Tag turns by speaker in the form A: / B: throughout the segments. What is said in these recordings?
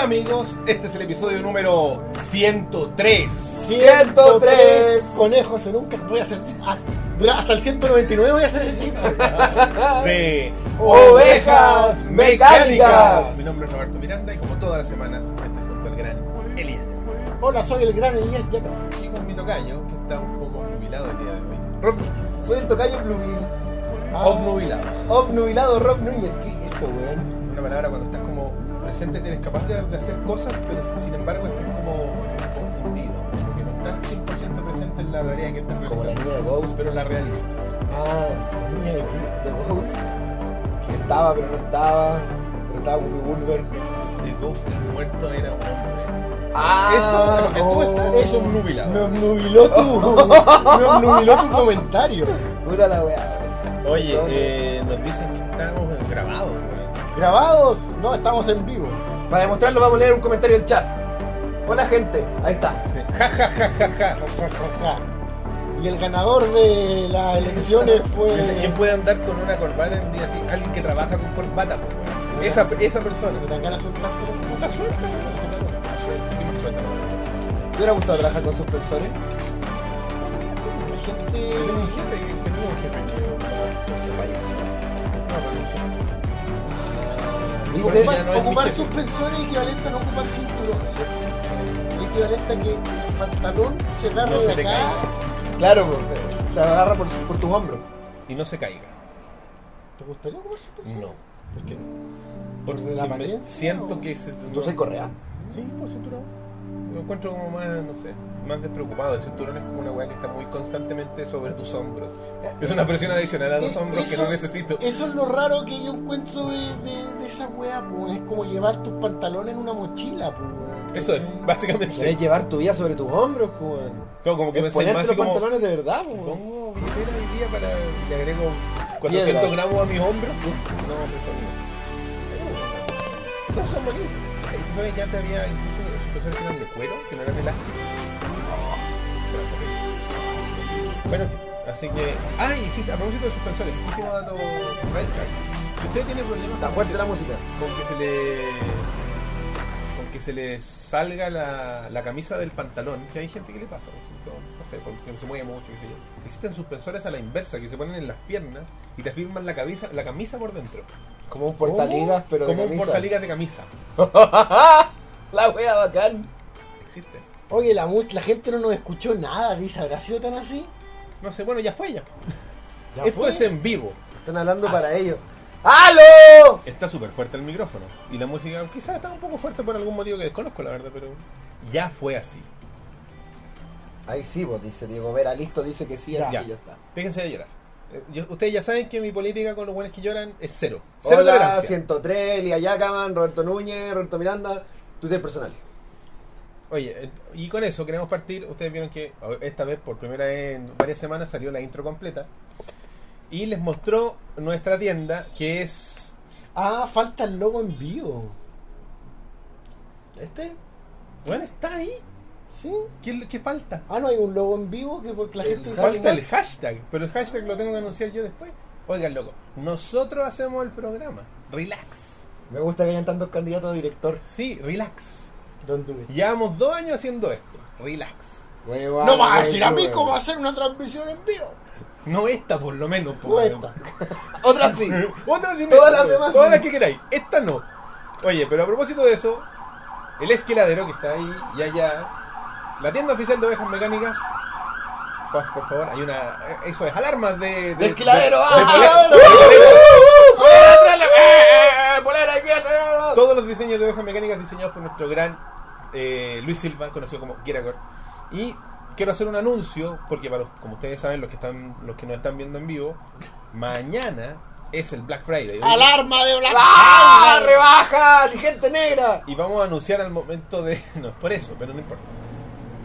A: amigos, este es el episodio número 103.
B: 103 conejos en un cajón. Voy a hacer. dura- Hasta el 199 voy a hacer ese chiste.
A: De
B: Ovejas Mecánicas.
A: Mi nombre es Roberto Miranda y como todas las semanas, estoy junto al gran Elías.
B: Hola, soy el gran Elías Yaca.
A: Y con mi tocayo, que está un poco jubilado el día de hoy. Rob Núñez.
B: Soy el tocayo Plumi. Ah.
A: Obnubilado.
B: Obnubilado Rob Núñez. ¿Qué es eso, weón?
A: Una palabra cuando estás como presente, tienes capaz de, de hacer cosas, pero sin embargo estás como confundido. Porque no estás 100% presente en la realidad que estás
B: Como la
A: realizando,
B: niña de Ghost.
A: pero la realizas.
B: Ah, la niña de, de Ghost. Que estaba, pero no estaba. Pero estaba Whoopi Goldberg.
A: El ghost del muerto era un hombre.
B: Ah,
A: Eso, a lo que tú estás,
B: oh,
A: es obnubilado.
B: Me obnubiló tu, me obnubiló tu comentario. Puta la weá.
A: Oye, eh, nos dicen que estamos eh, grabados, güey.
B: Grabados, no, estamos en vivo. Para demostrarlo vamos a leer un comentario del chat. Hola gente, ahí está.
A: Ja, ja, ja, ja, ja.
B: Y el ganador de las elecciones fue...
A: ¿Quién puede andar con una corbata en un día así? Alguien que trabaja con corbata, pues, güey. Esa, esa persona.
B: ¿Te dan ganas de soltarte?
A: Puta suelta,
B: ¿eh?
A: Más suelta, y más suelta, güey.
B: ¿Te hubiera gustado trabajar con suspensores? La gente...
A: Yo tengo un jefe que- que tuvo un jefe que falleció. No, pero-
B: Y
A: Por
B: de-
A: eso ya no es mi
B: ocupar
A: jefe.
B: suspensores equivalente a no ocupar cinturón, ¿cierto? Equivalente a que el pantalón se agarre
A: No se
B: de
A: te
B: acá.
A: caiga.
B: Claro,
A: eh,
B: porque se agarra por, por tus hombros.
A: Y no se caiga.
B: ¿Te gustaría ocupar suspensores?
A: No.
B: ¿Por qué no?
A: Porque
B: la
A: me-
B: apariencia,
A: siento
B: o-
A: que se.
B: ¿Tú soy correa?
A: Sí, pues cinturón. Lo encuentro como más, no sé, más despreocupado. El cinturón es como una weá que está muy constantemente sobre tus hombros. Es una presión adicional a los
B: Eh,
A: hombros que
B: eso
A: no
B: es-
A: necesito.
B: Eso es lo raro que yo encuentro de, de, de esa wea, pues. Es como llevar tus pantalones en una mochila, pues.
A: Eso es, básicamente.
C: Querés llevar tu vida sobre tus hombros, pues.
A: Como, como que me
C: Es
A: sale
C: ponerte
A: más
C: los
A: así como.
C: pantalones de verdad, pues.
A: Pongo billetera hoy día para. Le agrego 400
C: Piedras.
A: gramos a mis hombros. No, pues no. No son bonitos. Ay, ¿Tú sabes que antes había incluso los suspensores que eran de cuero, que no eran de elástico? Se las corrí. Bueno, en fin, así que. Ay, sí, a propósito de suspensores, último dato Redcard. Si usted tiene problemas
C: Está
A: con
C: fuerte
A: que
C: la
A: se-
C: música.
A: con que se le. con que se le salga la, la camisa del pantalón, que hay gente que le pasa, por ejemplo, no sé, porque se mueve mucho, qué sé yo. Existen suspensores a la inversa que se ponen en las piernas y te firman la camisa, la camisa por dentro.
C: Como un portaligas, pero
A: Como
C: de
A: un
C: camisa.
A: portaligas de camisa.
C: La wea bacán.
A: Existe.
B: Oye, la, mus- la gente no nos escuchó nada, dice. ¿Habrá sido tan así?
A: No sé, bueno, ya fue ya.
B: ¿Ya
A: Esto
B: fue?
A: es en vivo.
C: Están hablando
B: Ah,
C: para
B: sí.
C: ellos. ¡Halo!
A: Está súper fuerte el micrófono. Y la música quizás está un poco fuerte por algún motivo que desconozco, la verdad, pero ya fue así.
C: Ahí sí, vos, dice Diego Vera. Listo, dice que sí, así
A: Ya.
C: que ya está.
A: Déjense de llorar. Eh, yo- ustedes ya saben que mi política con los buenos que lloran es cero. Cero
C: Hola,
A: tolerancia.
C: 103, Lía Yacaman, Roberto Núñez, Roberto Miranda. Twitter personal.
A: Oye, eh, y con eso queremos partir. Ustedes vieron que a- esta vez, por primera vez en varias semanas, salió la intro completa. Y les mostró nuestra tienda, que es.
B: Ah, falta el logo en vivo.
C: ¿Este?
A: Bueno, está ahí.
B: ¿Sí?
A: ¿Qué, qué falta?
B: Ah, no hay un logo en vivo que porque la
C: El
B: gente
C: hashtag.
A: Falta el hashtag, pero el hashtag lo tengo que anunciar yo después. Oigan, loco, nosotros hacemos el programa. Relax.
C: Me gusta que hayan tantos candidatos a director.
A: Sí, relax.
B: ¿Dónde ves?
A: Llevamos dos años haciendo esto. Relax.
B: No vas a decir a mí cómo hacer una transmisión en vivo.
A: No esta, por lo menos. Por
B: No
A: lo
B: esta.
A: menos.
C: Otra sí.
A: Otra de
C: Todas
A: Netflix,
C: las demás
A: Todas
C: sí.
A: las que queráis. Esta no. Oye, pero a propósito de eso, el esquiladero que está ahí y allá, la tienda oficial de ovejas mecánicas. Paz, por favor, hay una. eh, Eso es alarmas de.
C: ¡De esquiladero! ¡Ah!
A: polera-
C: ¡Uh!
B: Uh,
A: polera.
B: Eh,
C: ¡Polera, izquierda!
A: Todos los diseños de ovejas mecánicas diseñados por nuestro gran eh, Luis Silva, conocido como Giragor. Y quiero hacer un anuncio, porque para los- como ustedes saben, los que están, los que nos están viendo en vivo, mañana es el Black Friday. Hoy-
B: Alarma de Black
C: ¡Ah!
B: Friday.
C: ¡Rebajas! y ¡Gente negra!
A: Y vamos a anunciar al momento de. No es por eso, pero no importa.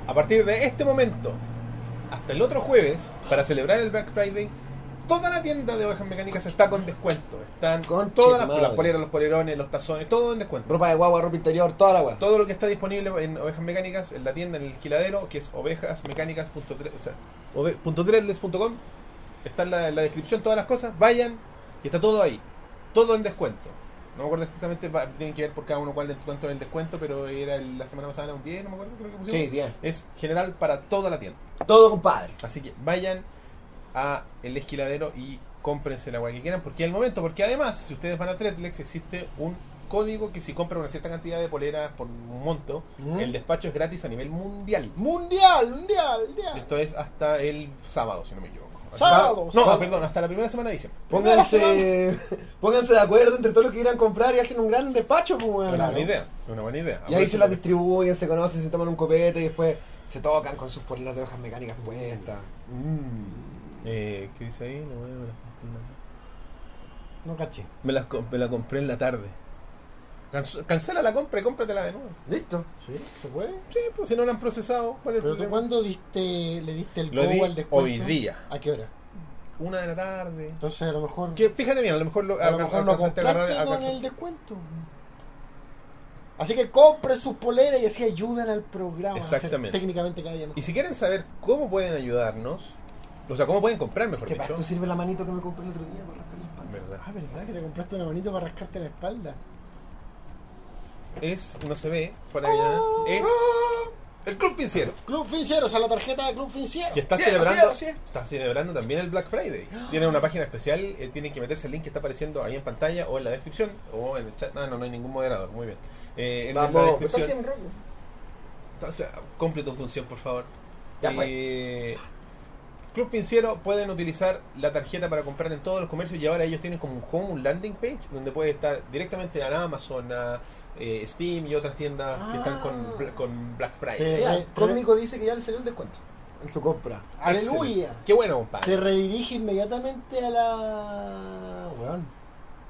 A: A partir de este momento, hasta el otro jueves, para celebrar el Black Friday, toda la tienda de ovejas mecánicas está con descuento. Están con
C: Conche
A: todas
C: tu
A: las,
C: madre.
A: las poleras, los polerones, los tazones, todo en descuento.
C: Ropa de guagua, ropa interior, toda la guagua.
A: Todo lo que está disponible en Ovejas Mecánicas, en la tienda, en el esquiladero, que es ovejasmecánicas.3, o sea, ove- punto threadless punto com. está en la, en la descripción todas las cosas, vayan y está todo ahí, todo en descuento. No me acuerdo exactamente, va- tienen que ver por cada uno cuál es cuánto es el descuento, pero era el- la semana pasada era un 10, no me acuerdo, creo que pusimos.
B: Sí, 10.
A: Es general para toda la tienda.
B: Todo compadre.
A: Así que vayan a el esquiladero y cómprense la agua que quieran, porque es el momento, porque además, si ustedes van a Tretlex, existe un código que si compran una cierta cantidad de poleras por un monto,
C: Ujú.
A: el despacho es gratis a nivel mundial.
C: Mundial, mundial, mundial.
A: Esto es hasta el sábado, si no me equivoco. Hasta-
C: Sábado,
A: No,
C: sábado.
A: perdón, hasta la primera semana de diciembre.
B: Pónganse, pónganse de acuerdo entre todos los que quieran comprar y hacen un gran despacho, pues, weón.
A: Es una buena idea, es una buena idea.
B: Y ahí se las distribuyen, se conocen, se toman un copete y después se tocan con sus poleras de hojas mecánicas puestas.
A: Mm. Eh, ¿Qué dice ahí? No, eh, me las compré en la-
C: No caché.
A: Me las com- me la compré en la tarde. Canc- Cancela la compra y cómpratela de nuevo.
B: ¿Listo?
C: ¿Sí? ¿Se puede?
A: Sí, pues si no la han procesado, ¿cuál es el
C: ¿Pero tú
A: problema?
C: cuándo diste, le diste el
A: Lo di
C: go al descuento?
A: hoy día.
C: ¿A qué hora?
A: Una de la tarde.
C: Entonces a lo mejor...
A: Que, fíjate bien, a lo mejor lo,
C: A lo mejor no
A: alcanzaste a agarrar-
C: compraste con
A: alcanzaste-
C: el descuento. Así que compren sus poleras y así ayudan al programa. a hacer
A: Exactamente.
C: Técnicamente cada día mejor.
A: Y si quieren saber cómo pueden ayudarnos, o sea, cómo pueden comprar, mejor
B: Que para
A: dicho.
B: esto sirve la manito que me compré el otro día para rascar la espalda.
A: ¿Verdad?
C: Ah, ¿verdad? Que te compraste una manito para rascarte la espalda.
A: Es, no se ve, para allá,
C: ¡Ah!
A: es el Club Pinciero.
C: Club Finciero, o sea, la tarjeta de Club Finciero.
A: Que está
B: Cielo,
A: celebrando,
B: cielo, cielo.
A: está celebrando también el Black Friday.
C: ¡Ah!
A: Tienen una página especial, eh, tienen que meterse el link que está apareciendo ahí en pantalla o en la descripción o en el chat. Ah, no, no hay ningún moderador, muy bien. Eh, en la
B: Vamos,
A: descripción.
B: en rojo.
A: Entonces, cumple tu función, por favor.
B: Ya, pues.
A: Eh, Club Pinciero pueden utilizar la tarjeta para comprar en todos los comercios y ahora ellos tienen como un home, un landing page, donde puede estar directamente a Amazon, a eh, Steam y otras tiendas que están
C: Ah.
A: con, Bla- con Black Friday.
C: Te-
B: el cómico dice que ya le salió el descuento en su compra.
C: Aleluya.
A: Qué bueno,
C: Te
A: compadre.
C: redirige inmediatamente a la. Weón.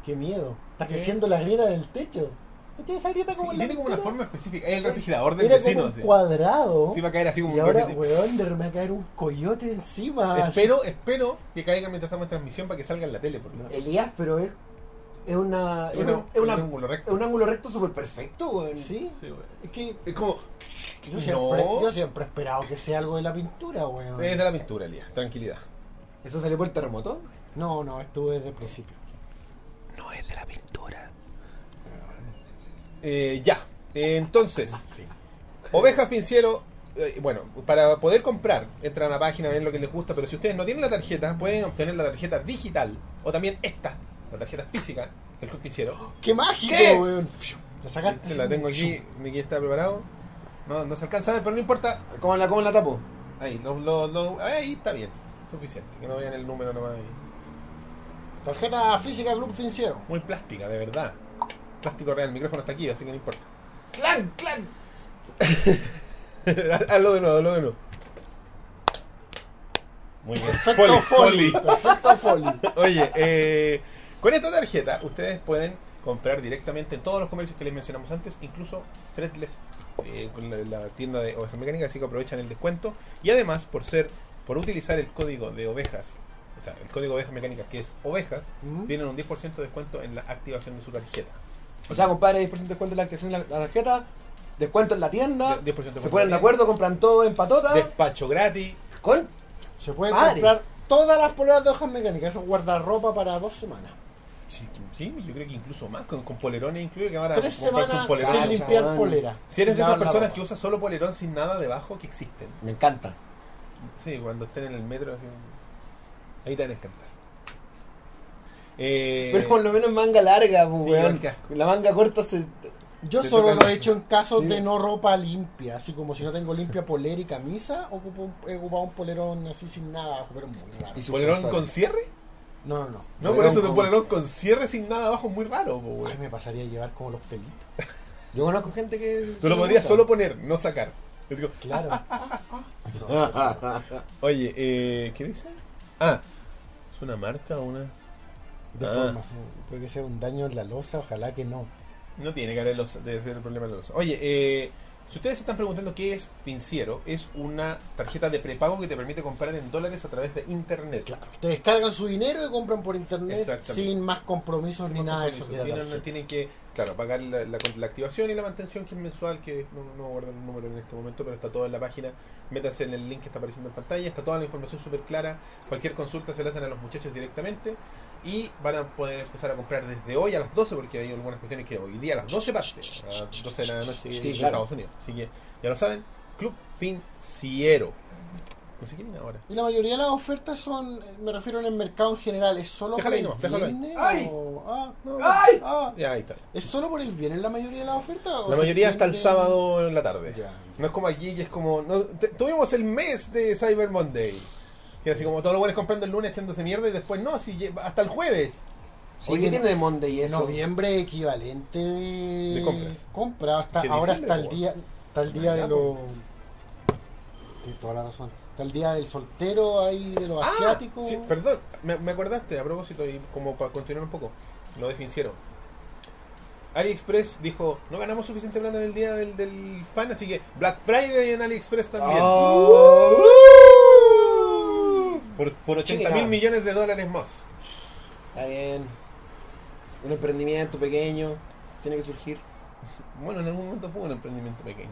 C: Qué miedo. Está
A: ¿Qué?
C: creciendo la grieta en el techo. ¿Viste esa grieta
A: Sí,
C: como
A: y
C: en la
A: tiene como una
C: ventana?
A: forma específica. Es el refrigerador del
C: Era
A: vecino.
C: como un
A: así.
C: cuadrado.
A: Sí, va a caer así como
C: y
A: un
C: ahora,
A: golpe, así.
C: weón, de- me va a caer un coyote encima.
A: Espero, espero que caiga mientras estamos en transmisión para que salga en la tele. Por lo menos.
B: Elías, pero es, es una. Es,
A: Bueno,
B: un- es una-
A: un ángulo recto.
B: es un ángulo recto súper perfecto, weón.
C: Sí.
A: Sí, güey.
C: Es que
A: es como.
C: yo siempre,
A: No.
C: yo siempre he esperado que sea algo de la pintura, weón.
A: Es Eh, de la pintura, Elías. Tranquilidad.
B: ¿Eso Eh, salió por el terremoto?
C: No, no, estuve desde el principio.
A: No es de la pintura. ya. Eh, entonces, Ovejas Pinciero. eh, bueno, para poder comprar, entran a la página, ven lo que les gusta, pero si ustedes no tienen la tarjeta, pueden obtener la tarjeta digital o también esta, la tarjeta física del Club Pinciero.
B: Oh,
C: ¡Qué mágico,
A: ¿Qué?
C: weón! La sacaste.
A: Este, la tengo aquí, Miki está preparado. No, no se alcanza a ver, pero no importa.
B: ¿Cómo la, cómo la tapo?
A: Ahí, lo- lo- lo- ahí está bien, suficiente. Que no vean el número nomás ahí.
C: Tarjeta física Club Financiero.
A: Muy plástica, de verdad. Plástico real, el micrófono está aquí, así que no importa.
B: ¡Clan, clan!
A: hazlo de nuevo, hazlo de nuevo. Muy bien.
C: Perfecto Foley. Perfecto Foley.
A: Oye, eh, con esta tarjeta ustedes pueden comprar directamente en todos los comercios que les mencionamos antes, incluso Threadless, eh, con la, la tienda de ovejas mecánicas, así que aprovechan el descuento. Y además, por ser, por utilizar el código de ovejas, o sea, el código de ovejas mecánicas que es ovejas,
C: Ujú.
A: tienen un 10% de descuento en la activación de su tarjeta.
B: O sea, compadre, 10% de descuento en la acción de la tarjeta, descuento en la tienda,
A: De- 10%
B: se
A: en
B: ponen
A: la
B: de acuerdo, compran todo en patota,
A: Despacho gratis.
B: con...
C: Se pueden
B: Padre.
C: comprar todas las poleras de hojas mecánicas. Eso es guardarropa para dos semanas.
A: Sí, sí, yo creo que incluso más, con, con polerones incluido que ahora
C: Tres
A: comprarse
C: semanas
A: polerón.
C: sin
B: Ah,
C: limpiar
B: chaval.
C: polera.
A: Si eres de esas
C: Lavar la
A: personas
C: ropa.
A: que usa solo polerón sin nada debajo, que existen.
B: Me
C: Eh.
B: encanta.
A: Sí, cuando estén en el metro, así, ahí te van a encantar. Eh,
B: Pero por lo menos manga larga, pues,
A: Sí,
B: weón.
A: igual que asco.
B: La manga corta se...
C: Yo
A: Te
C: solo
A: toca
C: lo
A: la-
C: he hecho en casos
B: Sí.
C: de no ropa limpia. Así como si no tengo limpia polera y camisa, ocupo un, he ocupado un polerón así sin nada abajo, pero muy raro.
B: Y su
A: ¿Polerón
B: consola.
A: con cierre?
C: No, no, no.
A: No,
B: Polerón
A: por eso te
B: con-
A: polerón con cierre sin nada abajo es muy raro, po,
C: Ay,
A: güey.
C: me pasaría a llevar como los pelitos.
B: Yo conozco gente que...
A: Tú lo podrías solo poner, no sacar. Es como-
C: Claro.
A: oye, eh, ¿qué dice? Ah, ¿es una marca o una...?
C: De
A: Ah.
C: forma, sí. puede que sea un daño en la losa, ojalá que no.
A: No tiene que haber los, de ser el problema de los. Oye, eh, si ustedes se están preguntando qué es Pinciero, es una tarjeta de prepago que te permite comprar en dólares a través de internet.
C: Claro, te descargan su dinero y compran por internet
A: Exactamente.
C: sin más compromisos ni nada de eso. que la
A: Tienen-
C: tarjeta.
A: tienen que, claro, pagar la, la- la activación y la mantención que es mensual, que no, no guardo el número en este momento, pero está todo en la página. Métase en el link que está apareciendo en pantalla, está toda la información súper clara. Cualquier consulta se la hacen a los muchachos directamente. Y van a poder empezar a comprar desde hoy a las 12, porque hay algunas cuestiones que hoy día a las 12 parte, a las 12 de la noche en
B: claro.
A: Estados Unidos. Así que ya lo saben, Club Financiero. No sé qué viene ahora.
C: Y la mayoría de las ofertas son, me refiero en el mercado en general, ¿es solo
A: Déjalo ahí
C: por
A: nomás,
C: el
A: déjalo ahí.
C: viernes?
B: ¡Ay!
C: o- ah, no,
B: ¡Ay!
C: ah.
A: Ya, ahí está.
C: ¿Es solo por el viernes la mayoría de las ofertas? o
A: La
C: se
A: mayoría hasta el
C: extienden?
A: sábado pues. en la tarde.
C: Ya.
A: No es como aquí, que es como. no- te- tuvimos el mes de Cyber Monday. Que así como todos los buenos comprando el lunes echándose mierda y después no, así lle- hasta el jueves.
B: Sí,
C: Oye,
B: ¿Qué tiene de Monday y
C: En
B: eso?
C: noviembre equivalente de,
A: De compras.
C: compra, hasta
A: Que
C: ahora
A: diciembre,
C: hasta el
A: po.
C: día hasta el día
A: Ya,
C: de los
A: po.
C: Tienes toda la razón hasta el día del soltero ahí de los
A: Ah,
C: asiáticos
A: sí, perdón, me, me acordaste a propósito y como para continuar un poco, lo de Financiero. AliExpress dijo, no ganamos suficiente plata en el día del, del fan, así que Black Friday en AliExpress también.
B: Ah.
C: ¡Uh!
B: Oh.
A: Por, por 80
B: Chica.
A: mil millones de dólares más.
B: Está bien. Un emprendimiento pequeño. Tiene que surgir.
A: Bueno, en algún momento fue un emprendimiento pequeño.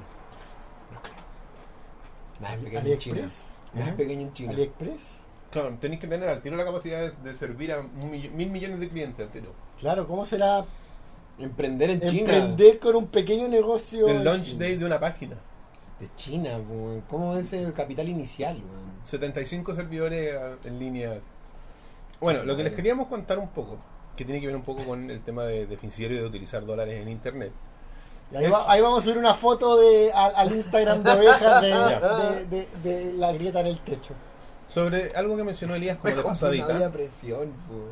B: Nada es pequeño en China.
C: AliExpress
B: Nada es pequeño en China.
C: AliExpress
A: Claro, tenéis que tener al tiro la capacidad de, de servir a un millo- mil millones de clientes al tiro.
C: claro cómo será
B: Emprender en China.
C: emprender con un pequeño negocio
A: El
C: en
A: launch
C: China?
A: day de una página.
B: De China, weón. ¿Cómo es el capital inicial, weón?
A: 75 servidores ah, en línea. Bueno, lo que les queríamos contar un poco, que tiene que ver un poco con el tema de, de financiero y de utilizar dólares en internet.
C: Y ahí,
A: Es-
C: va- ahí vamos a subir una foto de al, al Instagram de ovejas de,
A: Ya.
C: de- de- de la grieta en el techo
A: Sobre algo que mencionó Elías como de
B: compré una olla a
A: pasadita,
B: presión, weón.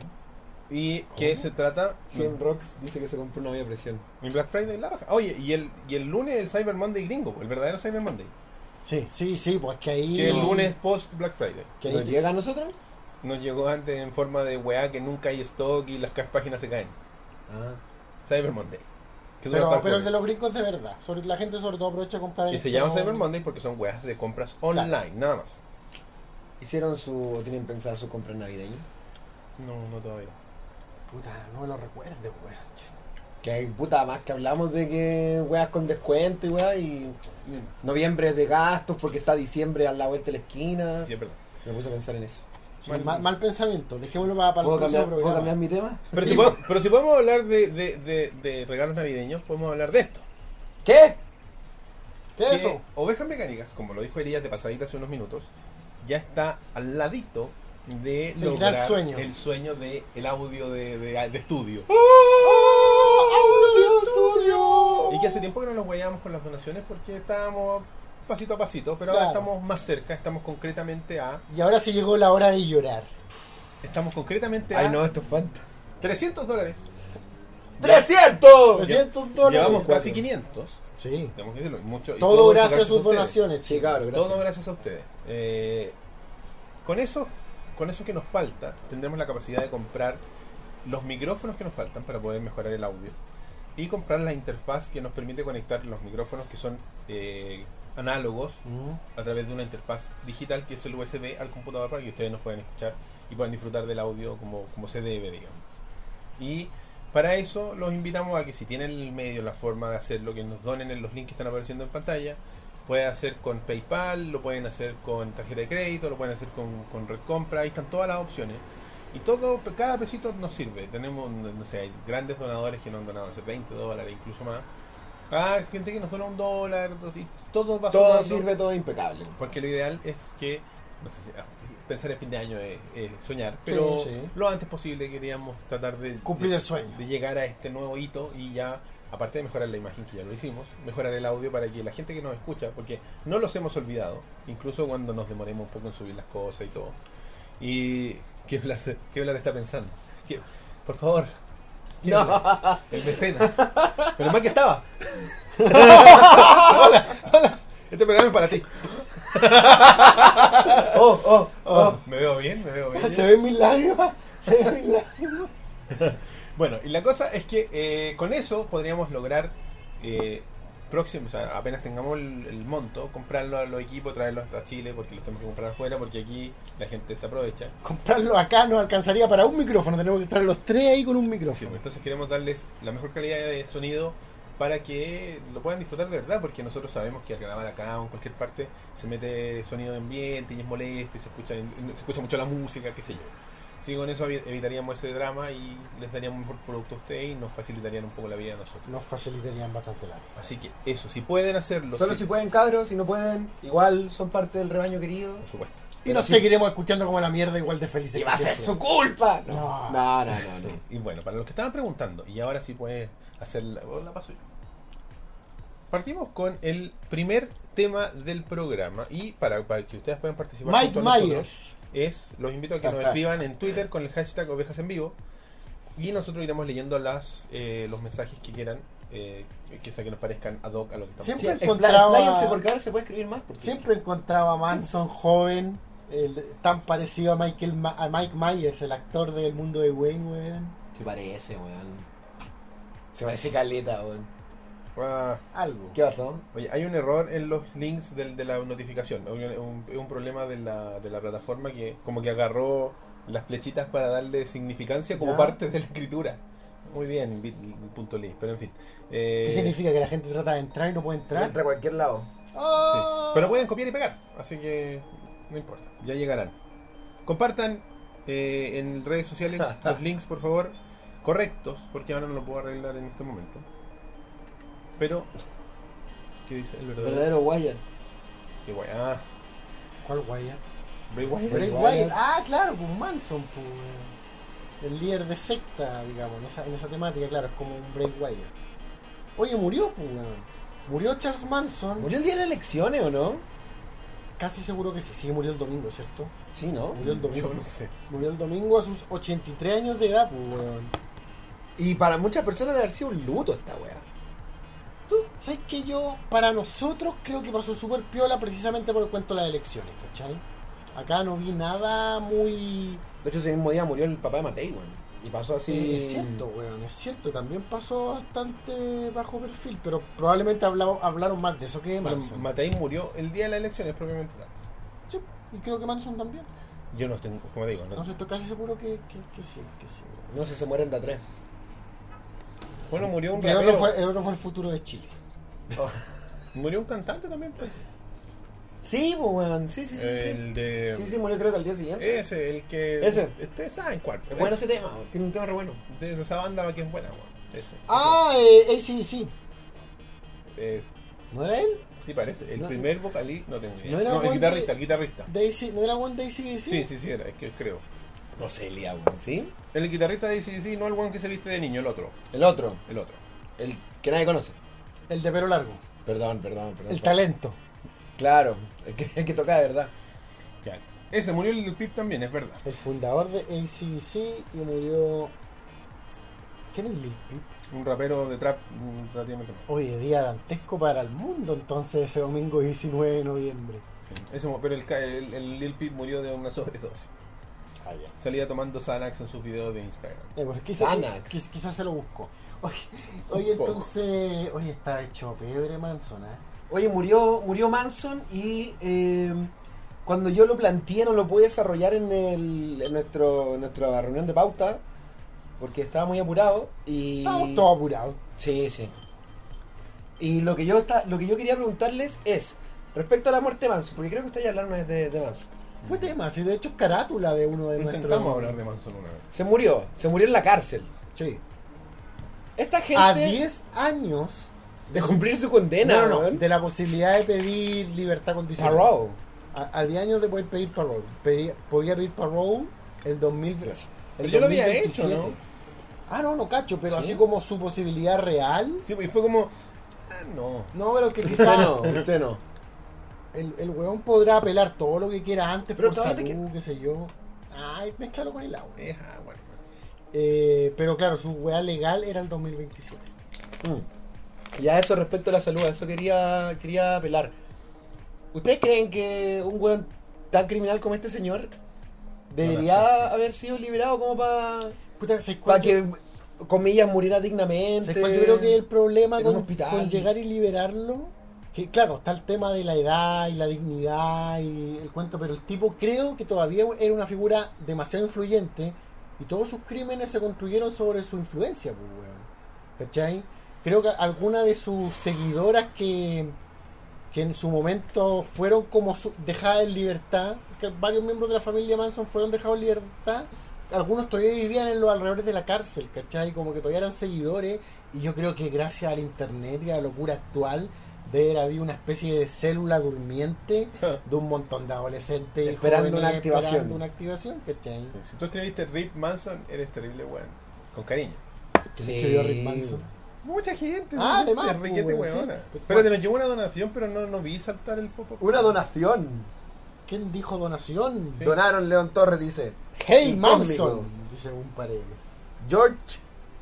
A: y que
B: ¿Cómo?
A: se trata.
C: Mm.
B: 100 Rocks dice que se compró una olla a presión.
A: El Black Friday la baja. Oye, y el, y el lunes el Cyber Monday gringo, el verdadero Cyber Monday.
C: sí sí sí pues que ahí
A: Que el lunes post Black Friday.
C: que ahí-
B: ¿Nos llega a nosotros?
A: Nos llegó antes en forma de weá que nunca hay stock y las ca- páginas se caen.
B: Ah.
A: Cyber Monday. Que dura hasta
C: Pero,
A: el
C: pero el de
A: jueves.
C: los gringos de verdad. Sobre, la gente sobre todo aprovecha a comprar
A: Y se
C: esto.
A: llama Cyber Monday porque son weas de compras online, nada más.
B: ¿Hicieron su. o tienen pensada su compra navideña?
A: No, no todavía.
C: Puta, no me lo recuerde, weón.
B: Que hay puta, más que hablamos de que weas con descuento y weas y. Noviembre es de gastos porque está diciembre a la vuelta de la esquina.
A: Sí, es verdad.
B: Me puse a pensar en eso.
C: Sí, Mal, mal- mal pensamiento. Dejémoslo para, para
B: ¿Puedo
C: el próximo
B: cambiar, ¿puedo
C: programa.
B: cambiar mi tema?
A: Pero,
C: Sí.
A: si podemos, pero si podemos hablar de, de- de- de regalos navideños, podemos hablar de esto.
B: ¿Qué?
C: ¿Qué es eso?
A: Que Ovejas Mecánicas, como lo dijo Elías de pasadita hace unos minutos, ya está al ladito de
C: El
A: lograr
C: gran sueño. ¡Uh!
A: el sueño de el audio de, de- de estudio.
B: ¡Oh, estudio!
A: ¡Oh, Y que hace tiempo que no nos guayábamos con las donaciones porque estábamos pasito a pasito, pero ahora
C: Claro.
A: estamos más cerca, estamos concretamente a...
C: Y ahora sí llegó la hora de llorar.
A: Estamos concretamente a
B: Ay, no, esto es fanta.
A: 300 dólares.
B: ¡300!
C: 300 dólares.
A: Llevamos casi 500.
C: Sí.
A: Tenemos que decirlo. y Mucho, y
C: Todo, gracias a sus
A: ustedes.
C: donaciones,
B: Sí,
C: chicos.
B: claro, gracias.
A: Todo gracias a ustedes. Eh, con eso, con eso que nos falta, tendremos la capacidad de comprar los micrófonos que nos faltan para poder mejorar el audio y comprar la interfaz que nos permite conectar los micrófonos que son eh, análogos
C: Mm.
A: a través de una interfaz digital que es el USB al computador para que ustedes nos puedan escuchar y puedan disfrutar del audio como, como se debe, digamos. Y para eso los invitamos a que si tienen el medio, la forma de hacerlo, que nos donen en los links que están apareciendo en pantalla, pueden hacer con PayPal, lo pueden hacer con tarjeta de crédito, lo pueden hacer con, con Red Compra, ahí están todas las opciones. Y todo, cada pesito nos sirve. Tenemos, no sé, hay grandes donadores que nos han donado no sé, 20 dólares, incluso más. Ah, gente que nos dona un dólar, dos- y todo va
B: Todo
A: sumando.
B: sirve, todo impecable.
A: Porque lo ideal es que, no sé, si- ah, pensar en fin de año es, es soñar, pero
C: sí.
A: lo antes posible queríamos tratar de
C: Cumplir
A: de-
C: el sueño.
A: de llegar a este nuevo hito y ya, aparte de mejorar la imagen que ya lo hicimos, mejorar el audio para que la gente que nos escucha, porque no los hemos olvidado, incluso cuando nos demoremos un poco en subir las cosas y todo. Y qué hablar, qué hablar está pensando. ¿Qué- por favor. Kevlar, El mecenas. Pero mal que estaba. hola, hola. Este programa es para ti.
B: ¡Oh, oh, oh!
A: Me veo bien, me veo bien.
C: Se ven mis lágrimas. Se ven mis lágrimas.
A: Bueno, y la cosa es que eh, con eso podríamos lograr eh, próximo, o sea, apenas tengamos el, el monto, comprarlo a los equipos, traerlos hasta Chile, porque los tenemos que comprar afuera, porque aquí la gente se aprovecha.
C: Comprarlo acá nos alcanzaría para un micrófono. Tenemos que estar los tres ahí con un
A: Sí,
C: micrófono.
A: pues, Entonces queremos darles la mejor calidad de sonido para que lo puedan disfrutar de verdad, porque nosotros sabemos que al grabar acá o en cualquier parte se mete sonido de ambiente y es molesto y se escucha, se escucha mucho la música, qué sé yo. Sí, con eso evi- evitaríamos ese drama y les daríamos un mejor producto a ustedes y nos facilitarían un poco la vida a nosotros.
C: Nos facilitarían bastante la vida.
A: Así que eso, si pueden hacerlo,
B: Solo
A: sí,
B: si pueden, cabros, si no pueden, igual son parte del rebaño querido.
A: por supuesto.
C: Y nos seguiremos escuchando como la mierda igual de felices.
B: ¡Y
C: que
B: va a ser
C: siempre.
B: su culpa!
A: Ah.
C: No.
B: Ah, no, no, no. no.
A: Y bueno, para los que estaban preguntando, y ahora sí puedes hacer la, oh, la paso yo. Partimos con el primer tema del programa y para, para que ustedes puedan participar
C: Mike
A: junto a nosotros,
C: Myers.
A: es los invito a que nos escriban en Twitter con el hashtag ovejas en vivo y nosotros iremos leyendo las eh, los mensajes que quieran eh, que sea que nos parezcan ad hoc a lo que estamos
C: Siempre
B: Sí,
A: haciendo.
C: encontraba-
B: expláyanse, porque ahora se puede escribir más. porque-
C: Siempre encontraba a Manson joven, el- tan parecido a Michael Ma- a Mike Myers, el actor del mundo de Wayne, weón.
B: Se parece, weón. Se parece caleta, weón.
A: Ah,
C: Algo.
B: ¿Qué pasó?
A: oye, hay un error en los links del- de la notificación. Hay un- Es un, problema de la, de la plataforma que como que agarró las flechitas para darle significancia como
C: Ya.
A: parte de la escritura. Muy bien, bit- punto link, pero en fin. Eh,
C: ¿Qué significa? ¿Que la gente trata de entrar y no puede entrar?
B: Entra a cualquier lado.
A: Sí.
C: ¡Oh!
A: Pero pueden copiar y pegar, así que no importa, ya llegarán. Compartan eh, en redes sociales los links, por favor, correctos, porque ahora no lo puedo arreglar en este momento. Pero, ¿qué dice el verdadero?
B: Verdadero Wire.
A: Qué guay. Ah,
C: ¿Cuál guaya?
A: Bray Wyatt.
C: Bray
B: Wyatt.
C: Wyatt. Ah, claro, pues Manson, pues. weón. El líder de secta, digamos, en esa, en esa temática, claro, es como un Bray Wyatt. Oye, murió, pues, weón. Murió Charles Manson.
B: ¿Murió el día de las elecciones o no?
C: Casi seguro que sí. Sí, murió el domingo, ¿cierto?
B: Sí, ¿no?
C: Murió el domingo.
A: Yo no sé.
C: Murió el domingo a sus 83 años de edad, pues, weón.
B: Y para muchas personas debe haber sido un luto esta weá.
C: Tú, ¿sabes que yo, para nosotros, creo que pasó súper piola precisamente por el cuento de las elecciones, ¿cachai? Acá no vi nada muy...
B: De hecho, ese mismo día murió el papá de Matei, weón. Y pasó así.
C: Eh, es cierto, weón, es cierto. También pasó bastante bajo perfil, pero probablemente hablado- hablaron más de eso que de
A: Pero
C: Manson.
A: Matei murió el día de las elecciones, propiamente tal.
C: Sí, y creo que Manson también.
A: Yo no tengo, como digo, no.
C: Entonces estoy casi seguro que, que, que sí, que sí. weón.
B: No sé, se mueren de a tres.
A: Bueno, murió un
C: El otro,
A: rapero.
C: fue, el otro fue el futuro de Chile.
A: Murió un cantante también, pues.
B: Sí, pues, weón. Sí, sí, sí.
A: El de.
B: sí. Sí, sí, murió creo que al día siguiente.
A: Ese, el que. este
B: Ese.
A: Ustedes saben cuál.
B: Es bueno ese tema, weón. Tiene un tema re bueno.
A: De de esa banda que es buena, weón. Ese.
C: Ah, eh, ACDC.
A: Eh,
C: ¿No era él?
A: sí, parece. El
C: No,
A: primer vocalista. No tengo idea.
C: ¿no
A: No,
C: era
A: el
C: Juan
A: guitarrista,
C: de-
A: el guitarrista.
C: De AC ¿No era One de ACDC?
A: Sí, sí, sí, era, es que creo.
B: No sé, Lía, weón. ¿Sí?
A: El guitarrista de ACDC, no el one que se viste de niño, el otro.
B: El otro.
A: El otro.
B: El que nadie conoce.
C: El de pelo largo.
B: Perdón, perdón, perdón.
C: El talento.
B: Claro, el que, el que toca de verdad.
A: Ya. Ese murió el del Pip también, es verdad.
C: El fundador de ACDC y murió. ¿Quién es Lil Peep?
A: Un rapero de trap mm, relativamente nuevo.
C: Hoy es día dantesco para el mundo, entonces ese domingo 19 de noviembre.
A: Sí. Ese mu- pero el, ca- el, el Lil Pip murió de una sobredosis.
C: Ah, ya.
A: Salía tomando Xanax en sus videos de Instagram.
C: Eh, pues, quizá-
B: Xanax.
C: quiz- quizás se lo buscó. Oye, oye,
A: Un poco.
C: entonces. Oye, está hecho pebre Manson, ¿eh?
B: Oye, murió, murió Manson y eh, cuando yo lo planteé no lo pude desarrollar en, el, en nuestro, en nuestra reunión de pauta porque estaba muy apurado y...
C: Estamos todos apurados.
B: Sí, sí. Y lo que, yo está, lo que yo quería preguntarles es, respecto a la muerte de Manson, porque creo que ustedes ya hablaron una vez de, de Manson.
C: Fue tema, sí, de hecho es carátula de uno de nuestros.
A: Intentamos hablar de Manson una vez.
B: Se murió, se murió en la cárcel.
C: Sí.
B: Esta gente...
C: A 10 años.
B: De cumplir su condena,
C: no, no, no,
B: weón.
C: de la posibilidad de pedir libertad condicional.
B: Parole.
C: A, a 10 años de poder pedir parole. Pedí- podía pedir parole el 2000.
B: Gracias.
A: Pero yo lo había hecho, ¿no?
C: Ah, no, no cacho, pero
B: ¿Sí?
C: así como su posibilidad real.
A: Sí, y fue como. Ah, no.
C: No, pero que
B: Usted
C: quizás
B: no, usted no.
C: el, el weón podrá apelar todo lo que quiera antes,
B: Pero
C: pero por
B: todavía te
C: salud, qué sé yo. Ay, mezclalo con el agua.
A: Es agua, hermano.
C: Eh, pero claro, su weá legal era el 2027.
B: Mm. Y a eso respecto a la salud, a eso quería, quería apelar. ¿Ustedes creen que un weón tan criminal como este señor debería
A: No, no.
B: haber sido liberado como para
C: Puta, ¿sabes cuál?
B: para que, comillas, muriera dignamente?
C: ¿Sabes cuál? Yo creo que el problema
B: en
C: con,
B: un hospital.
C: con llegar y liberarlo, que claro, está el tema de la edad y la dignidad y el cuento, pero el tipo creo que todavía era una figura demasiado influyente y todos sus crímenes se construyeron sobre su influencia, pues, weón. ¿Cachai? Creo que alguna de sus seguidoras que, que en su momento fueron como su- dejadas en libertad, que varios miembros de la familia Manson fueron dejados en libertad algunos todavía vivían en los alrededores de la cárcel, ¿cachai? Como que todavía eran seguidores y yo creo que gracias al internet y a la locura actual de haber habido una especie de célula durmiente de un montón de adolescentes y
B: Esperando
C: jóvenes
B: una activación.
C: esperando una activación, ¿cachai?
A: Sí, Si tú escribiste Rick Manson, eres terrible, weón. Con cariño.
C: Que
B: Sí.
C: le escribió Rick Manson.
A: Mucha gente.
C: Ah,
A: ¿no?
C: además,
A: Es riquete,
C: pues,
A: weona.
C: sí. Pues,
A: Espérate, nos llegó una donación, pero no, no vi saltar el pop-up.
B: Una donación.
C: ¿Quién dijo donación?
A: Sí.
B: Donaron León Torres, dice.
C: Hey
B: Incógnito.
C: Manson, dice un paredes.
B: George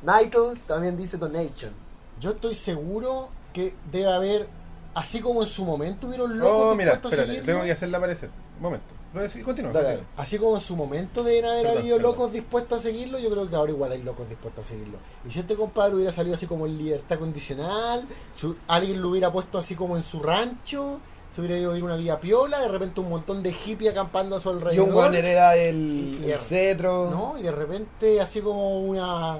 B: Nichols también dice donation.
C: Yo estoy seguro que debe haber, así como en su momento hubieron locos
A: Oh, mira,
C: dispuestos a
A: espérate,
C: seguirlo,
A: tengo que hacerla aparecer. Un momento. Lo voy a decir- Continúa.
B: Dale,
A: continúa.
C: así como en su momento deben haber
A: Perdón,
C: habido
A: perdón.
C: locos dispuestos a seguirlo, yo creo que ahora igual hay locos dispuestos a seguirlo. Y si este compadre hubiera salido así como en libertad condicional, si alguien lo hubiera puesto así como en su rancho, se hubiera ido a vivir una vida piola, de repente un montón de hippies acampando a su
B: Y un
C: alrededor.
B: weón hereda el,
C: Y-
B: el cetro.
C: ¿no? Y de repente, así como una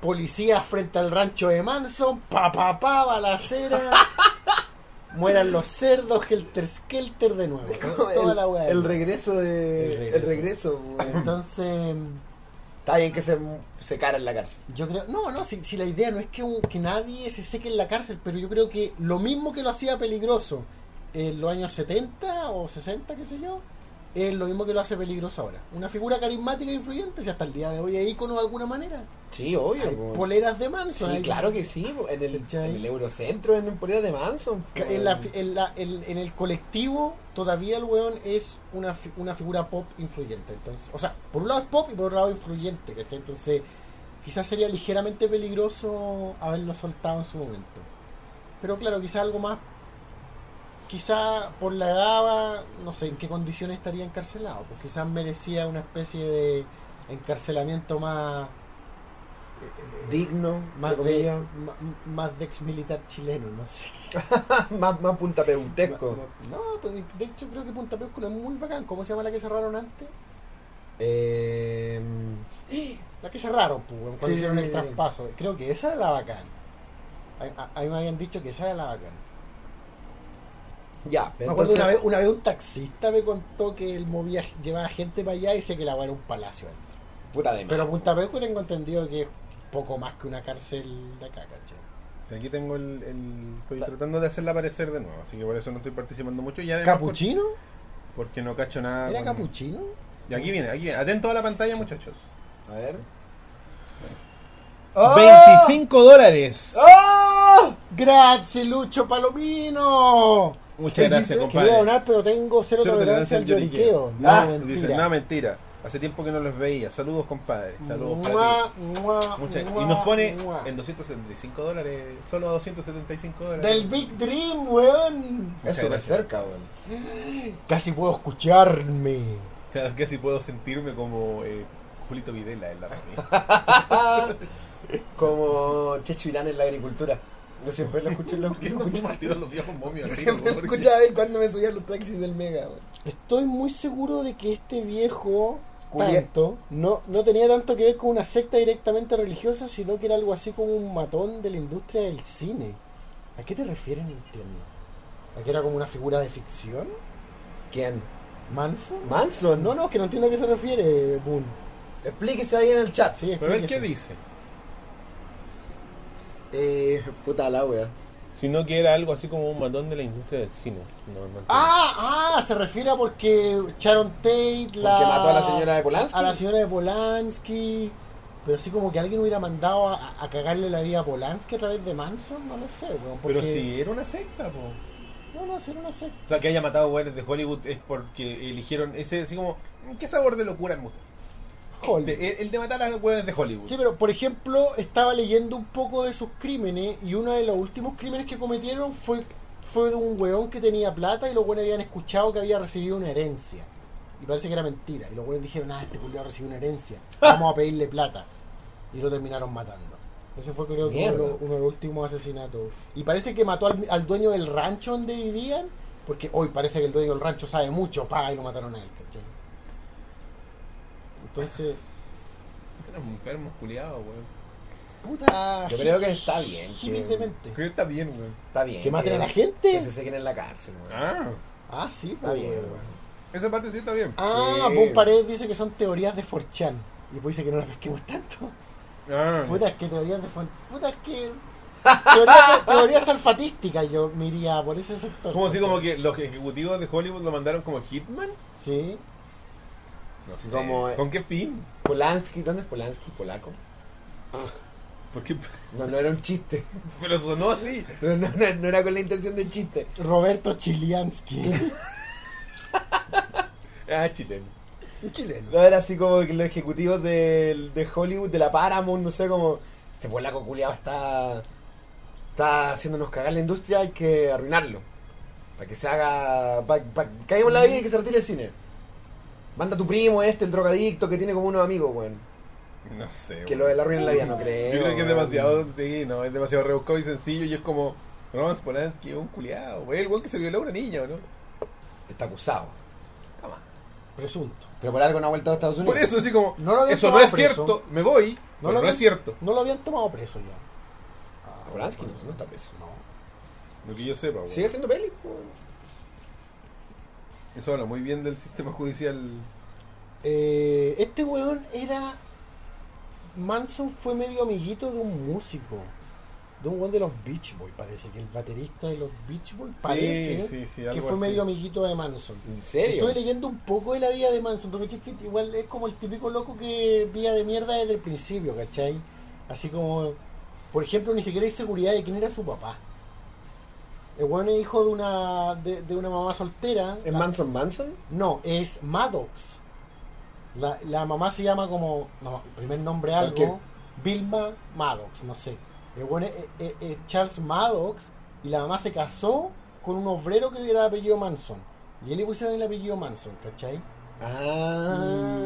C: policía frente al rancho de Manson, pa pa pa, balacera, mueran los cerdos, helter skelter de nuevo. ¿no? Toda
B: el,
C: la weá.
B: el regreso
C: El
B: de.
C: regreso.
B: El regreso, pues, weón.
C: Entonces,
B: Está bien que se, se cara en la cárcel.
C: yo creo. No, no, si, si la idea no es que, un- que nadie se seque en la cárcel, pero yo creo que lo mismo que lo hacía peligroso en los años 70 o 60, qué sé yo. Es lo mismo que lo hace peligroso ahora. Una figura carismática e influyente, si hasta el día de hoy es ícono de alguna manera.
B: Sí, obvio.
C: Hay
B: weón.
C: poleras de Manson.
B: Sí,
C: hay-
B: claro que sí. po. En el,
C: ¿Cachai?
B: en el Eurocentro venden poleras de Manson. po.
C: En, la fi- en la- en- en el colectivo todavía el weón es una, fi- una figura pop influyente. Entonces, o sea, por un lado es pop y por otro lado influyente, ¿cachai? Entonces, quizás sería ligeramente peligroso haberlo soltado en su momento. Pero claro, quizás algo más. Quizás por la edad, va- no sé en qué condiciones estaría encarcelado. Pues quizás merecía una especie de encarcelamiento más.
B: digno,
C: Más
B: entre
C: de,
B: comillas.
C: ma- más de ex militar chileno, no sé.
B: más, más puntapeutesco.
C: No, pues, de hecho creo que Punta Péusculo es muy bacán. ¿Cómo se llama la que cerraron antes?
B: Eh,
C: La que cerraron, pues, weón, cuando
B: Sí,
C: hicieron
B: sí,
C: el
B: sí, sí.
C: traspaso. Creo que esa era la bacán. A, a- a mí me habían dicho que esa era la bacán.
B: ya,
C: Me acuerdo
B: entonces,
C: una vez, una vez un taxista me contó que él movía, llevaba gente para allá y sé que la weá era un palacio. adentro.
B: puta de
C: Pero Punta Péusculo tengo entendido que es poco más que una cárcel de acá, ¿cachai?
A: Aquí tengo el, el- Estoy tratando de hacerla aparecer de nuevo, así que por eso no estoy participando mucho. Y además,
C: ¿Capuchino?
A: por- Porque no cacho
B: Ah,
A: nada.
C: ¿Era
A: con-
C: capuchino?
A: Y aquí viene, aquí viene. Atento a la pantalla, muchachos.
B: A ver.
C: ¡Oh!
A: 25 dólares.
B: ¡Oh!
C: ¡Gracias, Lucho Palomino!
A: Muchas gracias, compadre.
C: Quería donar, pero tengo cero,
A: Cero tolerancia
C: tolerancia al
A: al
C: lloriqueo.
A: lloriqueo.
C: No,
B: Ah,
C: mentira.
A: Dice, no, mentira. Hace tiempo que no los veía. Saludos, compadre. Saludos para
C: Mua,
A: ti.
C: mua,
A: Muchas-
C: mua,
A: y nos pone
C: mua.
A: en 275 dólares. Solo 275 dólares.
C: Del Big Dream, weón.
A: Muchas
B: Es súper
A: gracias.
B: cerca, weón.
C: Casi puedo escucharme.
A: Claro que así puedo sentirme como eh, Julito Videla en la radio.
B: Como Checho Irán en la agricultura. Yo siempre lo escuché en la
A: ¿Por qué no compartieron los viejos momios?
B: Yo
A: así,
B: siempre lo
A: porque-
B: escuchaba él cuando me subía a los taxis del Mega, weón.
C: Estoy muy seguro de que este viejo
B: Julián.
C: tanto, no, no tenía tanto que ver con una secta directamente religiosa, sino que era algo así como un matón de la industria del cine. ¿A qué te refieres, no entiendo? ¿A que era como una figura de ficción?
B: ¿Quién?
C: ¿Manson?
B: ¿Manson?
C: No, no, que no entiendo a qué se refiere, Boone.
B: Explíquese ahí en el chat.
C: Sí,
A: Pero a ver
C: explíquese.
A: qué dice.
B: Eh, puta la wea.
D: sino que era algo así como un matón de la industria del cine. No, no entiendo.
C: Ah, ah, se refiere a porque Sharon Tate la...
B: Porque mató a la señora de Polanski.
C: A la señora de Polanski. Pero así como que alguien hubiera mandado a, a cagarle la vida a Polanski a través de Manson, no lo sé, weón. Porque...
A: Pero si era una secta, po.
C: No, no, si no, no sé.
A: O sea, que haya matado güeyes de Hollywood es porque eligieron ese, así como, "Mm, ¿qué sabor de locura me gusta?
C: Joder.
A: De- el, el de matar a güeyes de Hollywood.
C: Sí, pero por ejemplo, estaba leyendo un poco de sus crímenes y uno de los últimos crímenes que cometieron fue, fue de un weón que tenía plata y los weones habían escuchado que había recibido una herencia. Y parece que era mentira. Y los weones dijeron, ah, este culiao recibió una herencia, vamos a pedirle plata. Y lo terminaron matando. Ese fue creo que uno de,
B: Mierda.
C: los, uno de los últimos asesinatos. Y parece que mató al, al dueño del rancho donde vivían, porque hoy parece que el dueño del rancho sabe mucho, pa, y lo mataron a él, ¿cachai? Entonces...
A: Eran enfermos, culiados, weón.
C: Puta,
B: Yo creo que está bien.
C: Jimmy
B: Que,
C: Demente.
A: Creo que está bien, weón.
B: está bien.
C: ¿Que maten a la
B: Que
C: gente?
B: se sequen en la cárcel, weón.
A: Ah,
C: Ah, sí,
B: Está bien,
C: pues.
B: weón.
A: esa parte sí está bien.
C: Ah,
B: Sí.
C: Bob Paredes dice que son teorías de Forchan. Y después dice que no la pesquemos tanto.
A: Ah,
C: Puta, es que teorías de fon- Puta, es que. Teorías, teorías alfatísticas, yo me iría por ese sector.
A: como si como que los ejecutivos de Hollywood lo mandaron como Hitman.
C: Sí.
A: No sé.
E: Como, eh,
A: ¿Con qué fin?
E: Polanski, ¿dónde es Polanski? Polaco.
A: Porque
E: No, no era un chiste.
A: pero sonó así.
E: No, no, no- no era con la intención de chiste.
C: Roberto Chiliansky.
A: Ah, chileno.
C: Un chileno.
E: No era así como que los ejecutivos del- de, Hollywood, de la Paramount, no sé, como. Este polaco culiado está. Está haciéndonos cagar la industria, hay que arruinarlo. Para que se haga. Para que caiga en la vida y que se retire el cine. Manda tu primo este, el drogadicto, que tiene como unos amigos, weón.
A: No sé.
E: Que
A: weón.
E: lo de la arruina la vida, no creo.
A: Yo creo que es
E: weón.
A: demasiado, sí, no, es demasiado rebuscado y sencillo y es como Roman Polanski es un culiado, güey, el güey que se violó a una niña, ¿o ¿no?
E: Está acusado.
A: Come on.
C: Presunto.
E: Pero por algo no ha vuelto a Estados Unidos.
A: Por eso así como,
C: No lo habían
A: eso no
C: tomado
A: es
C: preso.
A: cierto, me voy, pero no
C: habían-
A: es cierto.
C: No lo habían tomado preso ya.
E: Ah, Polanski no, no está preso.
C: No.
A: Lo que yo sepa, güey.
E: Sigue haciendo peli. weón.
A: Eso habla muy bien del sistema judicial.
C: Eh, este weón era. Manson fue medio amiguito de un músico. De un weón de los Beach Boys, parece. Que el baterista de los Beach Boys parece
A: sí, sí,
C: que
A: algo
C: fue
A: así.
C: medio amiguito de Manson.
E: ¿En serio?
C: Estuve leyendo un poco de la vida de Manson, porque es que igual es como el típico loco que vía de mierda desde el principio, ¿cachai? Así como, por ejemplo, ni siquiera hay seguridad de quién era su papá. El weón es hijo de una, de, de una mamá soltera.
E: ¿Es
C: La-
E: Manson Manson?
C: No, es Maddox. La, la mamá se llama como, no, primer nombre algo,
E: ¿Por
C: Vilma Maddox, no sé. El weón es, es- es eh, Charles Maddox y la mamá se casó con un obrero que era de apellido Manson. Y él le pusieron el apellido Manson, ¿cachai?
E: Ah.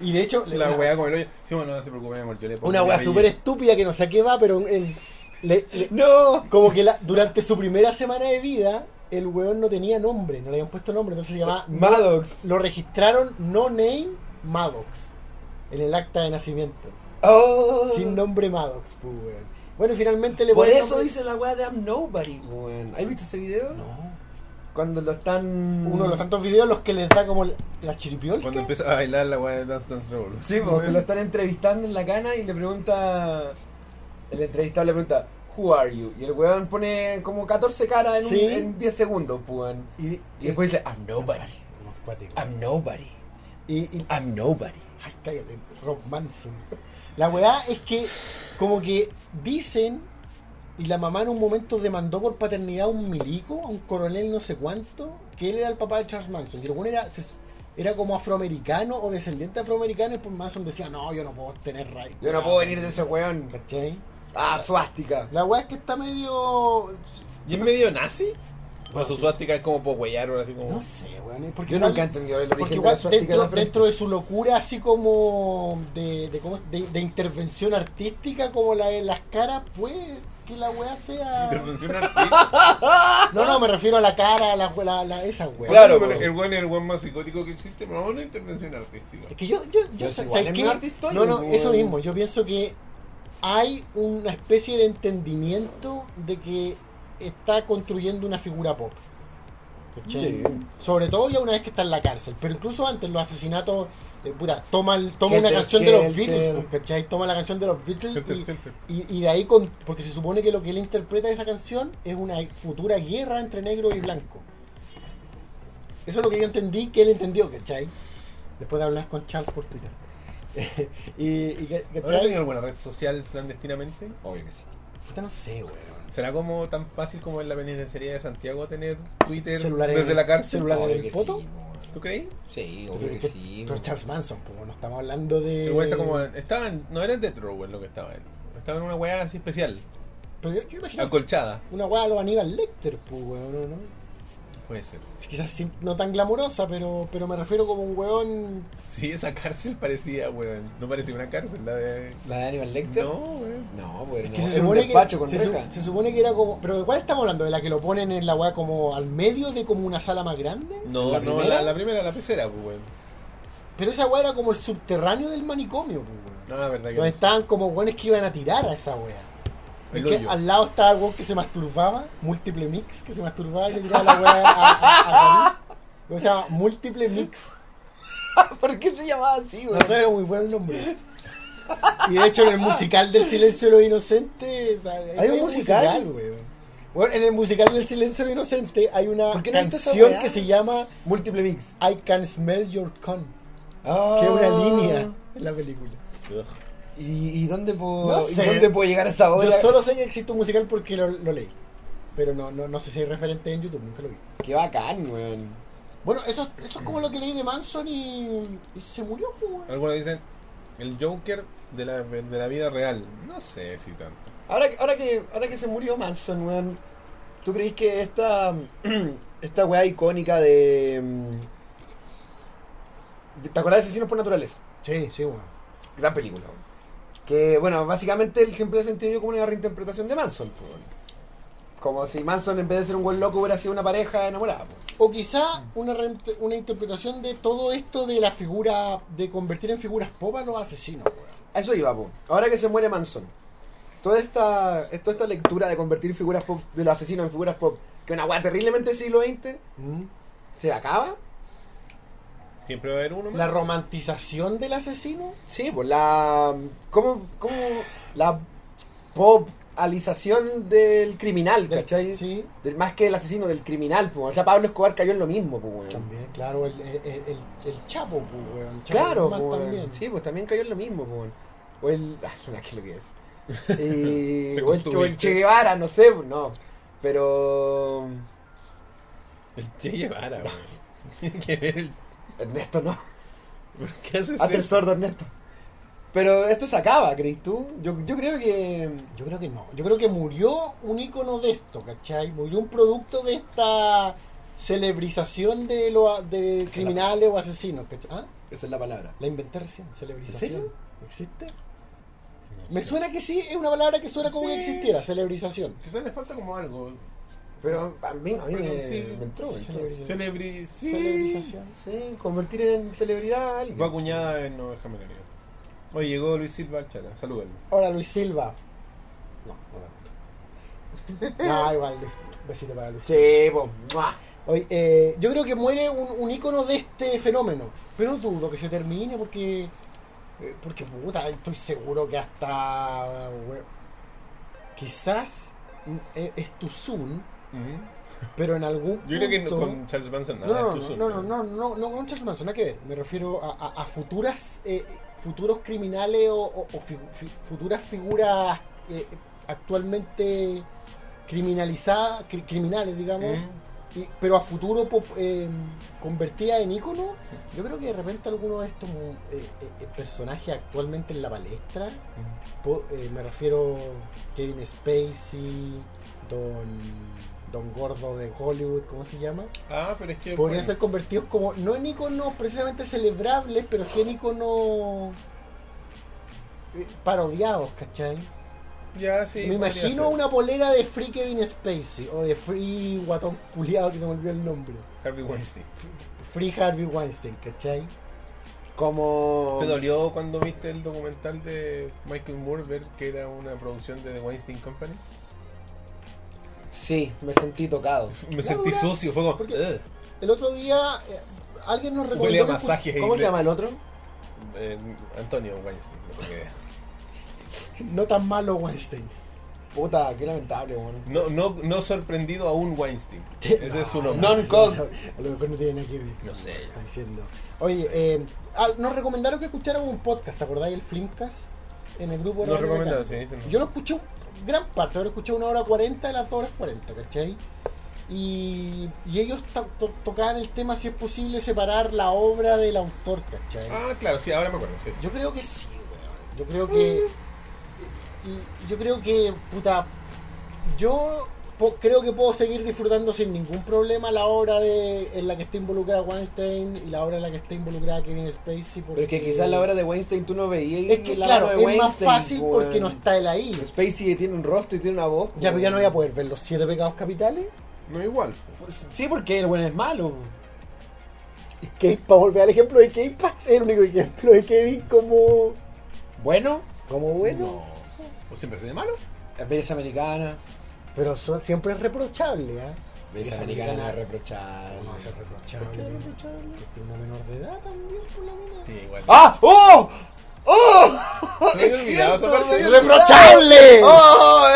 C: Y de hecho,
A: La
C: una-
A: weá con el hoyo. Sí, bueno, no se preocupe, mi amor, yo le pongo
C: una
A: mi
C: weá
A: apellido.
C: súper estúpida que no sé a qué va, pero en- le- le-
E: ¡No!
C: como que la- durante su primera semana de vida, el weón no tenía nombre, no le habían puesto nombre, entonces se llamaba
E: Maddox.
C: Lo registraron No Name Maddox en el acta de nacimiento.
E: ¡Oh!
C: Sin nombre Maddox, pues, weón. Bueno, y finalmente le
E: Por
C: ponen
E: eso
C: nombre-
E: dice la weá de I'm Nobody, weón. ¿Has visto ese video?
C: No.
E: Cuando lo están.
C: Uno de los tantos videos en los que les da como la- la chiripiolca.
A: Cuando empieza a bailar la weá de Dance Dance Revolution.
E: Sí, porque lo están entrevistando en la cana y le pregunta. El entrevistado le pregunta, ¿Who are you? Y el weón pone como 14 caras en, un-
C: Sí.
E: en 10 segundos, weón.
C: Y, y-
E: Y después dice, I'm nobody.
C: No, cuático.
E: I'm nobody.
C: Y- y
E: I'm nobody.
C: Ay, cállate, Rob Manson. La weá es que, como que dicen, y la mamá en un momento demandó por paternidad a un milico, a un coronel no sé cuánto, que él era el papá de Charles Manson. Y el weón era, se- era como afroamericano o descendiente afroamericano, y pues Manson decía, no, yo no puedo tener raíz.
E: Yo no puedo venir de ese weón.
C: ¿Cachai?
E: Ah, suástica.
C: La weá es que está medio.
A: ¿Y es medio nazi? O su suástica es como pogueyaron, así como.
C: No sé, weón. es Porque
E: Yo
C: igual-
E: nunca he entendido el
C: Porque
E: origen de la
C: igual
E: suástica. en
C: dentro,
E: la frente.
C: dentro de su locura así como de, de, cómo- de- de intervención artística como la de las caras, pues que la weá sea...
A: Intervención artística.
C: No, no, me refiero a la cara, a la, la, la- esa
A: Claro,
C: weá.
E: Claro,
A: pero
E: po.
A: Pues, el weón es el weón más psicótico que existe, pero no una intervención artística.
C: Es que yo, yo, yo,
E: Yo
C: sé-
E: igual
C: ¿sabes qué?
E: es medio artista, pues,
C: No, no,
E: yo-
C: eso mismo, yo pienso que hay una especie de entendimiento de que está construyendo una figura pop. ¿Cachai?
E: Sí.
C: Sobre todo ya una vez que está en la cárcel, pero incluso antes los asesinatos, eh, puta, toma, el- toma una
E: Helter,
C: canción de los
E: Skelter.
C: Beatles, pues, ¿cachai? Toma la canción de los Beatles
A: Helter,
C: y-
A: Skelter.
C: y, y de ahí, con, porque se supone que lo que él interpreta de esa canción es una futura guerra entre negro y blanco. Eso es lo que yo entendí, que él entendió, ¿cachai? Después de hablar con Charles por Twitter. y, y que-
A: ¿Habrá
C: ¿cachai?
A: tenido alguna red social clandestinamente?
E: Obvio que sí.
C: Puta, no sé, weón.
A: ¿Será como tan fácil como en la penitenciaría de Santiago tener Twitter
C: Celular en
A: desde
C: el-
A: la cárcel?
C: celular. ¿La del
E: Obvio que
C: poto?
E: Sí, weón.
A: ¿Tú crees?
E: sí, obvio
C: Pero,
E: que sí.
C: es
E: weón.
C: Charles Manson, pues no estamos hablando de.
A: El weón está como en- estaba en- no era en Death Row en lo que estaba en. Estaba en una weá así especial,
C: Pero yo, yo imagino
A: acolchada.
C: una weá a lo Aníbal Lecter, pues, weón, ¿no?
A: Puede ser.
C: Sí, Quizás sin- no tan glamurosa, pero, pero me refiero como un weón.
A: Sí, esa cárcel parecía, weón. No parecía una cárcel, la de.
E: ¿La de Aníbal Lecter?
A: No, weón.
E: No, pues
C: Es
E: no.
C: que se
E: Era un
C: supone que,
E: despacho con
C: se, su-
E: reja.
C: se supone que era como. ¿Pero de cuál estamos hablando? ¿De la que lo ponen en la weá como al medio de como una sala más grande?
A: No,
C: ¿La
A: no,
C: primera?
A: La, la primera, la pecera, pues, weón.
C: Pero esa weá era como el subterráneo del manicomio, pues, weón.
A: No, la verdad que
C: Donde estaban como weones que iban a tirar a esa weá.
A: no. El
C: Que
A: hoyo.
C: al lado estaba el weón que se masturbaba, múltiple mix, que se masturbaba y le tiraba la weá a, a, a París. O sea, múltiple mix.
E: ¿Por qué se llamaba así,
C: No
E: güey?
C: sé, era muy buen nombre. Y de hecho, en el musical del Silencio de los Inocentes. Hay,
E: un musical?
C: güey. Bueno, en el musical del Silencio de los Inocentes hay una
E: ¿Por qué no he visto esa
C: canción
E: weá?
C: que se llama
E: Múltiple mix.
C: I Can Smell Your Con,
E: Ah.
C: que es una línea en la película.
E: ¿Y, y dónde puedo,
C: No
E: y
C: sé.
E: dónde puedo llegar a esa hora?
C: Yo solo sé que existe un musical porque lo, lo leí. Pero no, no, no sé si hay referente en YouTube, nunca lo vi.
E: Qué bacán, weón.
C: Bueno, eso, eso es como lo que leí de Manson y, y se murió, pues, güey.
A: Algunos dicen el Joker de la, de la vida real. No sé si tanto.
E: Ahora, que- ahora, que, ahora que se murió Manson, weón, ¿tú crees que esta, esta weá icónica de... mm, ¿Te acuerdas de Asesinos por Naturaleza?
C: Sí, sí, güey.
E: Gran película. weón. Que, bueno, básicamente él siempre ha sentido como una reinterpretación de Manson. pues, weón. Como si Manson en vez de ser un buen loco hubiera sido una pareja enamorada. pues.
C: O quizá una, re- una interpretación de todo esto de la figura, de convertir en figuras pop a los asesinos, güey.
E: A eso iba, pues. Ahora que se muere Manson. Toda esta, toda esta lectura de convertir figuras pop, de los asesinos en figuras pop, que es una weá terriblemente siglo XX,
C: Mm.
E: se acaba.
A: Siempre va a haber uno más.
C: La romantización del asesino.
E: Sí, pues la. ¿Cómo.? cómo la popalización del criminal,
C: Del-
E: ¿cachai?
C: Sí.
E: Del, más que el asesino, del criminal, pues. O sea, Pablo Escobar cayó en lo mismo, pues, weón.
C: También, claro, el, el, el, el Chapo, pues, güey. El Chapo
E: Claro,
C: Guzmán
E: pues, weón.
C: también.
E: Sí, pues también cayó en lo mismo, pues, weón. O el. Ah, no, ¿qué es lo que es? Eh, o, el, o el Che Guevara, no sé, pues, no. Pero.
A: El Che Guevara, weón. que ver el...
E: Ernesto no.
A: ¿Por qué haces
E: Hazte el
A: eso?
E: sordo, Ernesto. Pero esto se acaba, ¿crees tú? Yo, yo creo que.
C: Yo creo que no. Yo creo que murió un icono de esto, ¿cachai? Murió un producto de esta celebrización de, lo, de criminales o asesinos, ¿cachai? ¿Ah?
E: Esa es la palabra.
C: La inventé recién, celebrización.
E: ¿En serio?
C: ¿Existe? Me suena que sí, es una palabra que suena como que existiera, celebrización.
A: Quizás le falta como algo.
E: Pero a mí, a mí
A: Pero
E: me,
A: sí.
E: me entró, me entró.
C: Celebri-
A: Celebri... Sí.
C: Celebrización.
E: Sí, convertir en celebridad a alguien.
A: Va acuñada en Oveja Mecánica. Oye, llegó Luis Silva Chala. Salúdenlo.
C: Hola Luis Silva. No, no, no. No, Ah, igual, Luis. Besito para Luis.
E: Sí, pues. ¡mua!
C: Oye, eh, yo creo que muere un, un ícono de este fenómeno, pero dudo que se termine porque, eh, porque puta, estoy seguro que hasta we- quizás mm, eh, es tu Zoom, pero en algún
A: Yo creo que no-
C: punto-
A: con Charles Manson
C: no,
A: nada.
C: no,
A: esto es
C: no,
A: un-
C: no, no, no, no, no con Charles Manson, nada que ver. Me refiero a, a- a futuras, eh, futuros criminales o, o- o fi- fi- futuras figuras eh, actualmente criminalizadas, cri- criminales, digamos, y- pero a futuro pop- eh, convertidas en ícono. Yo creo que de repente alguno de estos eh, eh, eh, personajes actualmente en la palestra, po- eh, me refiero Kevin Spacey, Don, Don Gordo de Hollywood, ¿cómo se llama?
A: Ah, pero es que. bueno,
C: Podrían ser convertidos como, no en iconos precisamente celebrables, pero sí en iconos eh, parodiados, ¿cachai?
A: Ya, sí.
C: me
A: podría
C: imagino
A: ser.
C: una polera de Free Kevin Spacey o de Free Guatón Puliado, que se me olvidó el nombre.
A: Harvey Weinstein.
C: Free Harvey Weinstein, ¿cachai?
E: Como.
A: ¿Te dolió cuando viste el documental de Michael Moore ver que era una producción de The Weinstein Company?
E: Sí, me sentí tocado.
A: Me
C: Claro,
A: sentí
C: era-
A: sucio, fue como.
C: porque-
A: "Ugh".
C: El otro día eh, alguien nos recomendó...
A: Huele a
C: que escu-
A: masaje.
E: ¿Cómo se llama el otro?
A: Eh, Antonio Weinstein, no tengo idea.
C: No tan malo Weinstein.
E: Puta, qué lamentable, weón.
A: No, no, no sorprendido a un Weinstein. Ese es su nombre.
E: No. Non-call.
C: A lo mejor no tiene nada que ver.
A: No sé.
C: Está diciendo. Oye, eh, ah, nos recomendaron que escucháramos un podcast, ¿te acordáis? El Flimcast en el grupo. de
A: Nos
C: Radio
A: recomendaron,
C: Mecánico.
A: sí, sí, nos-
C: Yo lo escuché un- gran parte, ahora escuché una hora cuarenta de las dos horas cuarenta, ¿cachai? Y, y ellos to- to- tocaban el tema si es posible separar la obra del autor, ¿cachai?
A: Ah, claro, sí, ahora me acuerdo. Sí, sí.
C: Yo creo que sí, weón. Yo creo que. y- Yo creo que, puta. Yo po- creo que puedo seguir disfrutando sin ningún problema la obra de, en la que está involucrada Weinstein y la obra en la que está involucrada Kevin Spacey. Porque
E: Pero es que quizás la hora de Weinstein tú no veías.
C: Es que,
E: la
C: claro,
E: mano
C: es
E: de
C: más
E: Weinstein,
C: fácil
E: weón.
C: porque no está él ahí.
E: Spacey tiene un rostro y tiene una voz.
C: Ya, pero
E: weón.
C: ya no voy a poder ver los siete pecados capitales.
A: No igual.
E: Pues, Sí, porque el weón es malo.
C: Para volver al ejemplo de K-Pax, es el único ejemplo de Kevin como,
E: Bueno,
C: como bueno.
A: No. ¿O siempre se de malo?
E: es belleza americana.
C: Pero son- siempre es reprochable, ¿ah?
E: Belleza americana no es reprochable.
C: No, eso es reprochable.
B: ¿Por qué no reprochable?
C: Porque una menor de edad también, por la mina.
B: Sí, igual.
E: ¡Ah! ¡Oh! ¡Oh!
A: Me había olvidado esa parte.
B: Siento,
C: ¡Reprochable!
E: ¡Oh!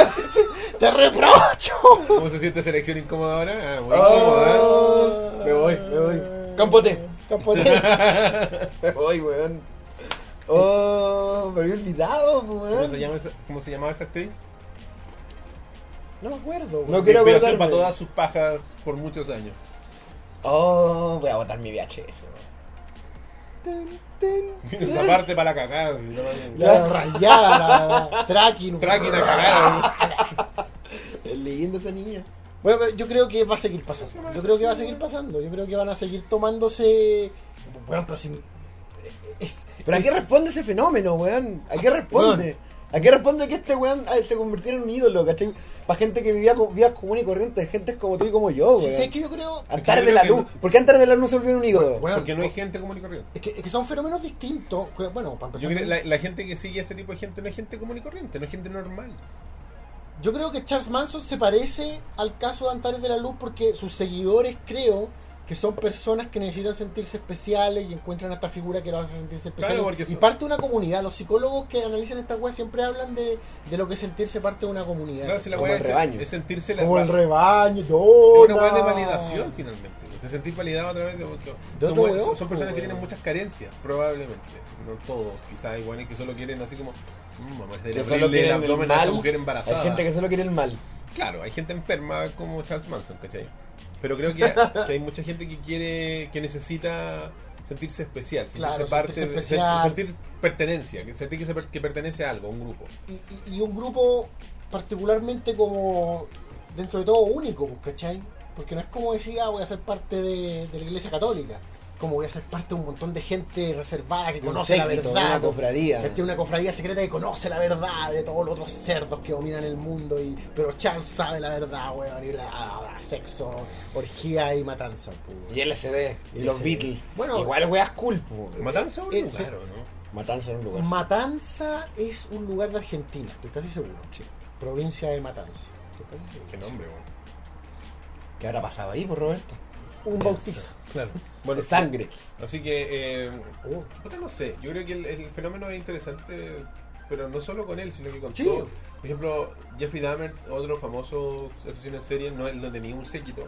C: ¡Te reprocho!
A: ¿Cómo se siente selección incómoda ahora? Ah, muy ¿eh?
E: Oh. Me voy, me voy. Campote.
C: Campote.
E: Me voy, weón. ¡Oh! Me había olvidado,
A: incómoda. ¿Cómo se,
E: weón.
A: llama esa- cómo se llamaba esa actriz?
C: No me acuerdo. güey.
E: No quiero
A: Inspiración para
E: acordarme.
A: todas sus pajas por muchos años.
E: ¡Oh! Voy a botar mi VHS, weón.
A: esa parte para la cagada. sí, no, no.
C: La rayada, la tracking.
A: Tracking a cagar.
E: Es leyenda esa niña.
C: Bueno, pero yo creo que va a seguir pasando. Yo creo que va a seguir pasando. Yo creo que van a seguir tomándose. Bueno, pero si. es-
E: ¿Pero a qué responde ese fenómeno, weón? ¿A qué responde? ¿A qué responde que este weón ah, se convirtiera en un ídolo, cachai? Para gente que vivía con- vidas común y corriente, gente como tú y como yo,
C: si
E: weón.
C: sé que yo creo.
E: Antares
A: Yo
E: de
A: creo
E: la
A: que
E: Luz.
A: no.
E: ¿Por qué Antares de la Luz se volvió un ídolo?
C: Bueno,
A: Porque no hay gente común y corriente.
C: Es que, es que son fenómenos distintos. Creo- Bueno, para
A: Yo
C: empezar.
A: creo que la, la gente que sigue a este tipo de gente no es gente común y corriente, no es gente normal.
C: Yo creo que Charles Manson se parece al caso de Antares de la Luz porque sus seguidores creo que son personas que necesitan sentirse especiales y encuentran a esta figura que los hace sentirse especiales.
A: Claro, porque
C: y
A: son-
C: parte de una comunidad. Los psicólogos que analizan esta wea siempre hablan de, de lo que es sentirse parte de una comunidad.
A: Claro, si la
E: Como
A: weá
E: el
A: es,
E: rebaño.
A: es sentirse la
C: Como el
A: es
C: rebaño,
E: Oh,
A: una weá
C: dona.
A: de validación finalmente. Te sentís validado a través de otro.
C: ¿De
A: son,
C: otro
A: weá-
C: weón?
A: son- son personas que
C: Weón.
A: tienen muchas carencias, probablemente. No todos, quizás hay weones que solo quieren así como, mmm, mamá,
E: Que
A: es abrirle
E: solo
A: el
E: quieren el
A: abdomen a esa
E: mal.
A: mujer
E: Hay
C: Ah.
A: embarazada.
E: gente que solo quiere el mal.
A: Claro, hay gente enferma como Charles Manson, ¿cachai? Pero creo que, que hay mucha gente que quiere, que necesita sentirse especial, sentirse
C: Claro,
A: parte,
C: sentirse
A: de- se-
C: especial.
A: sentir pertenencia, que sentir que, se per- que pertenece a algo, a un grupo.
C: Y, y- y un grupo particularmente como, dentro de todo, único, pues, ¿cachai? Porque no es como decir, ah, voy a ser parte de, de la iglesia católica. Como voy a ser parte de un montón de gente reservada que
E: Un
C: conoce la
E: séquito,
C: verdad.
E: una cofradía.
C: Este, una cofradía secreta que conoce la verdad de todos los otros cerdos que dominan el mundo. Y, pero Charles sabe la verdad, weón. Y la, la- sexo, orgía y matanza. pues, weón.
E: Y LSD. Y los
C: LSD.
E: Beatles.
C: Bueno,
E: Igual weas cool, po.
A: Matanza es
C: eh,
A: un lugar, ¿o ¿no?
E: Matanza en un lugar.
C: Matanza es un lugar de Argentina, estoy casi seguro. Provincia de Matanza. Estoy casi seguro.
A: Qué nombre, bueno.
E: ¿Qué habrá pasado ahí, por Roberto?
C: Un bautizo.
A: Claro. Bueno,
E: Sangre.
A: así que, eh,
C: Oh.
A: puta, no sé, yo creo que el, el fenómeno es interesante, pero no solo con él, sino que con
C: Sí.
A: todo. Por ejemplo, Jeffrey Dahmer, otro famoso asesino en serie, no, él no tenía un séquito,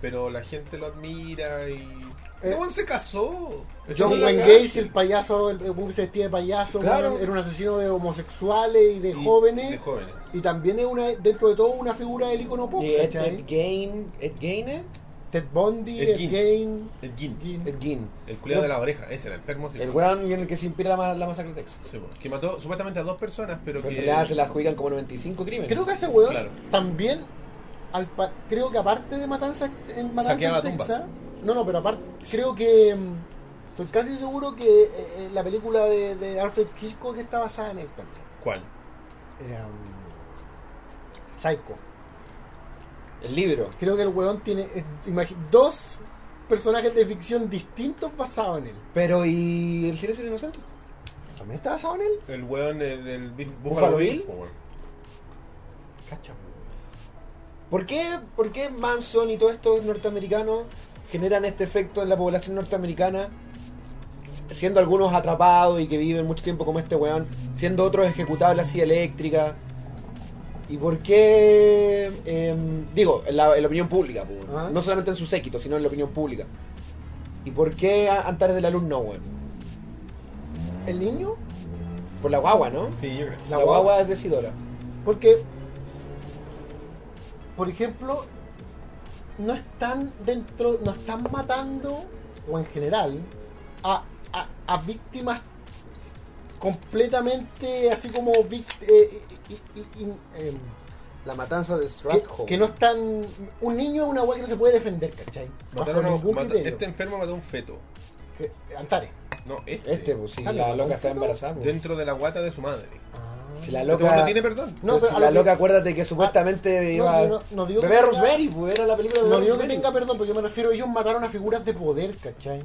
A: pero la gente lo admira y...
C: Eh,
A: ¿Cómo se casó? Está
C: John
A: en la
C: Wayne
A: cárcel.
C: Gacy, el payaso, el el hombre que se vestía de payaso,
E: Claro.
C: weón, era un asesino de homosexuales y de
A: Y-
C: jóvenes.
A: De jóvenes.
C: Y también es una, dentro de todo una figura del icono pop,
E: Y Ed,
C: ¿cachai?
E: Ed Gain. Ed Gain, ¿eh?
C: Ted Bundy,
A: Ed
C: Ed
A: Gein.
C: Gein,
A: El Jim.
C: Gein.
E: Ed Gain.
A: El culiado de la oreja. Ese era enfermo. sí.
E: El weón en el que se inspira la, ma- la masacre de Texas.
A: Sí, bueno, que mató supuestamente a dos personas, pero,
E: Pero en
A: que...
E: realidad se la adjudican como 95 crímenes.
C: Creo que ese weón
A: Claro.
C: también, al pa- creo que aparte de Matanza en Matanza
A: Saqueaba
C: en Texas-
A: tumbas.
C: no, no, pero aparte, creo que mm, estoy casi seguro que eh, eh, la película de, de Alfred Hitchcock está basada en él también.
A: ¿Cuál?
C: Eh, um, Psycho.
E: El libro.
C: Creo que el weón tiene eh, imagi- dos personajes de ficción distintos basados en él.
E: Pero ¿y el silencio del inocente?
C: ¿También está basado en él?
A: El weón, el, el Beef- Buffalo,
E: Buffalo
A: Bill.
E: Bill.
A: po, weón.
E: Cacha, weón. ¿Por qué, ¿Por qué Manson y todos estos norteamericanos generan este efecto en la población norteamericana? Siendo algunos atrapados y que viven mucho tiempo como este weón, siendo otros ejecutados en la silla eléctrica. ¿Y por qué, em, digo, en la, en la opinión pública, po, weón.
C: Ah.
E: no solamente en su séquito, sino en la opinión pública? ¿Y por qué a- Antares de la Luz no, weón?
C: ¿El niño?
E: Por la guagua, ¿no?
A: Sí, yo creo.
C: La
E: La,
C: guagua.
E: guagua, es decidora.
C: Porque, por ejemplo, no están dentro, no están matando, o en general, a, a- a víctimas completamente así como víct- eh, y- y- y- em,
E: La matanza de
C: que,
E: Stratholme.
C: que no están. Un niño es una weá que no se puede defender, ¿cachai?
A: Mataron a-
C: Bajo ningún
A: mata-
C: criterio.
A: este enfermo mató a un feto.
C: Que- eh, Antares.
A: No, este.
E: Este, pues sí,
C: Ah,
E: la
C: ¿no? Ah.
E: loca está embarazada. pues.
A: Dentro de la guata de su madre.
E: Si la
A: Este weón
E: loca.
A: no tiene perdón.
C: No,
E: pero
C: pero
E: si
C: a
E: la
C: lo que- Ah,
E: loca, acuérdate que supuestamente iba.
C: no, no digo
E: Bebé
C: que tenga-
E: Rosemary, pues era la película de
C: No
E: Bebé
C: digo que
E: Rosemary.
C: tenga perdón, pero yo me refiero a ellos mataron a figuras de poder, ¿cachai?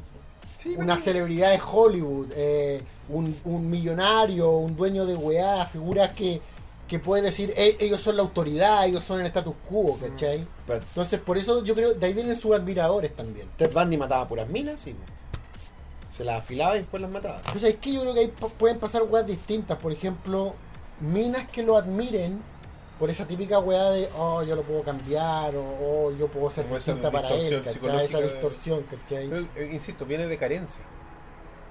A: Sí,
C: Una
A: pero-
C: celebridad de Hollywood, eh, un, un millonario, un dueño de weá, figuras que, que puede decir, "Ey, ellos son la autoridad, ellos son el status
A: Mm.
C: quo, ¿cachai?
E: Pero
C: Entonces, por eso yo creo, de ahí vienen sus admiradores también.
E: Ted Bundy mataba puras minas y se las afilaba y después las mataba.
C: Entonces, es que yo creo que ahí po- pueden pasar weas distintas. Por ejemplo, minas que lo admiren por esa típica wea de, oh, yo lo puedo cambiar, o oh, yo puedo ser
A: Como esa
C: distinta para él,
A: distorsión
C: ¿cachai?
A: psicológica
C: Esa
A: de-
C: distorsión, ¿cachai?
A: Pero, eh, insisto, viene de carencia.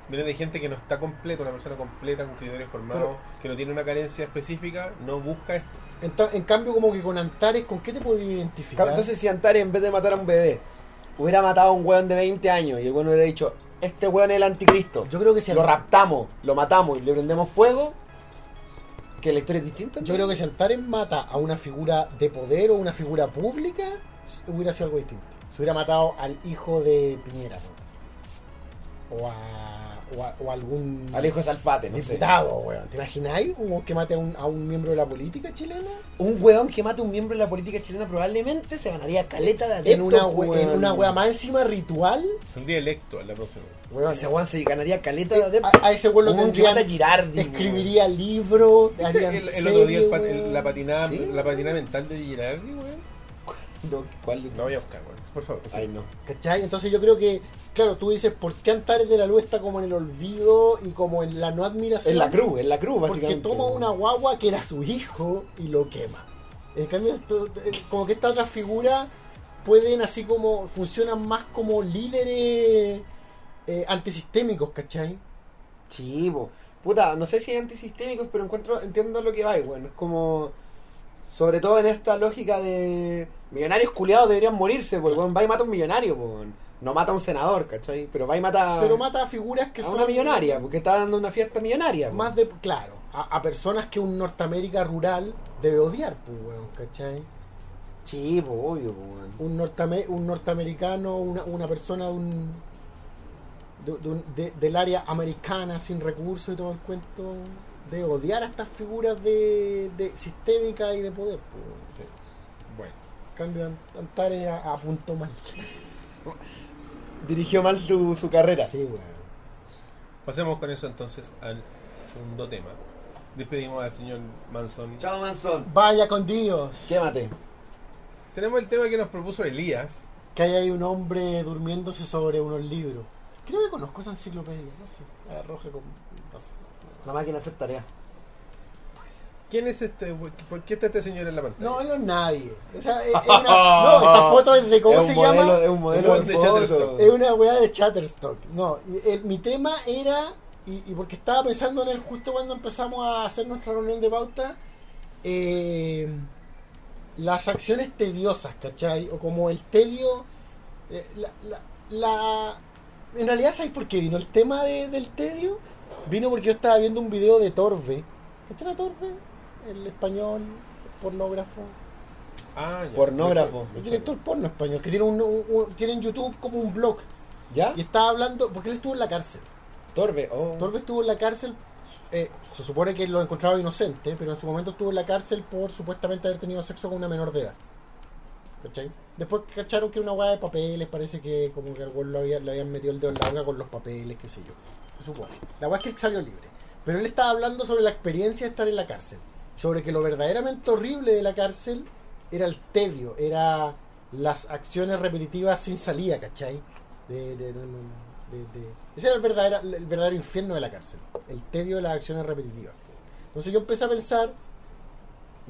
A: Viene de gente que no está completa, una persona completa, con criterios formados, que no tiene una carencia específica, no busca esto.
C: En, ta- en cambio, como que con Antares, ¿con qué te puedes identificar?
E: Entonces, si Antares, en vez de matar a un bebé, hubiera matado a un weón de 20 años y el weón hubiera dicho: Este weón es el anticristo.
C: yo creo que si
E: lo
C: Ant-
E: raptamos, lo matamos y le prendemos fuego, que la historia es distinta.
C: yo creo que si Antares mata a una figura de poder o una figura pública, hubiera sido algo distinto. Se hubiera matado al hijo de Piñera, ¿no? o, a, o, a- o a algún
E: Al hijo de Salfate, no sé.
C: diputado, weón. ¿Te imagináis como que mate a un, a un miembro de la política chilena?
E: Un weón que mate a un miembro de la política chilena probablemente se ganaría caleta de adeptos,
C: en una, we- en
E: weón.
C: una wea más encima ritual,
A: Saldría electo a la próxima.
C: weón. Eh,
E: Ese weón se ganaría caleta de adeptos.
C: A, a ese weón lo
E: Un weón que
C: tendrían,
E: mata a Girardi. weón.
C: escribiría libro,
A: ¿Viste
C: harían
A: Este, El, el otro día el
C: serie,
A: pat- el-
C: weón?
A: la, patinada,
E: Sí.
A: la patinada mental de Girardi, weón.
E: No, ¿cuál de
A: La voy a buscar, weón. Por favor.
E: Ay, no.
C: ¿Cachai? Entonces yo creo que, claro, tú dices, ¿por qué Antares de la Luz está como en el olvido y como en la no admiración?
E: En la cruz, en la cruz,
C: Porque
E: básicamente.
C: toma una guagua que era su hijo y lo quema. En cambio, esto- eh, como que estas otras figuras pueden así como, funcionan más como líderes eh, antisistémicos, ¿cachai?
E: Sí, po. Puta, no sé si es antisistémicos, pero encuentro, entiendo lo que va, weón. Es como. Sobre todo en esta lógica de. Millonarios culiados deberían morirse, pues, weón. Va y mata a un millonario, po, weón. No mata a un senador, ¿cachai? Pero va y mata.
C: Pero mata a figuras que
E: Ah. a
C: son
E: una millonaria, porque está dando una fiesta millonaria. pues. po.
C: más de, claro, a, a personas que un Norteamérica rural debe odiar, pues, weón, ¿cachai?
E: Sí, po, obvio, po, weón.
C: un, nortame- un norteamericano, una, una persona de un- de- de un- de- del área americana sin recursos y todo el cuento, de odiar a estas figuras de, de sistémica y de poder. pues.
A: Sí. Bueno.
C: En Cambio Ant- Antares a, a punto mal.
E: Dirigió mal su, su carrera.
C: Sí, weón.
A: Pasemos con eso entonces al segundo tema. Despedimos al señor Manson.
F: Chao, Manson.
C: Vaya con Dios.
E: Quémate.
A: Tenemos el tema que nos propuso Elías.
C: Que hay ahí un hombre durmiéndose sobre unos libros. Creo que conozco esa enciclopedia, no sé. Arroja con. no sé.
E: La máquina hacer tarea.
A: ¿Quién es este? we- ¿Por qué está este señor en la pantalla?
C: No, no es nadie. O sea, es- es una- no, esta foto es de cómo
E: Es un
C: se
E: modelo-
C: llama.
E: Es un modelo
A: Un
E: de
A: de Shutterstock.
E: foto.
C: Es una weá de Chatterstock. No, y el- mi tema era, y, y porque estaba pensando en él justo cuando empezamos a hacer nuestra reunión de pauta, eh, las acciones tediosas, ¿cachai? O como el tedio. eh, la, la- la- en realidad, ¿sabes por qué vino el tema de- del tedio? Vino porque yo estaba viendo un video de Torbe. ¿Cachai a Torbe? El español, pornógrafo.
A: Ah, ya. Me
E: Pornógrafo.
A: suena, me
C: El
A: suena.
C: director porno español, que tiene, un, un- un- tiene en YouTube como un blog.
E: ¿Ya?
C: Y estaba hablando, porque él estuvo en la cárcel.
E: Torbe. Oh.
C: Torbe estuvo en la cárcel, eh, se supone que lo encontraba inocente, pero en su momento estuvo en la cárcel por supuestamente haber tenido sexo con una menor de edad. ¿Cachai? Después cacharon que era una hueá de papeles, parece que como que al weón lo había- le habían metido el dedo en la boca con los papeles, qué sé yo. Se supone. La hueá es que él salió libre. Pero él estaba hablando sobre la experiencia de estar en la cárcel. Sobre que lo verdaderamente horrible de la cárcel era el tedio, era las acciones repetitivas sin salida, ¿cachai? De, de- no, no, no, de- de- Ese era el verdadero, el verdadero infierno de la cárcel, el tedio de las acciones repetitivas. Entonces yo empecé a pensar,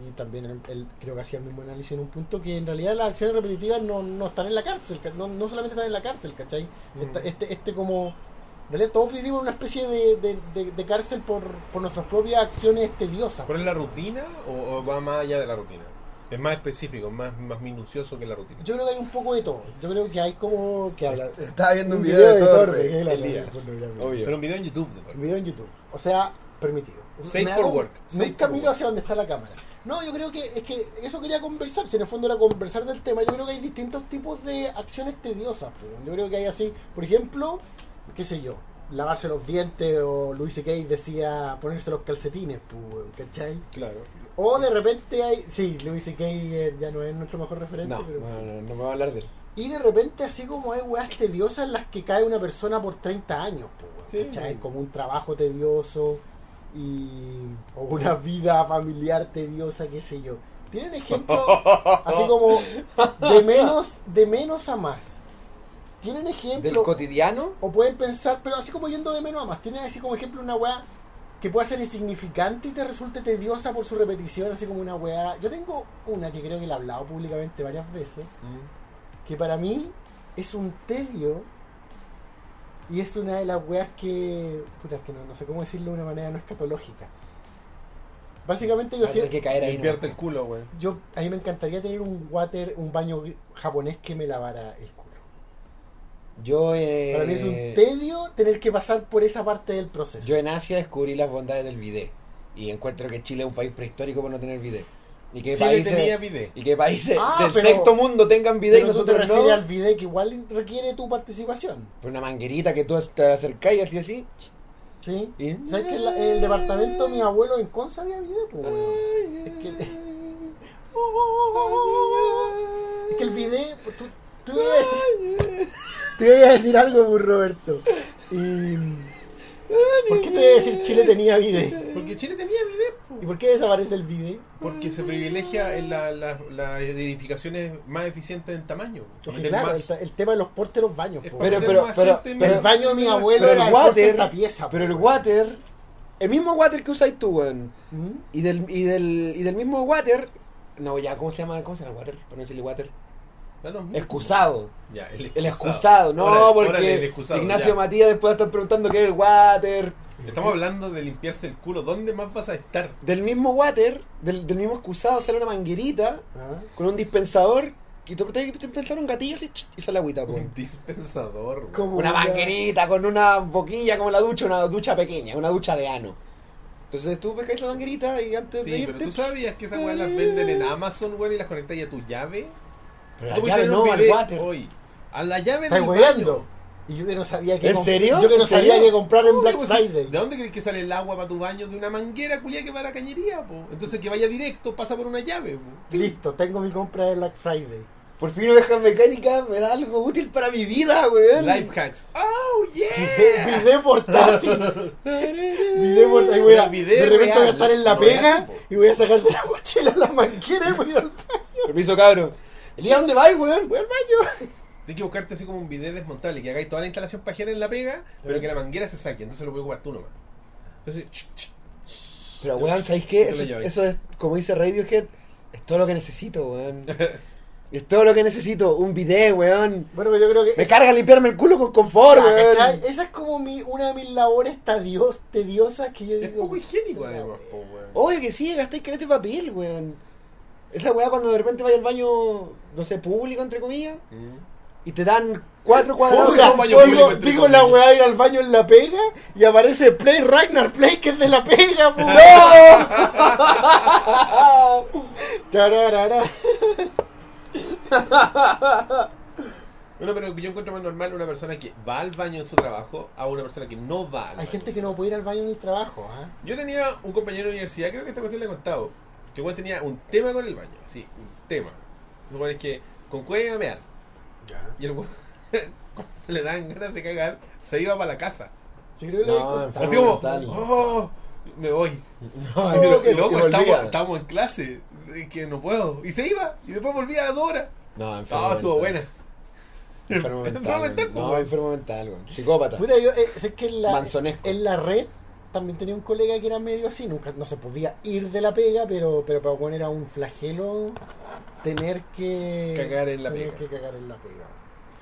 C: y también él, él creo que hacía el mismo análisis en un punto, que en realidad las acciones repetitivas no, no están en la cárcel, ca- no, no solamente están en la cárcel, ¿cachai? Esta- este, este como... En realidad todos vivimos en una especie de, de- de- de cárcel por, por nuestras propias acciones tediosas.
A: ¿Pero es la rutina o, o va más allá de la rutina? Es más específico, más, más minucioso que la rutina.
C: Yo creo que hay un poco de todo. Yo creo que hay como que hablar.
E: Estaba viendo un video de
C: que
E: Torbe.
C: es la-
E: Elías.
C: la pornografía.
E: Obvio.
A: Pero un video en YouTube, doctor.
C: Un video en YouTube. O sea, permitido.
A: Safe
C: Me
A: for work. Safe
C: Nunca
A: for
C: miro
A: work.
C: hacia donde está la cámara. No, yo creo que es que eso quería conversar. Si en el fondo era conversar del tema, yo creo que hay distintos tipos de acciones tediosas. pero Yo creo que hay así, por ejemplo, qué sé yo, lavarse los dientes o Luis Kay decía ponerse los calcetines, pues, ¿cachai?
A: Claro.
C: O de repente hay. Sí, Luis Kay eh, ya no es nuestro mejor referente,
E: No,
C: pero.
E: no, no, no me va a hablar de él.
C: Y de repente así como hay weas tediosas en las que cae una persona por 30 años, po, weón,
A: Sí.
C: ¿cachai? Como un trabajo tedioso, y, o una vida familiar tediosa, qué sé yo. Tienen ejemplos así como de menos, de menos a más. Tienen
E: ¿Del
C: ejemplos
E: cotidiano?
C: o pueden pensar, pero así como yendo de menos a más. Tienen así como ejemplo una weá que pueda ser insignificante y te resulte tediosa por su repetición, así como una weá. Yo tengo una que creo que la he hablado públicamente varias veces,
E: Mm.
C: que para mí es un tedio y es una de las weas que. Puta, es que no, no sé cómo decirlo de una manera no escatológica. Básicamente yo
E: Ahora
C: siento.
E: tenés que caer ahí.
A: Limpiarte el
E: ¿no?
A: culo, güey.
C: Yo, a mí me encantaría tener un water, un baño gr- japonés que me lavara el culo.
E: Yo, eh,
C: Para mí es un tedio tener que pasar por esa parte del proceso.
E: yo en Asia descubrí las bondades del bidet. Y encuentro que Chile es un país prehistórico por no tener bidet. Y que
A: Chile
E: países,
A: tenía bidet.
E: y que países
C: Ah,
E: del
C: pero-
E: sexto mundo tengan bidet y
C: Pero tú te
E: nosotros
C: refieres
E: no.
C: al video que igual requiere tu participación.
E: Por una manguerita que tú te acercás y así así.
C: ¿Sí?
E: ¿Y?
C: ¿Sabes que en la- en el departamento de mi abuelo en Conce había video? pues, weón? Es que, es que el video. pues, Tú, tú ibas a decir- Te voy a decir algo, pues, Roberto. Y... ¿Por qué te voy a decir Chile tenía vide?
A: Porque Chile tenía bidet, po.
C: ¿Y por qué desaparece el vide?
A: Porque se privilegia en la- la- las edificaciones más eficientes en tamaño.
C: Porque,
A: Meter
C: claro,
A: más.
C: el, ta- el tema de los portes de los baños.
A: Es
C: po.
A: para
E: Pero-
A: meter
E: pero-
A: más
E: pero-
A: gente en
C: pero el baño de mi abuelo
E: Pero
C: era
E: el
C: el porte de
E: water.
C: esta pieza. pues. po,
E: Pero el
C: weón.
E: water. El mismo water que usáis tú, weón.
C: ¿Mm?
E: Y del, y del, y del mismo water. No, ya, ¿cómo se llama? ¿Cómo se llama el water? Para no decirle water.
A: Da lo
C: Mm.
A: mismo.
E: Excusado.
A: Ya, el excusado.
E: El excusado, no,
A: Órale,
E: porque
A: órale, el excusado,
E: Ignacio
A: ya.
E: Matías después va a estar preguntando qué es el water.
A: Estamos hablando de limpiarse el culo. ¿Dónde más vas a estar?
E: Del mismo water, del, del mismo excusado, sale una manguerita
C: ¿Ah?
E: con un dispensador. Y tú te dispensar un gatillo así, ch, y sale agüita, po.
A: Un dispensador, güey.
C: Como
E: Una manguerita con una boquilla como la ducha, una ducha pequeña, una ducha de ano. Entonces tú pescáis la manguerita y antes de
A: Sí,
E: irte.
A: pero tú
E: pss,
A: sabías que esas weas las venden en Amazon, güey, y las conectas ya a tu llave.
E: Pero la
A: Tú
E: llave
A: viste en un
E: no, al
A: video
E: water.
A: Hoy. A la llave
C: Estás
A: del
C: hueveando.
A: baño.
C: Y yo que no sabía que.
E: ¿En
C: comp-
E: serio?
C: Yo que no
E: ¿En serio?
C: sabía que comprar en
A: No,
C: Black
A: pues,
C: Friday.
A: ¿De dónde crees que sale el agua para tu baño? De una manguera culia que va a la cañería, po. Entonces que vaya directo, pasa por una llave, po.
C: Listo, tengo mi compra de Black Friday.
E: Por fin una deja mecánica, me da algo útil para mi vida, weón.
A: Life hacks. ¡Oh, yeah!
C: Vide portátil. Vide portátil. Y voy a-
A: Vide
C: de repente voy a
A: real,
C: estar en la
A: no real,
C: pega
A: po.
C: y voy a sacar de la mochila la manguera y voy a ir al baño.
E: Permiso, cabrón. Elías, ¿dónde vais, weón?
C: Voy al baño.
A: Tienes que buscarte así como un video desmontable, que hagáis toda la instalación pajera en la pega, pero que la manguera se saque, entonces lo puedes jugar tú nomás. Entonces, ch, ch,
E: Pero, weón, ¿sabéis qué?
A: Yo
E: Eso,
A: la llave.
E: eso es, como dice Radiohead, es todo lo que necesito, weón. es todo lo que necesito. Un bidet, weón.
C: Bueno, pero yo creo que.
E: Me
C: es-
E: carga limpiarme el culo con confort,
C: Ah,
E: weón.
C: ¿cachai? Esa es como mi, una de mis labores tadios, tediosas que yo
A: es
C: digo.
A: poco higiénico
C: puta,
A: además, Oh,
C: weón.
A: po, weón.
E: Obvio que sí, gastáis caleta de papel, weón. Es la weá cuando de repente vaya al baño, no sé, público, entre comillas,
A: Mm.
E: y te dan cuatro cuadrados.
C: Puta,
A: un baño público,
C: digo,
A: entre
C: digo la
A: comillas.
C: weá de ir al baño en la pega y aparece Play Ragnar Play que es de la pega, po. Chararara.
A: Bueno, pero yo encuentro más normal una persona que va al baño en su trabajo a una persona que no va al
C: Hay
A: baño.
C: gente que no puede ir al baño en el trabajo, ¿ah?
A: Yo tenía un compañero de universidad, creo que esta cuestión le he contado, que igual tenía un tema con el baño, así, un tema. Lo cual es que con cueva iba a mear. Y el weón, cuando le daban ganas de cagar, se iba para la casa.
C: Sí, creo que lo
E: No,
C: había contado.
A: Así como,
E: Fundamental.
A: oh, me voy.
E: No,
A: Y lo-
E: yo creo que sí,
A: loco,
E: volvía.
A: estamos, estamos en clase, es que no puedo. Y se iba, y después volvía a las dos horas.
E: No, enfermo
A: Ah, estuvo buena.
E: mental. Enfermo
A: Enfermo mental,
E: mental. weón.
A: pues,
E: No,
A: weón.
E: enfermo mental, weón. Psicópata.
C: Puta, yo, eh, sé que en la,
E: Manzonesco.
C: en la red también tenía un colega que era medio así, nunca no se podía ir de la pega, pero, pero para Juan era un flagelo tener que
A: Cagar en la
C: tener
A: pega.
C: que cagar en la pega.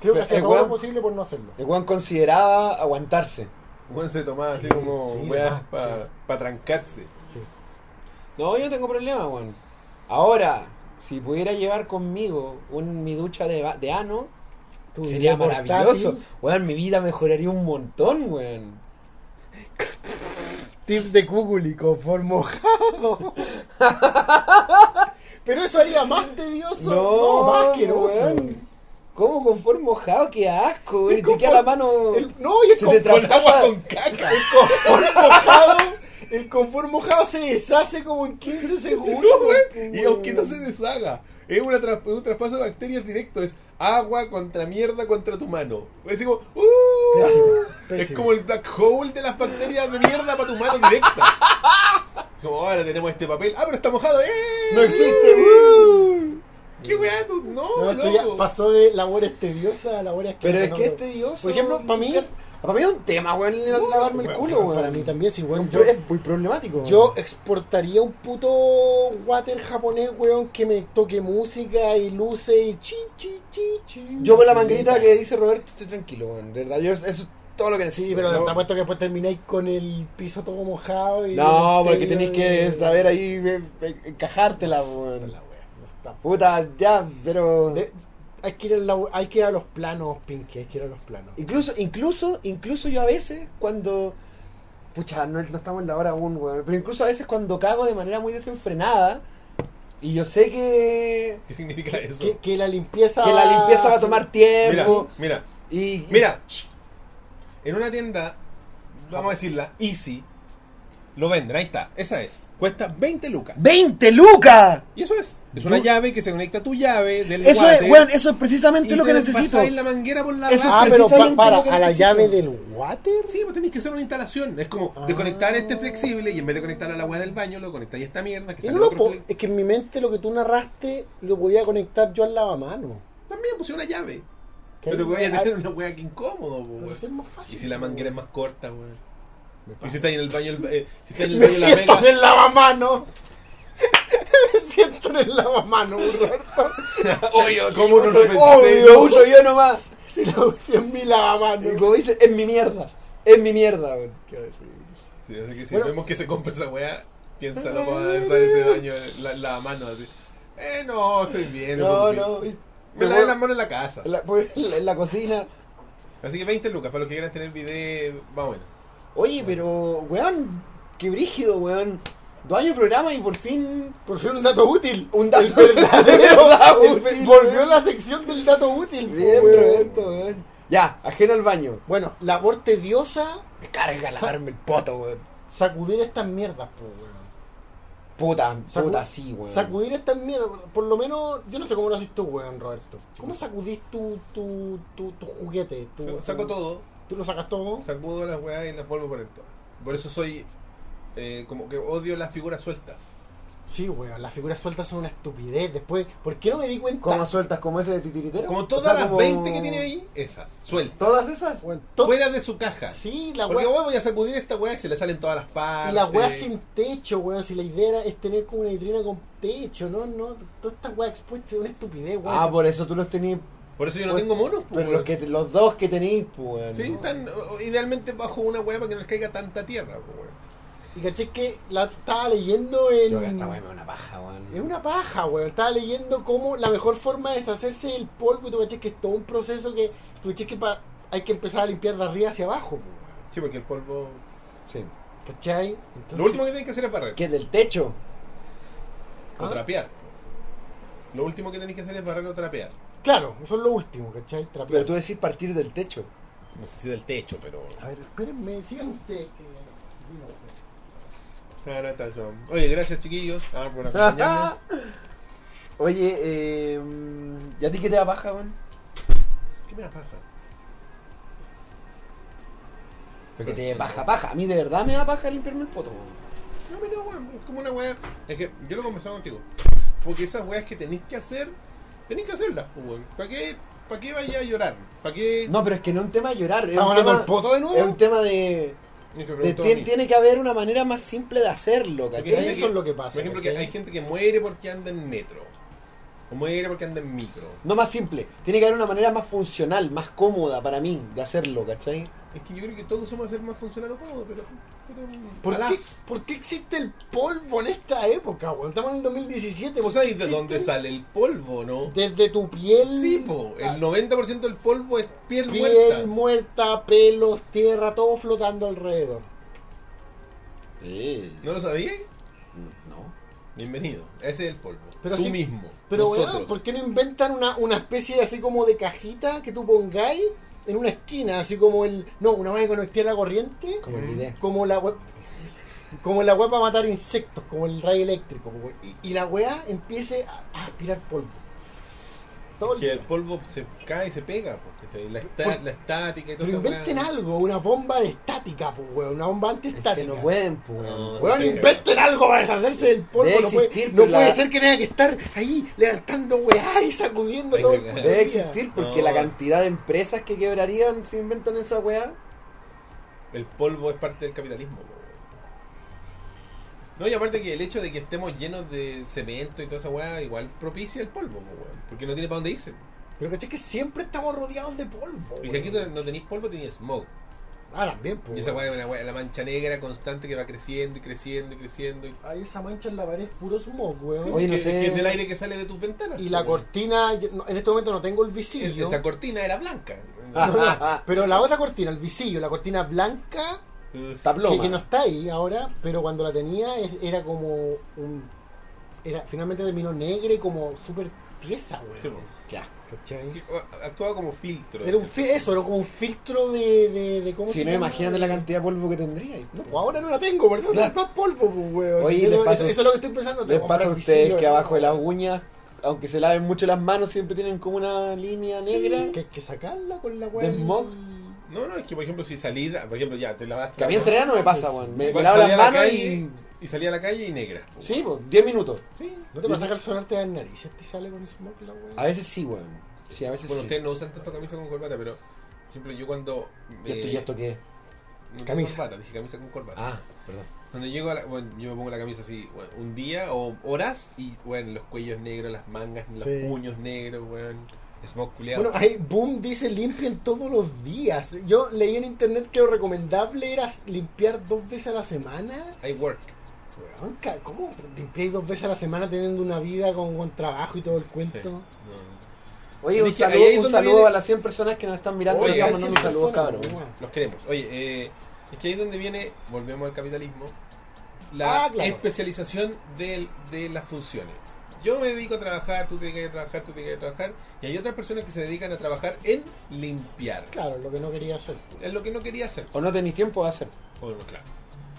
C: Creo que
E: Pero
C: hacía
E: el
C: todo
E: weón-
C: lo posible por no hacerlo.
E: El weón consideraba aguantarse.
A: Bueno, se tomaba así
C: Sí,
A: como
C: sí,
A: weas
C: ah,
A: para
C: sí.
A: trancarse.
C: Sí.
E: No, yo no tengo problema, weón. Ahora, si pudiera llevar conmigo un, mi ducha de, ba- de ano,
C: Tu
E: sería
C: video portátil,
E: maravilloso. Weón, mi vida mejoraría un montón, weón.
C: Tip de Cúculi confort mojado. pero eso haría más tedioso, no, más asqueroso.
E: weón. ¿Cómo confort mojado? ¡Qué asco, weón!
C: El
E: Y te queda la mano...
C: El- no, y el
E: Se te
C: confort
A: Con agua
E: traspasa-
A: con caca.
C: confort mojado, el confort mojado se deshace como en 15 segundos.
A: Y aunque no se deshaga, es una tras- un traspaso de bacterias directo, es agua contra mierda contra tu mano. Es como, ¡uh!
C: Pésimo,
A: Es
C: pésimo.
A: como el black hole de las bacterias de mierda para tu mano directa. Es como, ahora tenemos este papel. ¡Ah, pero está mojado! ¡Eh!
C: ¡No existe! ¡Uh!
A: ¡Qué weá! tú!
C: No,
A: No,
C: esto ya
A: loco.
C: pasó de labores tediosas a labores
E: Pero es
C: no,
E: que
C: no.
E: es tedioso.
C: Por ejemplo, para mí,
E: Para mí es un tema, weón, el lavarme el
B: weón,
E: culo, weón.
C: para mí también, si weón,
E: Es
C: yo,
E: pro- es muy problemático.
C: yo exportaría un puto water japonés, weón, que me toque música y luces y chi, chi, chi, chi.
E: Yo con la manguerita que dice Roberto estoy tranquilo, weón. De verdad, yo eso es todo lo que necesito.
C: Sí, pero
E: no,
C: te apuesto que después termináis con el piso todo mojado y...
E: No, porque
C: tenéis
E: tenéis que saber ahí eh, eh, encajártela, weón.
C: La wea, no está
E: Puta, ya, pero.
C: De- hay, que ir al labu- hay que ir a los planos, Pinky, hay que ir a los planos.
E: Incluso, incluso, incluso yo a veces cuando. Pucha, no, no estamos en la hora aún, weón. Pero incluso a veces cuando cago de manera muy desenfrenada. Y yo sé que.
A: ¿Qué significa eso?
C: Que, que la limpieza...
E: Que la limpieza va a tomar
A: Mira,
E: tiempo.
A: mira,
E: y.
A: mira. shh. En una tienda, vamos a decirla, Easy, lo venden. Ahí está, esa es. Cuesta 20 lucas.
E: ¡20 lucas!
A: Y eso es. Es una
E: Yo-
A: llave que se conecta a tu llave del
E: Eso
A: water,
E: es, weón, eso es precisamente
A: y
E: lo que
A: te
E: necesito.
A: pasáis la manguera por la
E: Eso-
A: raja.
C: Ah, pero pa-
E: Precisamente
C: para,
E: lo que
C: a la
E: necesito.
C: llave del water.
A: Sí, pues tenéis que hacer una instalación. Es como
C: Ah.
A: desconectar este flexible y en vez de conectar a la agua del baño, lo conectáis a esta mierda que
C: Y
A: sale
C: no lo
A: otro
C: po-
A: fle-
C: es que en mi mente lo que tú narraste lo podía conectar yo al lavamanos.
A: También puse una llave.
C: Que
A: Pero
C: ahí-
A: voy a
C: ahí-
A: tener una weá que incómodo, po,
C: pero
A: weón.
C: sí es más fácil,
A: Y si la
C: po,
A: manguera es más corta, weón. Y si está ahí en el baño, el, eh, si está ahí en el
C: Me
A: baño la
C: siento en
A: pega.
C: el lavamanos. Me siento en el lavamanos, Roberto.
A: Obvio,
E: Como
A: ¿cómo
E: no
A: no
E: lo
A: lo
E: pensé? Obvio, lo uso yo nomás.
C: Si, lo, si es mi
E: Y
C: lavamanos.
E: como dice, es mi mierda. Es mi mierda, weón.
A: Sí, así que si
C: Bueno.
A: vemos que se compra esa weá, piénsalo para usar ese baño, la, la mano así. Eh, no, estoy bien.
E: No,
A: ocupi.
E: no. y-
A: Me lavé las manos en la casa.
E: la- pues, la- en la cocina.
A: Así que 20 lucas para los que quieran tener video. Más bueno.
E: Oye, pero, weón, qué brígido, weón. Dos años de programa y por fin.
C: Por fin un dato útil.
E: Un dato
C: El verdadero
E: dato
C: el-
E: útil,
C: Volvió
E: weón.
C: la sección del dato útil. po,
E: Bien,
C: weón.
E: Roberto, Oh, weón. Ya, ajeno al baño.
C: Bueno, labor tediosa,
E: Me carga lavarme el poto, weón.
C: sacudir estas mierdas, po, weón.
E: Puta,
C: Sacu-
E: puta, sí, weón.
C: Sacudir estas mierdas, por lo menos, yo no sé cómo lo haces tú, weón, Roberto. ¿Cómo sacudís tu, tu, tu, tu juguete? Tu,
A: Saco
C: tu-
A: todo,
C: ¿Tú lo sacas todo?
A: sacudo las weas y las vuelvo a poner todas. Por eso soy. eh, como que odio las figuras sueltas.
C: Sí, weón, las figuras sueltas son una estupidez. Después, ¿por qué no me di cuenta?
E: ¿Cómo sueltas? ¿Como ese de titiritero?
A: Como
E: O
A: todas
E: sea,
A: las
E: como-
A: 20 que tiene ahí, esas, sueltas.
E: ¿Todas esas?
C: Weón, to-
A: Fuera de su caja.
C: Sí, la
A: Porque
C: weá.
A: hoy voy a sacudir esta weá y se le salen todas las partes.
C: Y la weá sin techo, weón. Si la idea era- es tener como una vitrina con techo, no, no. Toda esta weá expuesta es una estupidez, weón.
E: Ah, por eso tú los tenías.
A: Por eso yo no
E: Pues-
A: tengo monos. pues,
E: Pero
A: weón.
E: los, que, los dos que tenéis, pues, weón.
A: Sí,
E: ¿no?
A: están o- idealmente bajo una weá para que no les caiga tanta tierra. pues, weón.
C: Y caché que la estaba leyendo el.
E: Yo esta weón es una paja, weón.
C: Es una paja, weón. Estaba leyendo cómo la mejor forma de deshacerse del polvo y tú caché que es todo un proceso que tú caché que pa- hay que empezar a limpiar de arriba hacia abajo, po, weón.
A: Sí, porque el polvo.
E: Sí.
C: ¿Cachai? Entonces,
A: Lo último que tienen que hacer es barrer.
E: ¿Qué? ¿Del techo?
A: O trapear. Lo último que tenéis que hacer es barrer o trapear.
C: Claro, eso es lo último, ¿cachai? Trapear.
E: Pero tú decís partir del techo.
A: No sé si del techo, pero.
C: A ver, espérenme, sigan ustedes. que- digo,
A: Eh, Oye, gracias chiquillos. Ah, por acompañarnos.
E: Oye, eh, ¿y a ti qué te da paja, weón?
A: ¿Qué me da paja?
E: Porque te da paja, paja. A mí de verdad me da paja limpiarme el poto, weón.
A: No, mira, weón, es como una weá. Es que yo lo conversaba contigo. Porque esas weas que tenéis que hacer, tenéis que hacerlas, pues, weón. ¿Para qué, ¿Para qué vaya a llorar? ¿Para qué.?
E: No, pero es que no es un tema de llorar. Es
C: ¿Estamos
E: un
C: hablando
E: tema,
C: del poto de nuevo?
E: es un tema de...
A: Es que me
E: de-
A: preguntó a
E: tien-
A: mí.
E: tiene que haber una manera más simple de hacerlo,
A: Porque
E: ¿cachai?
A: hay gente
C: Eso es lo que pasa,
A: Por ejemplo, que
C: ¿cachai?
A: hay gente que muere porque anda en metro. O muere porque anda en micro.
E: No más simple. Tiene que haber una manera más funcional, más cómoda para mí de hacerlo, ¿cachai?
A: Es que yo creo que todos somos hacer más funcional o cómodo, pero. pero
C: ¿Por qué,
A: alas.
C: por qué existe el polvo en esta época, weón? Estamos en el 2017.
A: ¿Tú
C: ¿por
A: sabes
C: qué
A: de dónde
C: existe?
A: sale el polvo, no?
C: Desde tu piel.
A: Sí, po. El 90% del polvo es piel,
C: Piel muerta.
A: muerta.
C: pelos, tierra, todo flotando alrededor.
E: Eh,
A: ¿No lo sabía?
E: no.
A: Bienvenido. Ese es el polvo.
C: Pero
A: Tú
C: sí-
A: mismo.
C: Pero,
A: nosotros.
C: weón, ¿por qué no inventan una, una especie de así como de cajita que tú pongáis en una esquina? Así como el. No, una vez que conecté a la corriente.
E: Como la idea.
C: Como la web. Como la web para matar insectos, como el rayo eléctrico. po, weón. Y, y la weá empiece a, a aspirar polvo. todo el
A: Que el
C: día.
A: polvo se cae y se pega, porque la, está-
C: Por-
A: la estática y todo
C: Pero inventen algo, una bomba de estática, pues, weón, una bomba
E: Es que
C: antiestática.
E: no pueden, pues, weón.
A: No.
C: Weón, inventen algo para deshacerse del polvo.
E: Debe
C: No, puede,
E: existir,
C: no
E: pues,
C: puede
E: la-
C: ser que tenga que estar ahí levantando weá y sacudiendo
A: Venga,
C: todo el
A: weá.
C: puto
E: Debe
C: día.
E: existir porque
A: No.
E: la cantidad de empresas que quebrarían si inventan esa weá.
A: El polvo es parte del capitalismo. po, weón. No, y aparte que el hecho de que estemos llenos de cemento y toda esa weá, igual propicia el polvo, po, weón, porque no tiene para dónde irse.
C: Pero caché que siempre estamos rodeados de polvo.
A: Y si
C: weón.
A: aquí no no tenéis polvo, tenéis smog.
C: Ah, también, pues.
A: Y esa
C: weón.
A: weá es una weá- la mancha negra constante que va creciendo y creciendo y creciendo. y-
C: Ahí esa mancha en la pared es puro smog, weón.
E: Sí. Oye, no
A: que,
E: sé.
A: que es del aire que sale de tus ventanas.
C: Y
A: po,
C: la
A: weón.
C: cortina, yo- no, en este momento no tengo el visillo.
A: Esa cortina era blanca.
C: No, no, pero la otra cortina, el visillo, la cortina blanca,
E: Tabloma.
C: que, que no está ahí ahora, pero cuando la tenía es- era como un. Era, finalmente terminó negra y como súper tiesa, weón.
A: Sí, po.
E: Qué asco.
C: ¿Cachai?
A: Que, a- Actuaba como filtro.
C: Era un fil- eso, era como un filtro de, de, de cómo
E: Si
C: se
E: no,
C: llama.
E: imagínate la cantidad de polvo que tendría.
C: No, pues ahora no la tengo, por eso
E: Claro.
C: es más polvo, pues, weón.
E: Oye,
C: Yo
E: les
C: no-
E: paso-
C: eso, eso es lo que estoy pensando.
E: Les
C: tengo
E: pasa a
C: comprar
E: ustedes
C: visillo,
E: que
C: ¿no?
E: abajo de las uñas, aunque se laven mucho las manos, siempre tienen como una línea negra.
C: Que hay que sacarla con la weá.
E: ¿De
C: del-
E: smog?
A: No, no, es que por ejemplo si salís, por ejemplo ya te lavaste.
E: Que a mí en
A: la mano,
E: Serena no me pasa, weón. Me, me
A: igual
E: lavo
A: salí
E: las
A: a la
E: manos
A: calle
E: y.
A: y salí a la calle y negra. po.
E: Sí, pues, 10 minutos.
A: Sí.
C: ¿No te pasa que al sonarte las narices te sale con smog la
E: A
C: weá?
E: veces sí, weón. Sí, a veces
A: Bueno,
E: sí.
A: ustedes no usan tanto camisa con corbata, pero por ejemplo yo cuando
E: ¿Y esto,
A: eh,
E: ¿Y esto qué?
A: no tengo
C: Camisa.
A: corbata, dije camisa con corbata.
E: Ah, perdón.
A: Cuando llego a la, bueno, yo me pongo la camisa así, bueno, un día o horas y bueno, los cuellos negros, las mangas, los
C: Sí.
A: puños negros, weón, smoke culeado.
C: Bueno, ahí Boom dice limpien todos los días. Yo leí en internet que lo recomendable era limpiar dos veces a la semana.
A: I work.
C: Weón, ca- ¿cómo limpiáis dos veces a la semana teniendo una vida con, con trabajo y todo el
A: Sí.
C: cuento?
A: No.
E: Oye, un
A: Dije, ahí es
E: saludo, un
A: donde
E: saludo
A: viene-
E: a las 100 personas que nos están mirando.
A: Oye,
E: Oye, están
A: gracias,
E: mandando un saludo, cabrón.
C: personas, pues, weón.
A: Los queremos. Oye, eh, es que ahí es donde viene, volvemos al capitalismo, la
C: Ah, claro.
A: especialización del- de las funciones. Yo me dedico a trabajar, tú te dedicas a trabajar, tú te dedicas a trabajar, y hay otras personas que se dedican a trabajar en limpiar.
C: Claro, lo que no quería hacer.
A: Es lo que no quería hacer.
E: O no tenéis tiempo de hacer.
A: Bueno, claro.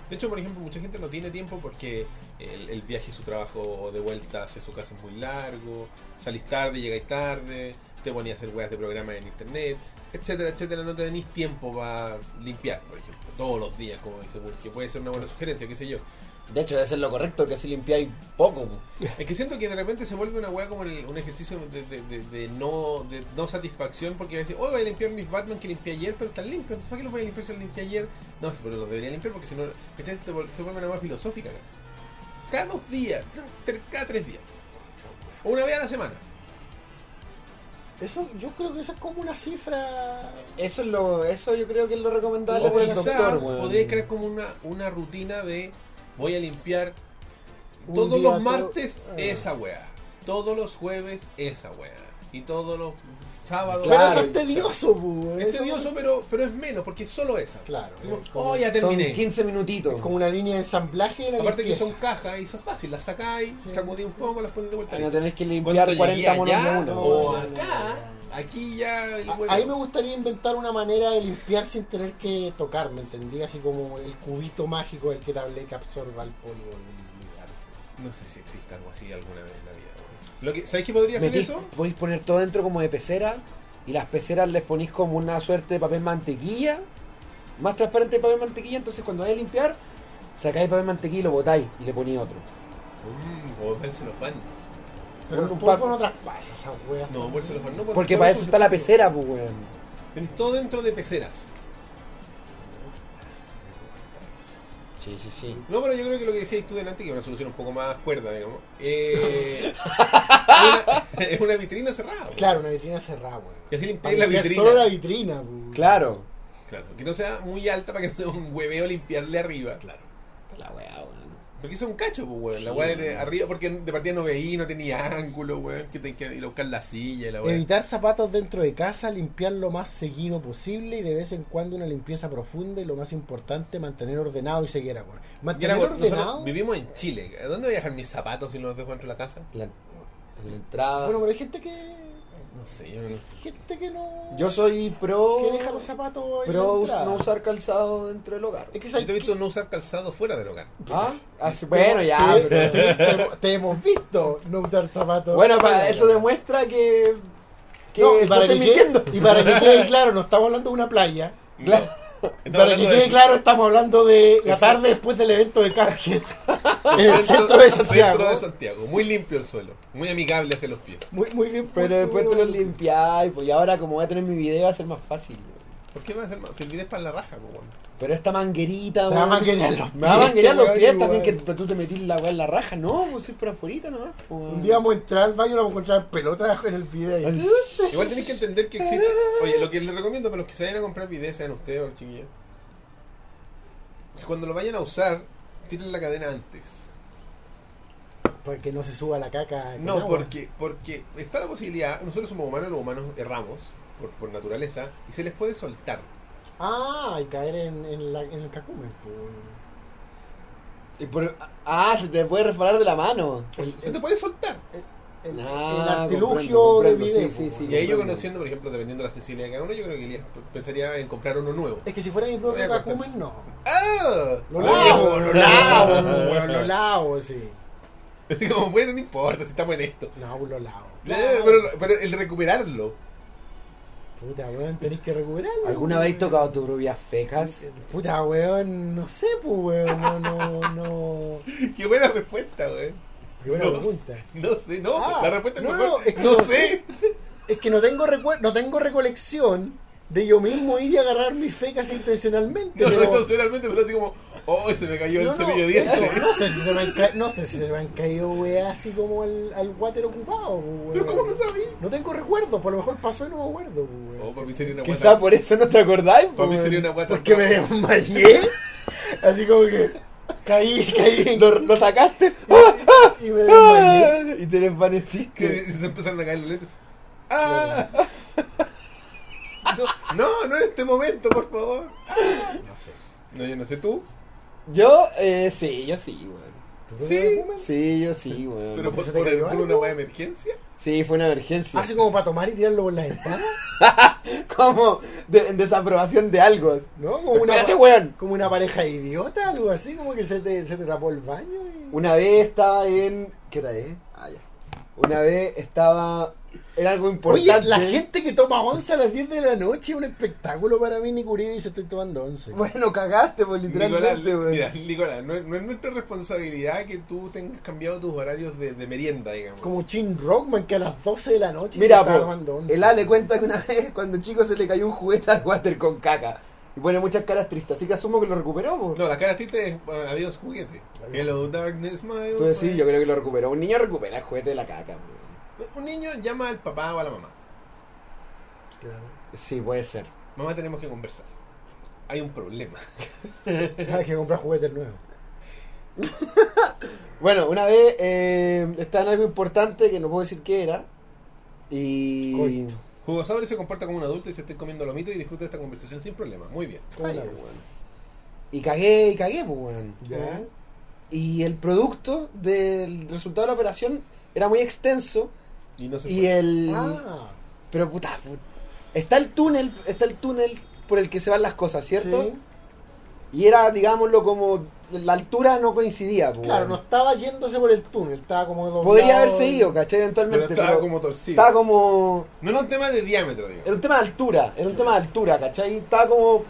A: De hecho, por ejemplo, mucha gente no tiene tiempo porque el, el viaje a su trabajo o de vuelta hacia su casa es muy largo, salís tarde, llegáis tarde, te ponías a hacer weas de programa en internet, etcétera, etcétera. No tenéis tiempo para limpiar, por ejemplo, todos los días, como dice Bull, que puede ser una buena sugerencia, qué sé yo.
E: De hecho, debe ser lo correcto, que así limpiáis poco. po.
A: Es que siento que de repente se vuelve una wea como el- un ejercicio de, de- de- de no, de no satisfacción porque decís, hoy voy a limpiar mis Batman que limpié ayer, pero están limpios. Entonces, ¿para qué los voy a limpiar si los limpié ayer? No, pero los debería limpiar porque si no, ¿cachai? Te vol- se vuelve una wea filosófica casi. Cada dos días, tre- cada tres días. O una vez a la semana.
C: Eso, yo creo que eso es como una cifra.
E: Eso es lo, eso yo creo que es lo recomendable
A: O
C: pues,
E: por el
A: quizá
E: doctor, weón.
A: podrías crear como una, una rutina de voy a limpiar
C: Un
A: todos
C: día,
A: los
C: todo-
A: martes
C: ah.
A: esa wea. Todos los jueves esa wea. Y todos los sábados.
E: Claro.
C: Pero eso es tedioso, pues.
A: Es tedioso, pero, pero es menos, porque es solo esa.
C: Claro.
A: Como,
C: es como-
A: oh, ya
E: Son
A: terminé.
E: 15 minutitos.
C: como una línea de ensamblaje de la
A: Aparte que
C: limpieza.
A: son cajas y son fáciles, las sacáis,
C: Sí.
A: sacudís un poco, las pones de vuelta.
E: Ahí no tenés que
A: Cuando
E: limpiar
A: llegué
E: 40 monos de
A: allá,
E: uno. Oh,
A: O
C: No,
E: weón.
C: no,
A: acá,
C: no.
A: aquí ya el
C: A-
A: huevo.
C: Ahí me gustaría inventar una manera de limpiar sin tener que tocar, ¿me entendí? Así como el cubito mágico del que te hablé que absorba el polvo del lugar.
A: No sé si existe algo así alguna vez en la vida. güey. Lo que, ¿Sabéis que podría hacer
E: Metís-
A: eso?
E: podéis poner todo dentro como de pecera y las peceras les ponís como una suerte de papel mantequilla, más transparente de papel mantequilla, entonces cuando vais a limpiar, sacáis el papel mantequilla y lo botáis y le ponéis otro.
A: Mm, o ver celofán.
C: Pero
E: Un
C: el polvo
E: pa-
C: no traspasa esa wea.
A: No, ver celofán no.
E: Porque para eso está la pecera, pues weón.
A: Tenés todo dentro de peceras.
E: Sí, sí, sí.
A: No, pero yo creo que lo que decías tú delante, que es una solución un poco más cuerda, digamos, eh, una- es una vitrina cerrada. güey.
C: Claro, una vitrina cerrada, wea.
A: Y así
C: Para
A: limpiáis la
C: limpiar
A: vitrina.
C: Solo la vitrina, pues.
E: Claro.
A: Claro, que no sea muy alta para que no sea un hueveo limpiarle arriba.
C: Claro.
E: La weá, weón.
A: Porque hizo un cacho, pues, weón. La
E: Sí.
A: weá de arriba, porque de partida no veía, no tenía ángulo, weón. Que tenía que ir a buscar la silla y la weá.
C: Evitar zapatos dentro de casa, limpiar lo más seguido posible y de vez en cuando una limpieza profunda y lo más importante, mantener ordenado y seguir a correr.
A: Y
C: Mantener
A: era, weón, nosotros
C: ordenado.
A: Vivimos en Chile. ¿A dónde voy a dejar mis zapatos si no los dejo dentro de la casa?
E: La- en la entrada.
C: Bueno, pero hay gente que.
A: No sé, yo no sé.
C: Gente que no.
E: Yo soy pro.
C: que deja los zapatos en
E: Pro
C: la
E: us-
C: entrada.
E: no usar calzado dentro del hogar.
C: Es que
A: Yo
C: sabes
A: te he
C: que-
A: visto no usar calzado fuera del hogar.
E: ¿Ah? Ah, sí, bueno, ya.
C: Sí,
E: pero-
C: sí, te, te hemos visto no usar zapatos.
E: Bueno, pa- eso demuestra que
C: que-
E: No, no
C: para
E: estoy
C: que
E: mintiendo.
C: quede, y para que quede claro, no estamos hablando de una playa.
A: No.
C: Claro.
A: Estamos
C: Para que
A: hablando
C: quede
A: de-
C: claro, estamos hablando de la
A: Exacto.
C: tarde después del evento de Cuphead. en el centro de Santiago.
A: Centro de Santiago. Muy limpio el suelo. Muy amigable hacia los pies.
C: Muy, muy bien.
E: Pero
C: puesto,
E: después te
C: weón.
E: lo limpiáis, pues, y ahora como voy a tener mi video va a ser más fácil. weón.
A: ¿Por qué me vas a hacer más? Te olvides para la raja, po, weón.
E: Pero esta
C: Se
E: manguerita,
C: va a
E: weón,
C: manguerear los
E: Me va a
C: pies,
E: manguerear los
C: weón,
E: pies también, que
C: igual.
E: tú te metís la weá en la raja. No, pues soy por afuera nomás. pues, weón.
C: Un día vamos a entrar al baño y lo vamos a encontrar en pelota en el video.
E: Así.
A: Igual tenéis que entender que existe. Oye, lo que les recomiendo para los que se vayan a comprar videos, sean ustedes o los chiquillos. es Cuando lo vayan a usar, tiren la cadena antes.
C: Para que no se suba la caca. con
A: No,
C: agua.
A: porque, porque está la posibilidad, nosotros somos humanos, los humanos erramos por, por naturaleza y se les puede soltar.
C: Ah, y caer en, en la- en el cacumen. pues, weón.
E: Y por- Ah, se te puede refalar de la mano.
A: Se te puede soltar.
C: El,
E: Ah,
C: el artilugio
E: comprendo,
C: de
E: comprendo,
C: video.
E: sí,
C: pues,
E: sí,
A: Y
C: weón.
A: ahí yo
E: comprendo.
A: conociendo, por ejemplo, dependiendo de la sensibilidad de cada uno, yo creo que Elías p- pensaría en comprar uno nuevo.
C: Es que si fuera mi
A: Voy a
C: propio
A: cortar
C: cacumen,
A: eso.
C: no.
A: ¡Ah!
C: Lo
A: Oye,
C: lavo,
A: como-
C: lo lavo, weón, lo lavo, sí.
A: Como, bueno, no importa si estamos en esto.
C: No, pues, lo lavo.
A: Eh, Pero, pero el recuperarlo.
C: Puta, weón, tenés que recuperarlo.
E: ¿Alguna
C: weón.
E: vez tocado tus propias fecas?
C: Puta, weón, no sé, pues, weón, no, no, no.
A: Qué buena respuesta, güey.
C: Qué buena
A: no,
C: pregunta.
A: sé, No sé, no,
C: Ah,
A: la respuesta es
C: no,
A: mejor.
C: no, es que
A: no
C: no
A: sé.
C: Es que no tengo recuer- no tengo recolección de yo mismo ir y agarrar mis fecas intencionalmente.
A: No,
C: pero...
A: no, no sé realmente, pero así como, oh, se me cayó
C: No,
A: el
C: no,
A: cepillo de
C: eso,
A: dientes.
C: no sé si se me han caído, no sé si se me han caído, weá, así como al, al water ocupado, pues, weón.
A: Pero ¿cómo no sabía?
C: No tengo recuerdos, por lo mejor pasó y no me acuerdo, pues, weón.
A: Oh, para mí sería una
E: Quizá
A: guata.
E: por eso no te acordáis.
A: Para mí
E: pues.
A: sería una guata.
C: Porque me desmayé, así como que caí, caí en-
E: Lo, lo sacaste
C: y me desmayé.
E: y te desvaneciste.
A: Que se te empezaron a caer los lentes. ¡Ah! No, no, no en este momento, por favor. Ah.
C: No sé.
A: No, yo no sé tú,
E: Yo, eh, sí, yo sí, weón.
C: ¿Tú
A: Sí.
C: sí.
E: Sí, yo sí, weón.
A: pero por,
C: ¿Se te
A: por,
C: cayó
A: por
C: algo?
A: una hueá de emergencia.
E: Sí, fue una emergencia.
C: Así como para tomar y tirarlo por la ventana.
E: Como de- en desaprobación de algo.
C: ¿No? Como una,
E: Espérate, weón.
C: como una pareja idiota, algo así, como que se te, se te tapó el baño. Y...
E: Una vez estaba en. ¿Qué hora es? Ah, ya. Una vez estaba. Era algo importante.
C: Oye, la gente que toma once a las 10 de la noche es un espectáculo para mí, ni y se estoy tomando once.
E: Bueno, cagaste, pues
A: Nicolás,
E: literalmente, weón.
A: mira, Nicolás, no, es- no es nuestra responsabilidad que tú tengas cambiado tus horarios de, de merienda, digamos.
C: Como Chin Rockman que a las 12 de la noche
E: Mira,
C: se está
E: po,
C: tomando once.
E: el Ale cuenta que una vez cuando un chico se le cayó un juguete al water con caca. Y pone muchas caras tristes, así que asumo que lo recuperó, po.
A: No, la cara triste es bueno, adiós juguete.
C: Adiós.
A: Hello darkness, my old
E: Tú decís,
A: friend.
E: yo creo que lo recuperó. Un niño recupera el juguete de la caca, weón.
A: Un niño llama al papá o a la mamá.
C: Claro.
E: Sí, puede ser.
A: Mamá, tenemos que conversar. Hay un problema.
C: Hay que comprar juguetes nuevos.
E: Bueno, una vez eh, estaba en algo importante que no puedo decir qué era. Y.
C: Coito.
A: Jugosaurio se comporta como un adulto y se estoy comiendo lomito y disfruta esta conversación sin problema. Muy bien.
C: Como
E: Ay,
C: la-
E: weón. Y cagué, y cagué, pues, weón.
C: ¿Ya?
E: Y el producto del resultado de la operación era muy extenso.
A: Y no se
E: Y
A: puede.
E: el.
C: Ah,
E: Pero puta, put- está el túnel, está el túnel por el que se van las cosas, ¿cierto?
C: sí.
E: Y era, digámoslo, como la altura no coincidía. pues,
C: Claro, no
E: weón.
C: estaba yéndose por el túnel, estaba como doblado
E: Podría haberse
C: en-
E: ido, ¿cachai?
A: Pero
E: Eventualmente.
A: estaba
E: pero
A: como torcido.
E: estaba como-
A: No era un tema de diámetro,
E: Era
A: digamos.
E: un tema de altura, era un tema de altura, ¿cachai? Estaba como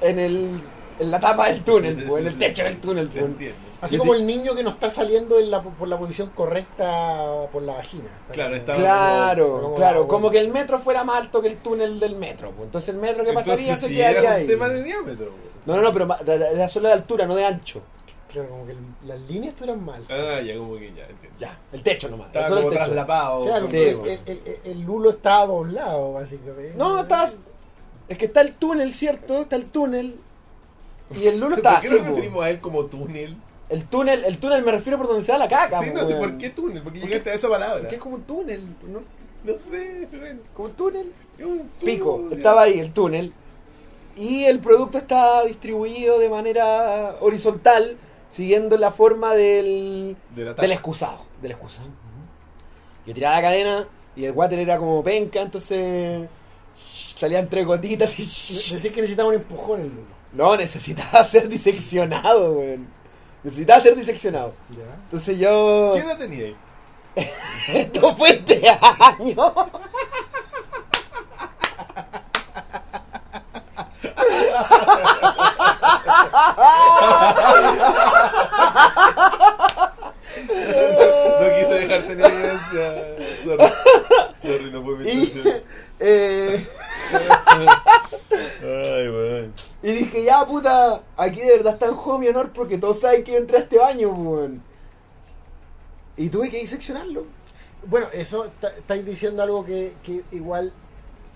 E: en el... En la tapa del túnel, pues, en el techo del túnel,
A: Te
E: pues.
A: entiendo.
C: Así
E: Yo
C: como
E: te-
C: el niño que no está saliendo en la, por la posición correcta por la vagina.
A: Claro, está-
E: Claro,
C: Como-
E: claro,
C: como-
E: como que el metro fuera más alto que el túnel del metro, pues. Entonces el metro que pasaría
A: Entonces,
E: se
A: si
E: quedaría
A: era un
E: ahí.
A: tema de diámetro. güey.
E: No, no, no, pero ma- era era solo de altura, no de ancho.
C: Claro, como que el- las líneas estuvieran mal.
A: Ah, ya como que ya, entiendo.
E: Ya, el techo nomás.
A: Estaba
E: solo
A: como
E: el techo.
A: traslapado.
C: O sea, el,
E: Sí,
C: el-
E: bueno.
C: el- el- el lulo estaba doblado, básicamente.
E: No, estás. Es que está el túnel, ¿cierto? Está el túnel. Y el lulo está
A: ¿Por qué
E: así,
A: nos
E: po.
A: referimos a él como túnel?
E: El túnel, el túnel me refiero por donde se da la caca,
A: Sí,
E: po,
A: no,
E: weón.
A: ¿por qué túnel? ¿Por qué
E: ¿Por
A: llegaste a esa palabra?
E: Porque es como un túnel, ¿no?
A: No sé, bueno,
E: Como un túnel.
A: es un túnel.
E: Pico, estaba ahí el túnel. Y el producto está distribuido de manera horizontal, siguiendo la forma del,
A: De la tapa.
E: del excusado. Del excusado. Yo tiraba la cadena y el water era como penca, entonces salían tres gotitas y...
C: Decís que necesitaba un empujón el lulo.
E: No, necesitaba ser diseccionado, weón. Necesitaba ser diseccionado.
C: ¿Ya?
E: Entonces yo...
A: ¿Qué edad tenía ahí?
E: Esto fue este año.
A: No quise dejarte en evidencia. Sorry. Sorry, no fue mi
C: Y,
A: intención.
C: eh,
A: Ay, weón.
E: Y dije, ya puta, aquí de verdad está en juego mi honor porque todos saben que yo entré a este baño, weón. Y tuve que diseccionarlo.
C: bueno, eso está- estáis diciendo algo que, que igual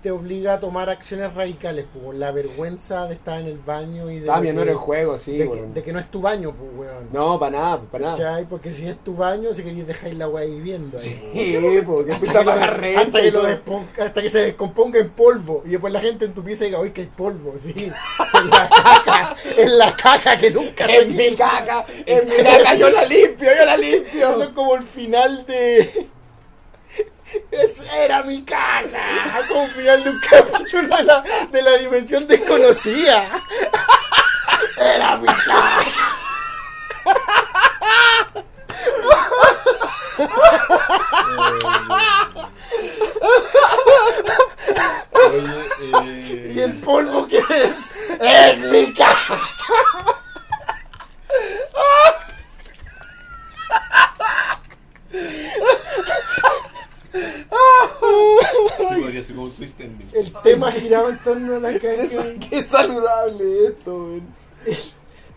C: te obliga a tomar acciones radicales, pues, weón. la vergüenza de estar en el baño y de,
E: Estaba
C: lo
E: Ah, mi honor
C: que-
E: en juego, sí,
C: de, que,
E: weón.
C: de que no es tu baño, pues, weón.
E: No, para nada, para nada.
C: ¿Cachai? Porque si es tu baño, si queréis dejar la weá viviendo ahí.
E: Sí, porque empieza
C: Hasta
E: a
C: que, lo-
E: pagar renta
C: hasta que
E: y
C: lo
E: todo.
C: despo- hasta que se descomponga en polvo. Y después la gente en tu pieza diga, uy, que hay polvo, sí. En la caca, en la caca que nunca se
E: En mi caca, en mi caca, yo la limpio, yo la
C: Eso es
E: limpio.
C: como el final de. Es- era mi caca. Como final de un capítulo de la, de la dimensión desconocida. Era mi caca.
A: Oye, eh.
C: Y el polvo que es. Es mi caca.
A: Sí, podría ser como un twist ending.
C: El tema giraba en torno a la caca.
E: Qué saludable esto, weón.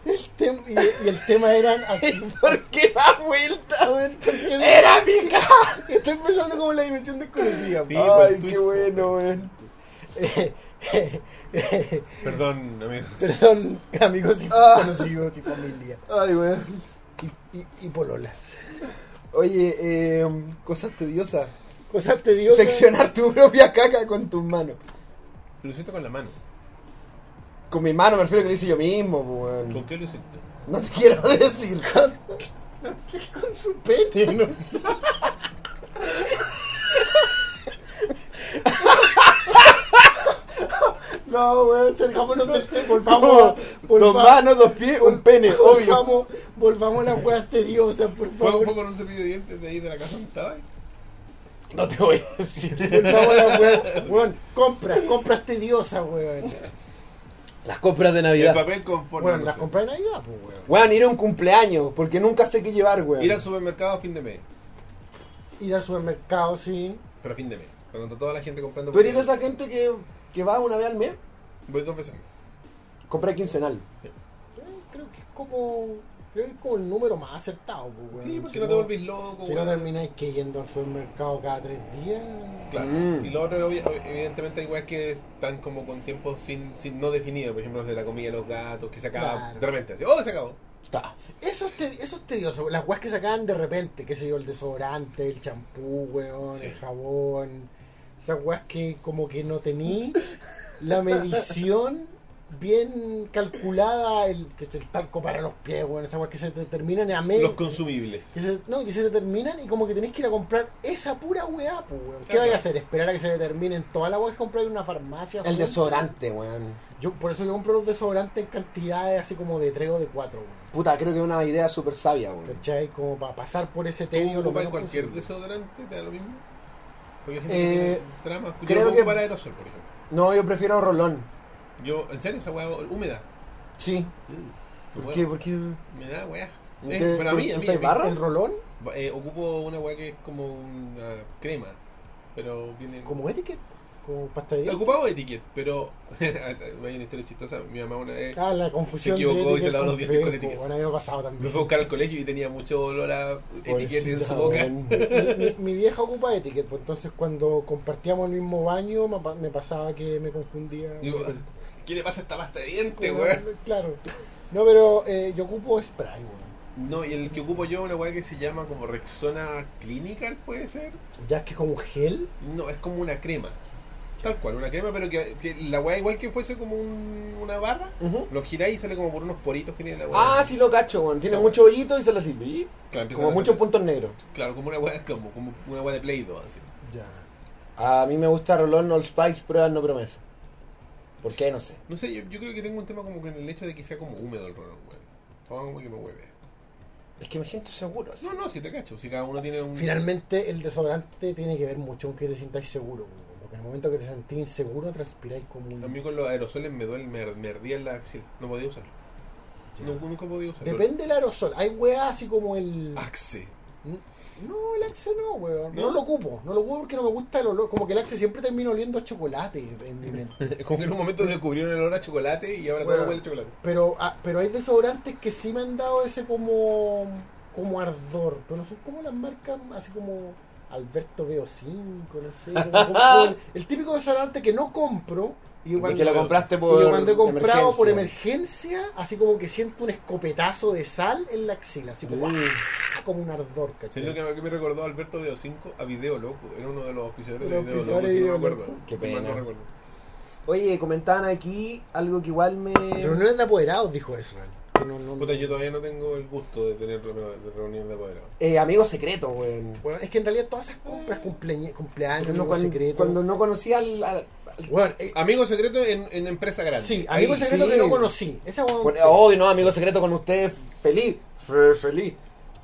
C: El tem- y, y el tema eran.
E: ¿Por qué la vuelta, weón?
C: Estoy
E: Era mi caca.
C: empezando como la dimensión desconocida.
A: Sí, pues,
E: Ay, qué
A: twist.
E: bueno, weón.
A: Perdón, amigo.
C: Perdón, amigos y
E: Ah.
C: conocidos y familia.
E: Ay, weón.
C: Y, y, y pololas.
E: Oye, eh, cosas tediosas.
C: Cosas te digo.
E: Seccionar tu propia caca con tus manos.
A: Lo siento con la mano.
E: Con mi mano me refiero que lo hice yo mismo, po, weón.
A: ¿Con qué lo siento?
E: No te quiero decir.
C: Con su pene, no sé. No, weón, acercámonos del tema. Volvamos a.
E: Dos
C: volvamos-
E: manos, dos pies, un pene, obvio.
C: Volvamos, volvamos a las weas tediosas, por
A: ¿Fue,
C: favor.
A: fue con un cepillo de dientes de ahí de la casa donde estaba?
E: No te voy a decir.
C: Volvamos a las weas. Weón, compras, compras tediosas, weón.
E: Las compras de
A: El
E: Navidad.
A: papel con forma.
C: Bueno,
A: no
C: las
A: sé.
C: compré en Navidad, pues, weón.
E: Weón, ir a un cumpleaños, porque nunca sé qué llevar, weón.
A: Ir al supermercado a fin de mes.
C: Ir al supermercado, sí.
A: Pero a fin de mes. Cuando está toda la gente comprando.
E: ¿Tú eres de
A: porque-
E: esa gente que, que va una vez al mes?
A: Voy dos veces.
E: Comprar quincenal.
C: Eh, Creo que es como. Creo que es como el número más acertado, pues, weón.
A: Sí, porque
C: Si
A: no te volvís loco,
C: Si no
A: weón.
C: termináis que yendo al supermercado cada tres días.
A: Claro.
E: Mm.
A: Y lo otro, obvi- ob- evidentemente, hay weas que están como con tiempos sin, sin- no definidos. Por ejemplo, los de la comida de los gatos, que se acaba
C: Claro.
A: de repente. Así, ¡Oh, se acabó!
E: Está.
C: Eso es, te- eso es tedioso. Las weas que sacaban de repente, qué sé yo, el desodorante, el champú, weón,
A: Sí.
C: el jabón. Esas weas que como que no tení la medición bien calculada, el, que el talco para los pies, weón. Esas weas que se determinan a medio.
A: Los consumibles.
C: Que se, no, que se determinan y como que tenés que ir a comprar esa pura weá, pues, weón. ¿Qué
A: Claro.
C: vais a hacer? ¿Esperar a que se determinen todas las weas que compráis en una farmacia?
E: El
C: weón?
E: desodorante, weón.
C: Yo, por eso yo compro los desodorantes en cantidades así como de 3 o de 4, weón.
E: Puta, creo que es una idea súper sabia, weón.
C: ¿Cachai? Como para pasar por ese
A: ¿Tú
C: tedio lo
A: ocupas
C: menos
A: cualquier
C: posible.
A: desodorante? ¿Te da lo mismo? Porque hay gente que
E: Eh,
A: tiene tramas. Yo
E: creo
A: creo
E: que-
A: que... para aerosol, por ejemplo.
E: No, yo prefiero rolón.
A: Yo, en serio, esa wea húmeda.
E: Sí. ¿Por
A: Bueno.
E: qué? ¿Por qué?
A: Me da weá.
E: ¿Qué?
A: Eh, pero a mí, a mí.
E: ¿Usted
A: a mí.
E: barra?
C: ¿El rolón?
A: Eh, ocupo una weá que es como una crema. Pero viene.
C: ¿Como etiquet? ¿Como pasta de
A: He
C: dientes?
A: ocupado etiquet, pero. Hay una historia chistosa. Mi mamá una vez.
C: Ah, la confusión
A: Se equivocó y
C: de
A: se lavó los dientes con
C: Etiquette
A: Etiquette.
C: pues, Bueno, a mí me ha pasado también.
A: Me fue a buscar al colegio y tenía mucho olor a etiqueta en su
E: Pobrecita,
A: boca.
E: weón.
C: mi, mi- mi vieja ocupa etiquet, pues entonces cuando compartíamos el mismo baño me, pa- me pasaba que me confundía.
A: Digo, ¿qué le pasa a esta pasta de dientes,
C: Como-
A: weón?
C: Claro. No, pero eh, yo ocupo spray, weón.
A: No, y el que ocupo yo es una weá que se llama como Rexona Clinical, ¿puede ser?
C: Ya es que como gel.
A: No, es como una crema. Tal cual, una crema, pero que, que la weá igual que fuese como un- una barra,
E: Ujú.
A: lo giráis y sale como por unos poritos que tiene la weá.
E: Ah, sí lo cacho, weón. Tiene
A: Sí,
E: mucho hoyito y se lo sirve.
A: Claro, empieza
E: Como
A: a-
E: muchos puntos negros.
A: Claro, como una weá, como, como una weá de Play Doh, así.
C: Ya.
E: A mí me gusta Rolón Old Spice, pruebas no promesa. ¿Por qué? No sé.
A: No sé, yo, yo creo que tengo un tema como con el hecho de que sea como húmedo el rolón, weón. Toma como que me hueve.
E: Es que me siento seguro. así.
A: No, no, si te cacho, si cada uno tiene un...
C: Finalmente el desodorante tiene que ver mucho con que te sientas seguro, weón. En el momento que te sentís inseguro, transpiráis como
A: A mí
C: un.
A: con los aerosoles me duele, me, me ardía en la axila. No podía usarlo. No, nunca podía usarlo.
C: Depende del aerosol. Hay weas así como el.
A: Axe.
C: No, el Axe no, weón. Ah. No.
A: ¿No?
C: lo ocupo. No lo ocupo porque no me gusta el olor. Como que el Axe siempre termina oliendo a chocolate en mi mente.
A: Como que en un momento descubrieron el olor a chocolate y ahora
C: Bueno.
A: todo huele a chocolate.
C: Pero, ah, pero hay desodorantes que sí me han dado ese como. como ardor. Pero no son como las marcas así como. Alberto Veo 5, no sé. como- como- como el, el típico desodorante que no compro. Y cuando,
E: Porque lo compraste por.
C: y yo cuando he comprado por
E: emergencia.
C: emergencia, así como que siento un escopetazo de sal en la axila, así como, ¡ah! como un ardor,
A: Sí,
C: ¿cachai?
A: lo que, que me recordó Alberto Video 5 a Video Loco. Era uno de los auspiciadores de
C: Los
A: Video Loco,
C: auspiciadores
A: si
C: de
A: no me
C: Video
A: acuerdo.
C: Loco.
E: Qué
A: Si mal
E: pena.
A: No recuerdo.
E: Oye, comentaban aquí algo que igual me.
C: Pero no es de apoderados, dijo eso. Que no- no-
A: Puta, yo todavía no tengo el gusto de tener reuniones de, reunión de apoderados.
E: Eh, amigo secreto, weón.
C: Bueno, es que en realidad todas esas compras, cumpleaños, cumpleaños
E: Cuando,
C: amigos secretos-
E: cuando no conocía al. al- al-
C: Bueno, eh,
A: Amigo secreto en, en empresa grande.
C: sí, amigo
E: Ahí,
C: secreto
E: sí.
C: que no conocí. Esa hueá-
E: Bueno, oh, hoy no, amigo secreto con usted, feliz. fe- feliz.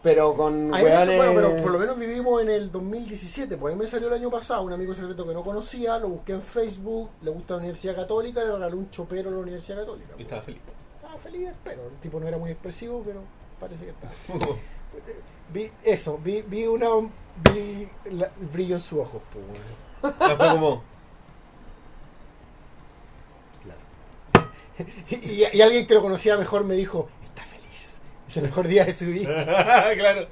E: Pero con.
C: A mí me
E: weones-
C: sa- bueno, pero por lo menos vivimos en el 2017, pues a mí me salió el año pasado un amigo secreto que no conocía, lo busqué en Facebook, le gusta la Universidad Católica, le regaló un chopero a la Universidad Católica.
A: Y estaba feliz.
C: Estaba feliz, pero el tipo no era muy expresivo, pero parece que estaba. Vi eso, vi, vi una vi la- el brillo en sus ojos, pues. weón.
A: Ya fue como.
C: Y, y alguien que lo conocía mejor me dijo, está feliz. Es el mejor día de su vida.
A: claro.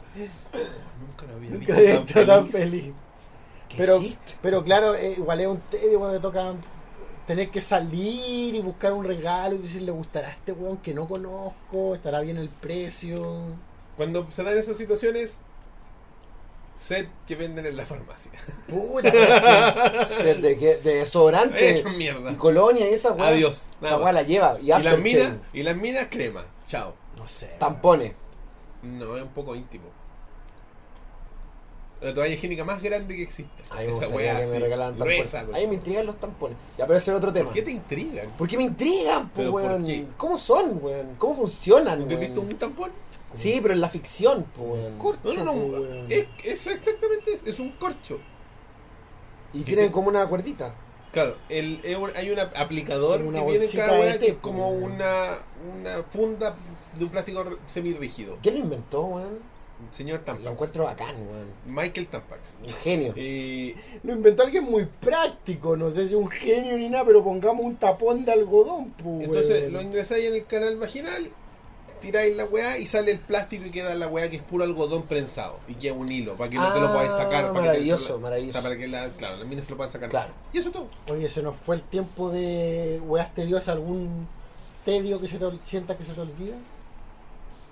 A: Nunca lo había visto
C: Nunca había
A: tan,
C: estado tan
A: feliz.
C: feliz.
E: ¿Qué
C: Pero,
E: hiciste?
C: pero claro, eh, igual es un tedio cuando te toca tener que salir y buscar un regalo y decir, le gustará a este weón que no conozco, estará bien el precio.
A: Cuando se dan esas situaciones, set que venden en la farmacia.
C: Puta, pero-
E: Set de, que- de desodorante.
A: Esa mierda.
E: Y colonia y esa weá.
A: Adiós, nada
E: Esa weá
A: más.
E: la lleva. Y,
A: Y las
E: aftershave,
A: minas, y las minas crema. Chao.
C: no sé.
E: Tampones.
A: No, es un poco íntimo. La toalla higiénica más grande que existe.
E: A mí me gustaría que me regalaran tampones.
A: gruesa,
C: pues.
E: A mí me intrigan los tampones. Ya, pero ese es otro tema.
A: ¿Por qué te intrigan?
E: Porque me intrigan, pues,
A: ¿Pero por
E: weón.
A: qué?
E: ¿Cómo son, weón? ¿Cómo funcionan,
A: ¿Te has
E: weón?
A: visto un tampón?
E: Sí, pero en la ficción, pues, weón.
C: Corto,
A: No, no, no.
C: weón.
A: Es, eso exactamente es. Es un corcho.
E: Y
A: ¿Qué
E: tienen
A: sí?
E: como una cuerdita.
A: Claro, el, es un- hay un aplicador
C: Como una
A: que viene en
C: bolsita
A: cada
C: de
A: weá que es
C: té,
A: como
C: pues.
A: una, una funda de un plástico r- semirrígido.
E: ¿Quién lo inventó, weón?
A: Señor
E: Lo
A: Tampax.
E: encuentro bacán, weón.
A: Michael Tampax.
E: Un genio.
A: Y
C: Lo inventó alguien muy práctico, no sé si un genio ni nada, pero pongamos un tapón de algodón, pues.
A: entonces
C: weón.
A: lo ingresáis en el canal vaginal, tiráis la weá y sale el plástico y queda la weá que es puro algodón prensado. Y queda un hilo para que no te lo
E: Ah,
A: podáis sacar. Para
E: maravilloso,
A: que te-
E: maravilloso.
A: Para que la, claro, las minas se lo puedan sacar.
E: Claro.
A: Y eso es todo.
C: Oye, se nos fue el tiempo de weas tediosas, algún tedio que se te ol- sienta que se te olvida.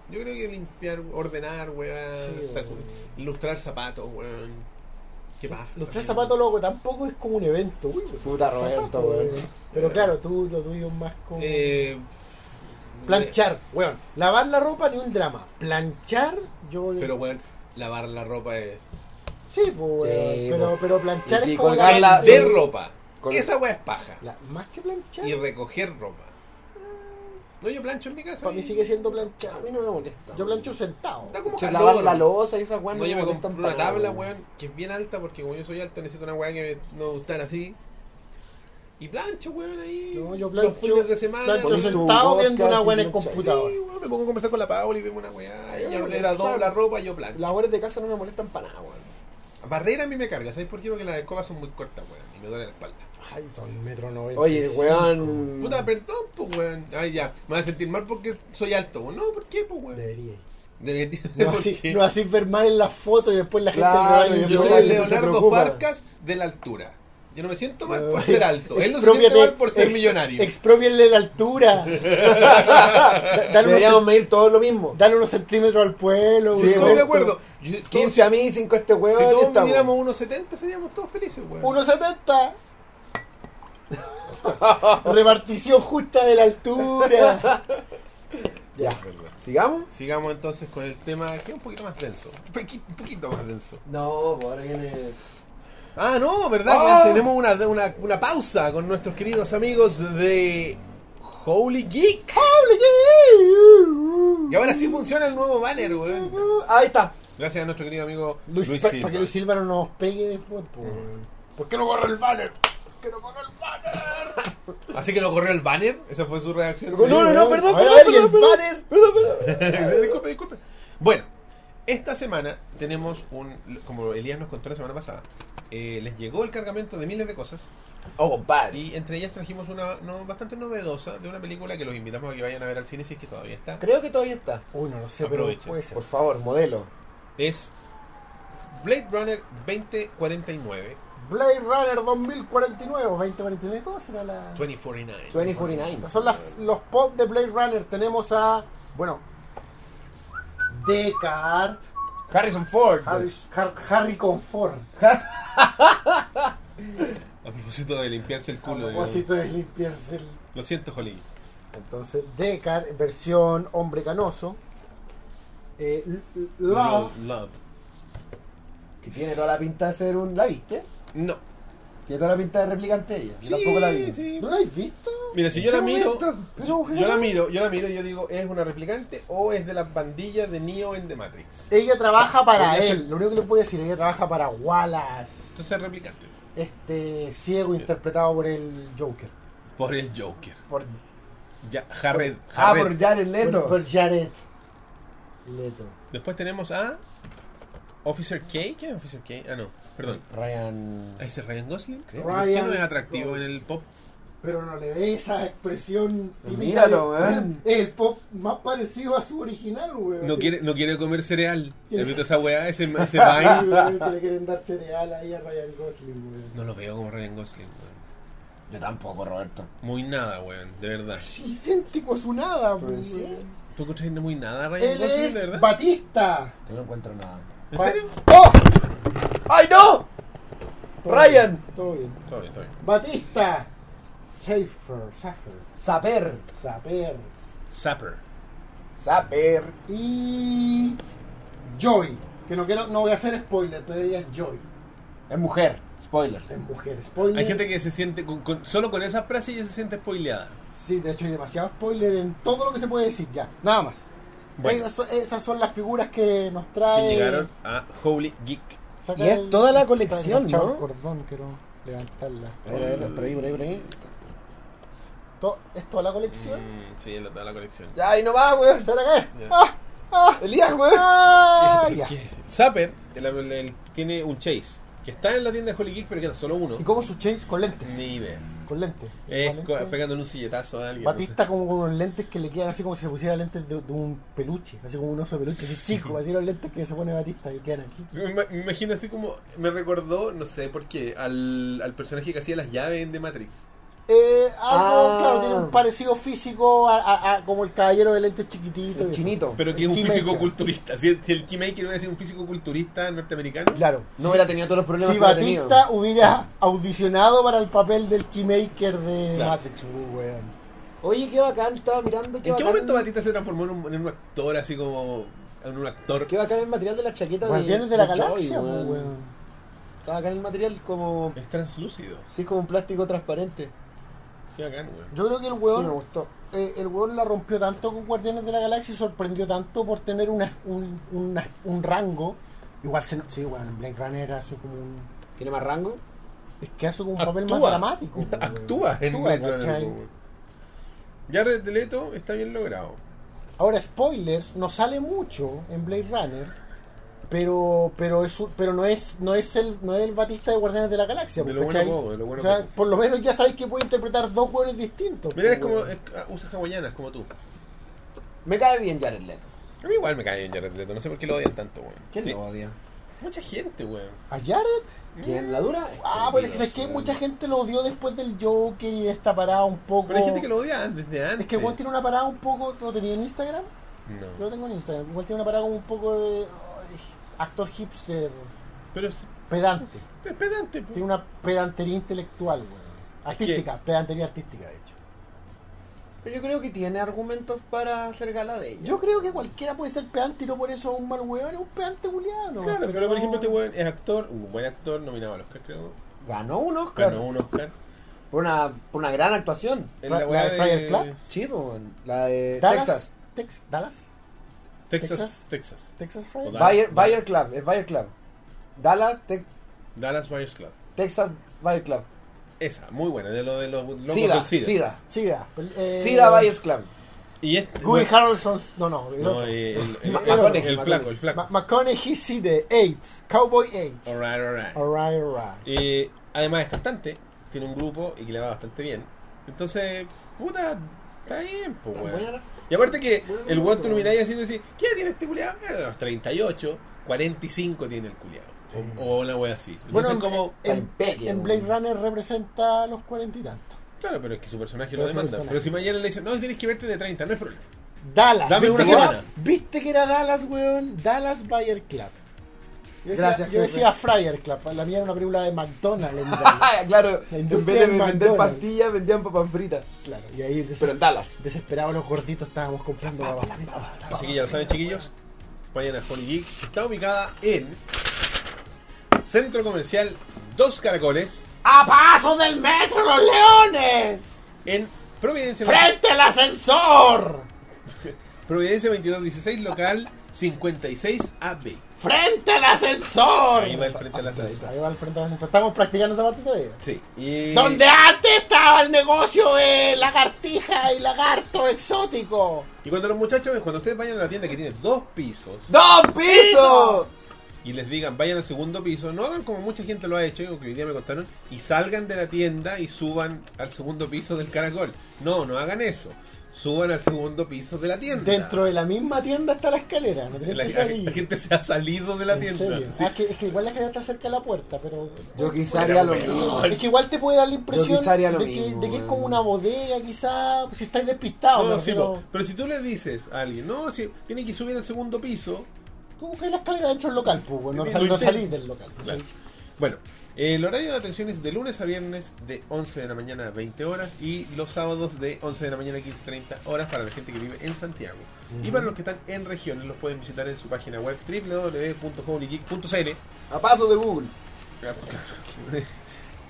A: Yo creo que limpiar, ordenar, weá,
C: Sí,
A: sacu-
C: weón.
A: ilustrar zapatos, weón. Qué paja.
C: Los tres
A: también.
C: zapatos, loco, tampoco es como un evento, güey.
E: Puta, Ah, Roberto, weón.
C: Pero claro, tú lo tuyo es más como...
A: Eh,
C: Planchar, weón. Lavar la ropa ni un drama. Planchar, yo...
A: Pero bueno, lavar la ropa es.
C: Sí, pues, weón.
E: Sí,
C: pero,
E: pues.
C: pero planchar
E: Y- y
C: es como...
E: colgar la-
A: De
E: sí.
A: ropa.
E: Con-
A: Esa weá es paja.
C: la- Más que planchar,
A: Y recoger ropa. No, yo plancho en mi casa.
C: para
A: y-
C: mí sigue siendo
E: A
C: planchar.
E: mí no me molesta.
C: Yo plancho sentado.
A: Está como
E: Che,
A: calor.
E: lavar la losa y esas weón.
A: No, yo
E: me
A: me
E: molestan
A: compré una
E: para nada,
A: tabla, weón, que es bien alta porque como yo soy alto necesito una weá que no gustar así. Y plancho, weón, ahí.
C: No, yo
A: Los
C: plancho,
A: fines de semana.
C: plancho
E: Pones tu
C: sentado
E: vodka,
C: viendo una buena
E: sin
C: en
E: planchar.
A: Sí,
C: computador.
A: weón, me pongo a conversar con la Paola y vemos una weá. Ella
E: Ah,
A: era
E: claro.
A: doble la ropa y yo plancho.
E: Las horas de casa no me molestan para nada, weón.
A: Barrera a mí me carga, ¿sabes por qué? Porque las escobas son muy cortas, weón, y me duele la espalda.
C: Ay, son metro noventa.
E: Oye, weón.
A: Puta, perdón, pues, weón. Ay, ya. Me voy a sentir mal porque soy alto, weón. No, ¿por qué, pues, weón?
C: Debería.
A: Debería.
C: No
A: ¿por
C: así,
A: qué?
C: no así ver mal en las fotos y después la gente
E: Claro,
C: rebaña y
E: yo
A: Yo
E: no,
A: soy
E: la gente se
A: Leonardo
E: preocupa.
A: Farcas de la altura. Yo no me siento mal
C: No.
A: por ser alto. Él no se siente
C: Expropiate-
A: mal por ser
C: ex-
A: millonario.
C: Expropienle la altura. Da- dale,
E: Deberíamos
C: unos,
E: medir todo lo mismo.
C: dale unos centímetros al pueblo.
E: Sí,
C: güey.
A: Estoy de
E: Roberto.
A: acuerdo. Yo- todos-
E: 15 a mí, 5 a este
A: si
E: weón. y
A: todos
E: estamos.
A: midiéramos 1,70 seríamos todos felices, weón.
C: 1,70. Repartición justa de la altura.
E: Ya.
A: Es verdad.
E: ¿Sigamos?
A: Sigamos entonces con el tema que es un poquito más denso. Un poqui- un poquito más denso.
E: No, pues ahora viene.
A: Ah, no, ¿verdad?
E: Ah.
A: Que tenemos una, una, una pausa con nuestros queridos amigos de Holy Geek. Y ahora sí funciona el nuevo banner, weón.
E: Ahí está.
A: Gracias a nuestro querido amigo
C: Luis,
A: Luis Silva.
C: pa- pues, Para que Luis Silva no nos pegue después. po. ¿Por qué no corre el banner?
E: que no corrió el banner.
A: Así que lo corrió el banner. Esa fue su reacción.
E: No, no, no,
C: weón.
E: perdón,
C: A ver, a
E: perdón,
C: ver,
E: perdón,
C: y el
E: perdón.
C: banner.
E: Perdón, perdón.
A: disculpe, disculpe. Bueno, esta semana tenemos un. Como Elías nos contó la semana pasada, eh, les llegó el cargamento de miles de cosas.
E: Oh, compadre.
A: Y entre ellas trajimos una no, bastante novedosa de una película que los invitamos a que vayan a ver al cine si es que todavía está.
E: Creo que todavía está.
C: Uy, no lo sé,
A: Aprovecha.
C: pero puede ser.
E: Por favor, modelo.
A: Es Blade Runner 2049.
C: Blade Runner 2049 o 2049, ¿cómo será la...?
A: Pues- 2049.
E: 2049.
C: Son las- los pop de Blade Runner. Tenemos a, bueno, Descartes,
E: Harrison Ford.
C: Harry, Har- Harry Confort.
A: A propósito de limpiarse el
C: A
A: culo.
C: propósito de limpiarse el-
A: digamos. Lo siento, Jolín.
C: Entonces, Descartes, versión hombre canoso. Eh, L- L- Love,
A: Love.
E: Que tiene toda la pinta de ser un. ¿La viste?
A: No.
E: Tiene toda la pinta de replicante ella. Yo tampoco la vi.
A: sí.
C: ¿no la has visto?
A: Mira, si yo
C: ¿Qué
A: la miro,
C: momento? Pero,
A: yo, yo la miro, yo la miro y yo digo, ¿es una replicante o es de las bandillas de Neo en The Matrix?
C: Ella trabaja para
A: Ella es-
C: él. Lo único que les voy a decir, ella trabaja para Wallace,
A: Entonces es replicante.
C: este ciego interpretado por el Joker.
A: Por el Joker.
E: Por-
A: Ya, Jared.
E: Ah,
A: Jared.
E: por Jared Leto.
C: Por, por Jared Leto.
A: Después tenemos a Officer K. ¿Quién es Officer K? Ah, no, perdón.
E: Ryan.
A: ¿Ese es Ryan Gosling?
E: Creo.
A: ¿Por qué no es
C: Ryan
A: atractivo
C: Gosling.
A: en el pop?
C: Pero no le ve esa expresión típica.
E: Pues Míralo,
C: de-
E: weón.
C: Es el pop más parecido a su original, weón.
A: No quiere, no quiere comer cereal.
C: ¿Quién
A: ¿Has
C: es?
A: visto esa weá? Ese, ese
C: Sí,
A: vine.
C: weón, que le quieren dar cereal ahí a Ryan Gosling, weón.
A: No lo veo como Ryan Gosling, weón.
E: Yo tampoco, Roberto.
A: Muy nada, weón, de verdad.
C: Es idéntico a su nada,
E: Pero
C: weón.
E: Pues sí.
A: ¿Tú encuentras muy nada a Ryan
C: Él
A: Gosling, de
C: es
A: verdad?
C: Batista.
E: Yo no encuentro nada.
A: ¿En serio?
E: ¡Oh! ¡Ay, no!
C: Todo
E: Ryan.
C: bien, todo bien.
A: Está bien, está bien.
C: Batista. Safer, Safer,
E: Saper.
C: Saper.
A: Zapper.
E: Saper.
C: Y. Joy. Que no quiero, no voy a hacer spoiler, pero ella es Joy.
E: Es mujer. Spoiler.
C: Es mujer. Spoiler.
A: Hay gente que se siente, con- con- solo con esa frase ya se siente spoileada.
C: Sí, de hecho hay demasiado spoiler en todo lo que se puede decir ya. Nada más.
A: Bueno.
C: Esas, esas son las figuras que nos
A: Que
C: trae.
A: llegaron a Holy Geek.
C: Saca
E: Y es
C: el-
E: toda la colección,
C: Saca el
E: ¿no?
C: cordón, quiero levantarla.
E: A ver, a ver, por ahí, por ahí, por ahí.
C: To- es toda la colección.
A: Mm, sí, es la, toda la colección.
E: Ya, ahí no va, weón.
C: Se van a caer.
A: Ya.
C: ¡Ah! ¡Ah!
E: Elías, weón.
C: ¡Ah! Ya.
A: ¿Qué? Zapper el- el- el- tiene un Chase que está en la tienda de Holy Geek, pero queda solo uno.
C: ¿Y cómo su chase? Con lentes.
A: Ni idea.
C: Con lentes.
A: Es
C: Con
A: co-
C: lentes.
A: pegándole un silletazo a alguien. no
C: Batista como con unos lentes que le quedan así como si se pusiera lentes de, de un peluche, así como un oso de peluche, así chico, así los lentes que se pone Batista que quedan aquí.
A: sé. Me ima- me imagino así como. Me recordó, no sé por qué, al, al personaje que hacía las llaves en The Matrix.
C: Eh, algo,
E: Ah.
C: claro, tiene un parecido físico a, a- a- como el caballero de lentes chiquitito. y
E: El
C: eso.
E: chinito.
A: Pero que es un
C: Keymaker.
A: físico culturista. Si el, si el Keymaker hubiera sido un físico culturista norteamericano,
E: Claro. No hubiera tenido todos los problemas
C: Si
E: que hubiera tenido.
C: Batista hubiera audicionado para el papel del Keymaker de
A: Claro.
C: Matrix, uh, weón.
E: Oye, qué bacán. Estaba mirando. Qué
A: ¿En qué
E: bacán,
A: momento Batista se transformó en un, en un actor así como. en un actor?
E: Qué bacán el material de la chaqueta
C: Guardianes de la
E: Joy,
C: Galaxia, pues,
E: weón.
C: weón.
E: Está bacán el material como...
A: Es translúcido.
E: Sí, como un plástico transparente.
A: Qué bacán, weón.
C: Yo creo que el
E: Sí, me
C: weón,
E: gustó.
C: eh, el weón la rompió tanto con Guardianes de la Galaxia y sorprendió tanto por tener una, un, una- un rango. Igual se no- sí, weón, en Blade Runner hace como un
E: ¿Tiene más rango?
C: es que hace como un papel más
A: Actúa.
C: dramático. pues, weón.
A: Actúa en
C: Actúa,
A: Blade Runner,
E: pues,
C: ¿cachai?
A: weón. Jared Leto está bien logrado.
C: Ahora spoilers, no sale mucho en Blade Runner, pero pero es un- pero no es no es el no es el Batista de Guardianes de la Galaxia,
A: De
C: pues,
A: lo bueno
C: ¿cachai?
A: poco, de lo bueno
C: O sea,
A: poco.
C: por lo menos ya sabéis que puede interpretar dos juegos distintos.
A: Mira,
C: pues,
A: es como.
C: weón.
A: es- ah, usa hawaianas como tú.
E: Me cae bien Jared Leto.
A: A mí igual me cae bien Jared Leto. No sé por qué lo odian tanto, weón.
E: ¿Quién
A: Eh,
E: lo odia?
A: Mucha gente, weón.
C: ¿A Jared?
E: ¿Quién la dura?
C: Ah, pero es que, ¿sabes qué? mucha gente lo odió después del Joker y de esta parada un poco.
A: Pero hay gente que lo odia desde antes.
C: Oh. Es que el weón tiene una parada un poco. ¿Lo tenía en Instagram? Yo
A: No.
C: lo tengo en Instagram. Igual tiene una parada como un poco de. ay, actor hipster.
A: Pero es,
C: Pedante.
A: es pedante, po.
C: Tiene una pedantería intelectual, weón. Artística, pedantería artística, de hecho.
E: Pero yo creo que tiene argumentos para hacer gala de ella.
C: Yo creo que cualquiera puede ser pedante y no por eso es un mal weón, es un pedante culiano.
A: Claro, pero, por ejemplo, este weón es actor, un buen actor, nominado al Oscar, creo.
E: Ganó un Oscar.
A: Ganó un Oscar.
E: Por, una, por una gran actuación.
A: En
C: Fra-
A: la
C: la
A: weá
C: de Friar Club.
E: Sí, po, weón. la de
C: Dallas,
E: Texas.
C: Tex- ¿Dallas?
A: Texas, Texas.
C: ¿Texas Friday?
A: Pues Dallas,
E: Bayer,
A: Dallas.
E: Bayer Club, es Bayer Club. Dallas, Tex-
A: Dallas Buyers Club.
E: Texas, Bayer Club.
A: Esa, muy buena, de lo de los locos
E: pues Sida,
A: del SIDA.
E: Sida.
C: Sida. eh,
E: Sida Valles Clan.
A: Y este.
C: Woody
A: bueno,
C: Harrelson. No, no. el
A: no,
C: otro.
A: eh, el, el,
E: Ma-
A: el-
E: McConaughey,
A: el flaco, el flaco.
C: Ma- McConaughey sí de AIDS. Cowboy AIDS. Alright,
A: Alright, alright.
C: alright. alright.
A: Eh, además es cantante, tiene un grupo y que le va bastante bien. Entonces, puta, está bien, pues, weón.
E: Buena la-
A: Y aparte que
E: Buena
A: el
E: la
A: weón
E: foto,
A: tú lo miráis así y decís, ¿qué edad tiene este culiado? 38, 45 tiene el culiado. O una wea así. Entonces
C: Bueno, eh,
A: como,
C: en,
E: Tampeque,
C: en
E: güey.
C: Blade Runner representa a los cuarenta y tantos.
A: claro, pero es que su personaje
C: Pero
A: lo
C: su
A: demanda.
C: personaje.
A: Pero si mañana le dicen, no, tienes que verte de 30, no es problema.
C: Dallas.
A: Dame
C: ¿Viste
A: una
C: que era-
A: semana.
C: ¿Viste que era Dallas, weón? Dallas Bayer Club. Yo decía,
E: Gracias,
C: yo
E: jefe.
C: decía Fryer Club. La mía era una película de McDonald's. en Dallas,
E: Ah, claro,
C: La
E: en
C: industria
E: vez de
C: del
E: vender
C: McDonald's.
E: pastillas, vendían papas fritas.
C: claro. Y ahí des-
E: Pero en Dallas.
C: desesperados los gorditos estábamos comprando
E: Ah,
C: papas fritas.
A: Así que ya lo saben, chiquillos. Vayan a Holy Geeks. Está ubicada en Centro Comercial Dos Caracoles,
C: ¡A paso del metro, los leones!
A: en Providencia.
C: ¡Frente al ascensor!
A: Providencia 2216, local 56AB.
C: ¡Frente al ascensor! Ah,
A: Ahí va el frente a la salsa.
C: Ahí va el frente al ascensor. Estamos practicando esa parte todavía.
A: Sí. Y...
C: Donde antes estaba el negocio de lagartija y lagarto exótico.
A: Y cuando los muchachos, cuando ustedes vayan a la tienda que tiene dos pisos
E: ¡Dos pisos!
A: y les digan vayan al segundo piso, no hagan como mucha gente lo ha hecho, que hoy día me contaron, y salgan de la tienda y suban al segundo piso del caracol. No, no hagan eso. Suban al segundo piso de la tienda.
C: Dentro de la misma tienda está la escalera, no tienes
A: la,
C: que
A: la- la
C: salir.
A: gente se ha salido de la
C: En
A: tienda.
C: serio.
A: Sí.
C: Ah, es, que, es que igual la escalera está cerca de la puerta, pero...
E: Yo quizá haría lo mismo.
C: Es que igual te puede dar la impresión
E: quizá haría lo
C: de, que,
E: mismo,
C: de que es
E: weón.
C: como una bodega, quizá, si estáis despistados.
A: No,
C: me
A: sí,
C: refiero-
A: po. pero si tú le dices a alguien, no, si tiene que subir al segundo piso,
C: Tú buscas la escalera dentro del local, pues, weón, no,
A: Sí,
C: sal-
A: lo
C: no
A: intento.
C: salís del local. no
A: Claro.
C: salís.
A: Bueno, el horario de atención es de lunes a viernes de 11 de la mañana a 20 horas y los sábados de 11 de la mañana a 15.30 horas para la gente que vive en Santiago. Y para los que están en regiones los pueden visitar en su página web www.holygeek.cl
E: A paso de Google.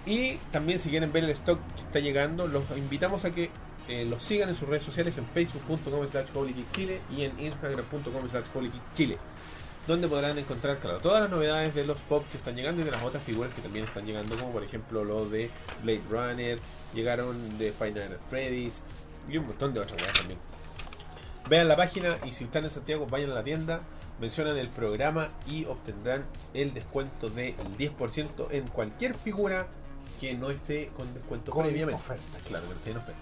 A: y también si quieren ver el stock que está llegando, los invitamos a que eh, los sigan en sus redes sociales en facebook.com slash holygeekchile y en instagram.com slash holygeekchile donde podrán encontrar claro, todas las novedades de los pop que están llegando y de las otras figuras que también están llegando, como por ejemplo lo de Blade Runner, llegaron de Final Nights at Freddy's y un montón de otras cosas también. Vean la página y si están en Santiago, vayan a la tienda, mencionan el programa y obtendrán el descuento del 10% en cualquier figura que no esté con descuento
C: Con
A: previamente.
C: oferta.
A: Claro, que no esté en oferta.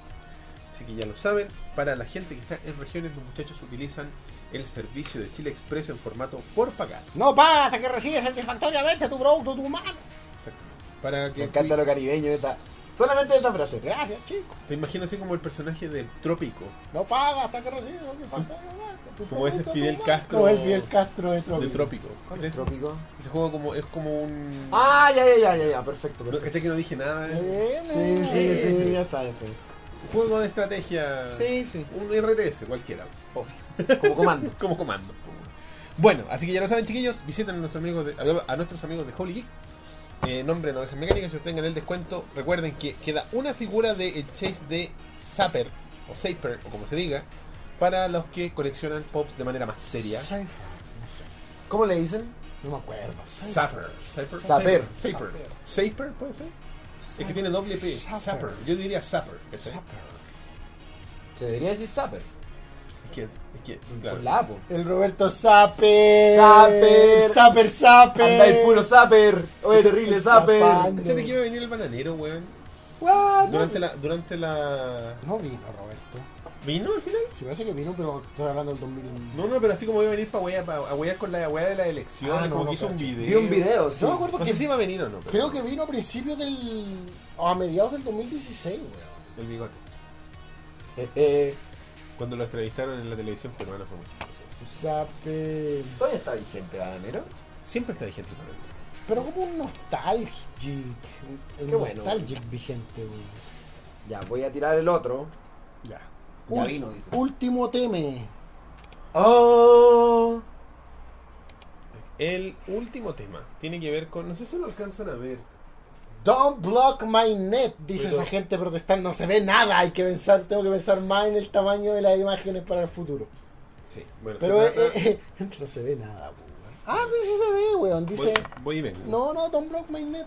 A: Así que ya lo saben, para la gente que está en regiones, los muchachos utilizan el servicio de Chile Express en formato por pagar.
C: No paga hasta que recibes satisfactoriamente tu producto, tu mano.
A: Para
E: Me
A: que
E: encanta lo caribeño esa. Solamente esa frase.
C: Gracias, chico.
A: te imaginas así como el personaje del Trópico,
C: No paga hasta que recibes satisfactoriamente tu
A: Como ese
C: producto, tu
A: Fidel
C: mano.
A: Castro-
C: Como el Fidel Castro de Trópico.
A: de Trópico.
E: ¿Cuál es
A: Ese-
E: trópico?
A: Ese juego como es como un
E: Ah, ya, ya, ya, ya, ya. Perfecto,
A: no,
E: perfecto.
A: ¿cachai que no dije nada.
C: Eh,
E: Sí, sí, sí, sí, ya está, ya está.
A: Juego de estrategia.
E: Sí, sí.
A: Un RTS cualquiera.
E: Como comando.
A: Como comando. Bueno, así que ya lo saben, chiquillos. Visiten a nuestros amigos de, a, a nuestros amigos de Holy Geek. Eh, nombre en Ovejas Mecánicas si obtengan el descuento. Recuerden que queda una figura de el Chase de Zapper o Saper o como se diga para los que coleccionan pops de manera más seria.
C: Cypher.
E: ¿Cómo le dicen?
C: No me acuerdo. Cypher.
A: Zapper. Zapper.
E: Zapper.
A: Saper. Saper, puede ser. Es que tiene doble P.
C: Zapper.
A: Zapper. Yo diría Zapper. ¿cachai?
E: Se debería decir Zapper. Ah, pues.
A: Es que, es que, claro.
E: Con la apo.
C: El Roberto Zapper.
E: Zapper.
C: Zapper, Zapper.
E: Anda el puro Zapper. Oye, terrible Zapper.
C: Zapando.
A: ¿Cachai que iba a venir el bananero, weón?
E: What?
A: Durante la, durante la...
C: No vino, Roberto.
A: ¿Vino al final?
C: Sí, parece que vino, pero estoy hablando del 2000.
A: No, no, pero así como iba a venir para huear, a huear con la hueá de la elección,
C: Ah, no,
A: como
C: no,
A: que hizo un
C: cacho.
A: video.
E: Vi un video, sí.
C: Yo me acuerdo
A: No
C: que
A: sé si iba a venir o no. pero-
C: Creo que vino a principios del. o a mediados del 2016, weón.
A: El bigote.
E: Eh, eh,
A: Cuando lo entrevistaron en la televisión peruana fue muy chistoso.
C: Zapper.
E: Todavía está vigente, bananero.
A: Siempre está vigente para él.
C: Pero como un nostalgic. Un
E: Qué bueno.
C: nostalgic vigente, weón.
E: Ya, voy a tirar el otro.
C: Ya.
E: Ya
C: Ul-
E: vino, dice.
C: Último tema.
E: Oh.
A: El último tema tiene que ver con... No sé si lo alcanzan a ver.
C: Don't block my net, dice
A: Pero-
C: esa gente protestando. No se ve nada, hay que pensar, tengo que pensar más en el tamaño de las imágenes para el futuro.
A: Sí, bueno.
C: Pero
A: se
C: eh,
A: trata-
C: eh, eh, no se ve nada, po, weón. Ah, pero sí se ve, weón.
A: voy,
C: Dice,
A: voy y vengo.
C: no, no, don't block my net.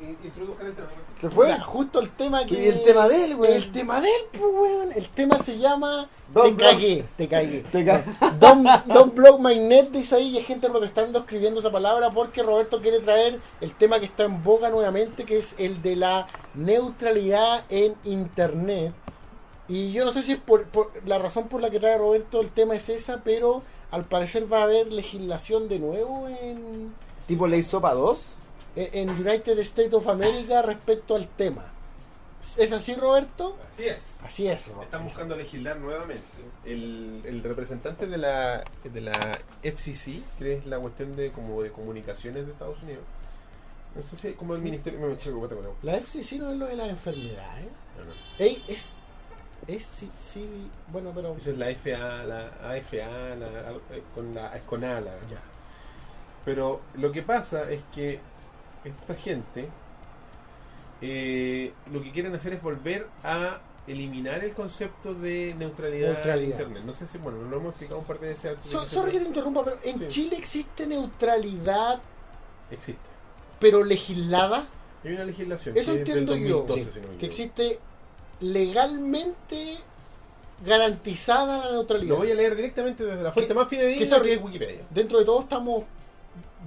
B: in- Introduzcan el tema.
E: Se fue.
C: O sea, justo el tema que.
E: Y el tema de él, güey.
C: El tema de él, pues, weón. El tema se llama.
E: Don't
C: te
E: block-
C: cagué, te cagué.
E: Te ca-
C: Don't, don't block my net, dice ahí. Y hay gente protestando escribiendo esa palabra porque Roberto quiere traer el tema que está en boga nuevamente, que es el de la neutralidad en internet. Y yo no sé si es por, por- la razón por la que trae Roberto el tema es esa, pero al parecer va a haber legislación de nuevo en,
E: tipo Ley Sopa 2.
C: en United States of America respecto al tema. ¿Es así, Roberto?
B: Así es.
C: Así es, Roberto.
B: Están buscando legislar nuevamente.
A: El, el representante de la, de la FCC, que es la cuestión de como de comunicaciones de Estados Unidos. No sé si como el ministerio... Me eché el copete con agua.
C: La FCC no es lo de las enfermedades.
A: No, no.
C: Ey, es. Es sí, sí, Bueno, pero.
A: Esa es la FA, la AFA, la, eh, con la ESCONALA.
C: Ya.
A: Pero lo que pasa es que esta gente eh, lo que quieren hacer es volver a eliminar el concepto de neutralidad, en
C: Neutralidad.
A: internet. No sé si, bueno, lo hemos explicado un par de veces antes. de
C: So-
A: que se-
C: sorry que te interrumpa, pero en
A: Sí.
C: Chile existe neutralidad,
A: Existe.
C: pero legislada.
A: Hay una legislación.
C: Eso
A: que es del
C: entiendo yo.
A: 2012,
C: sí,
A: si no me equivoco.
C: que existe legalmente garantizada la neutralidad.
A: Lo voy a leer directamente desde la fuente
C: Que-
A: más
C: que
A: fidedigna
C: se-
A: que es Wikipedia.
C: Dentro de todo estamos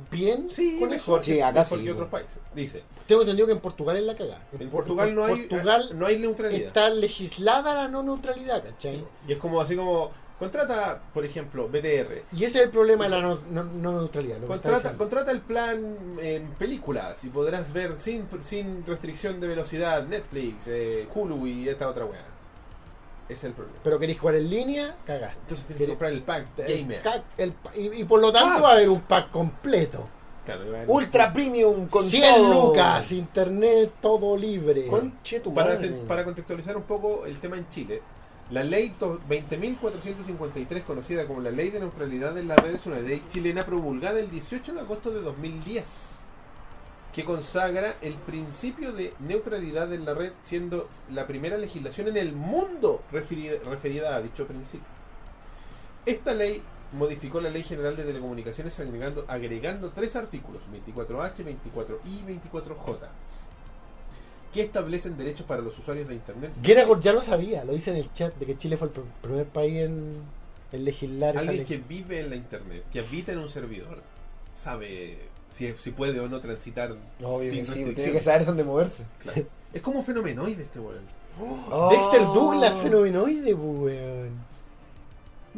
C: bien
A: Sí,
C: con eso.
A: mejor,
E: Sí,
A: que-
E: acá
A: mejor
E: sí,
A: que
E: bueno.
A: otros países. Dice,
C: Tengo entendido que en Portugal es la cagada.
A: en Portugal no hay, ah,
C: Portugal
A: no hay neutralidad.
C: está legislada la no neutralidad, ¿cachai?
A: Y es como así como, contrata, por ejemplo, BTR.
C: Y ese es el problema de la no, no- no neutralidad. lo que está
A: Contrata,
C: diciendo.
A: contrata el plan en películas y podrás ver sin, sin restricción de velocidad Netflix, eh, Hulu y esta otra weá. Ese es el problema.
C: Pero queréis jugar en línea, cagaste.
A: Entonces tienes que comprar el pack gamer.
C: El ca- el pa- y, y por lo tanto
E: Ah.
C: va a haber un pack completo.
A: Claro, y va en-
E: Ultra Premium con
C: 100
E: todo.
C: lucas, internet, todo libre.
E: Conche tu
A: para,
E: madre.
A: te- para contextualizar un poco el tema en Chile, la ley to- 20.453, conocida como la Ley de Neutralidad en las Redes, es una ley chilena promulgada el 18 de agosto de 2010, que consagra el principio de neutralidad en la red, siendo la primera legislación en el mundo referi- referida a dicho principio. Esta ley modificó la Ley General de Telecomunicaciones agregando, agregando tres artículos, 24H, 24I y 24J, que establecen derechos para los usuarios de Internet
C: Gregor ya lo sabía, lo dice en el chat, de que Chile fue el pr- primer país en, en legislar esa
A: Alguien
C: ley.
A: que vive en la internet, que habita en un servidor, sabe si, si puede o no transitar
E: Obvio que
A: sin
E: sí, tiene que
A: restricciones.
E: saber dónde moverse.
A: Claro. Es como un fenomenoide este weón.
C: Dexter
E: Oh.
C: Douglas, fenomenoide, weón.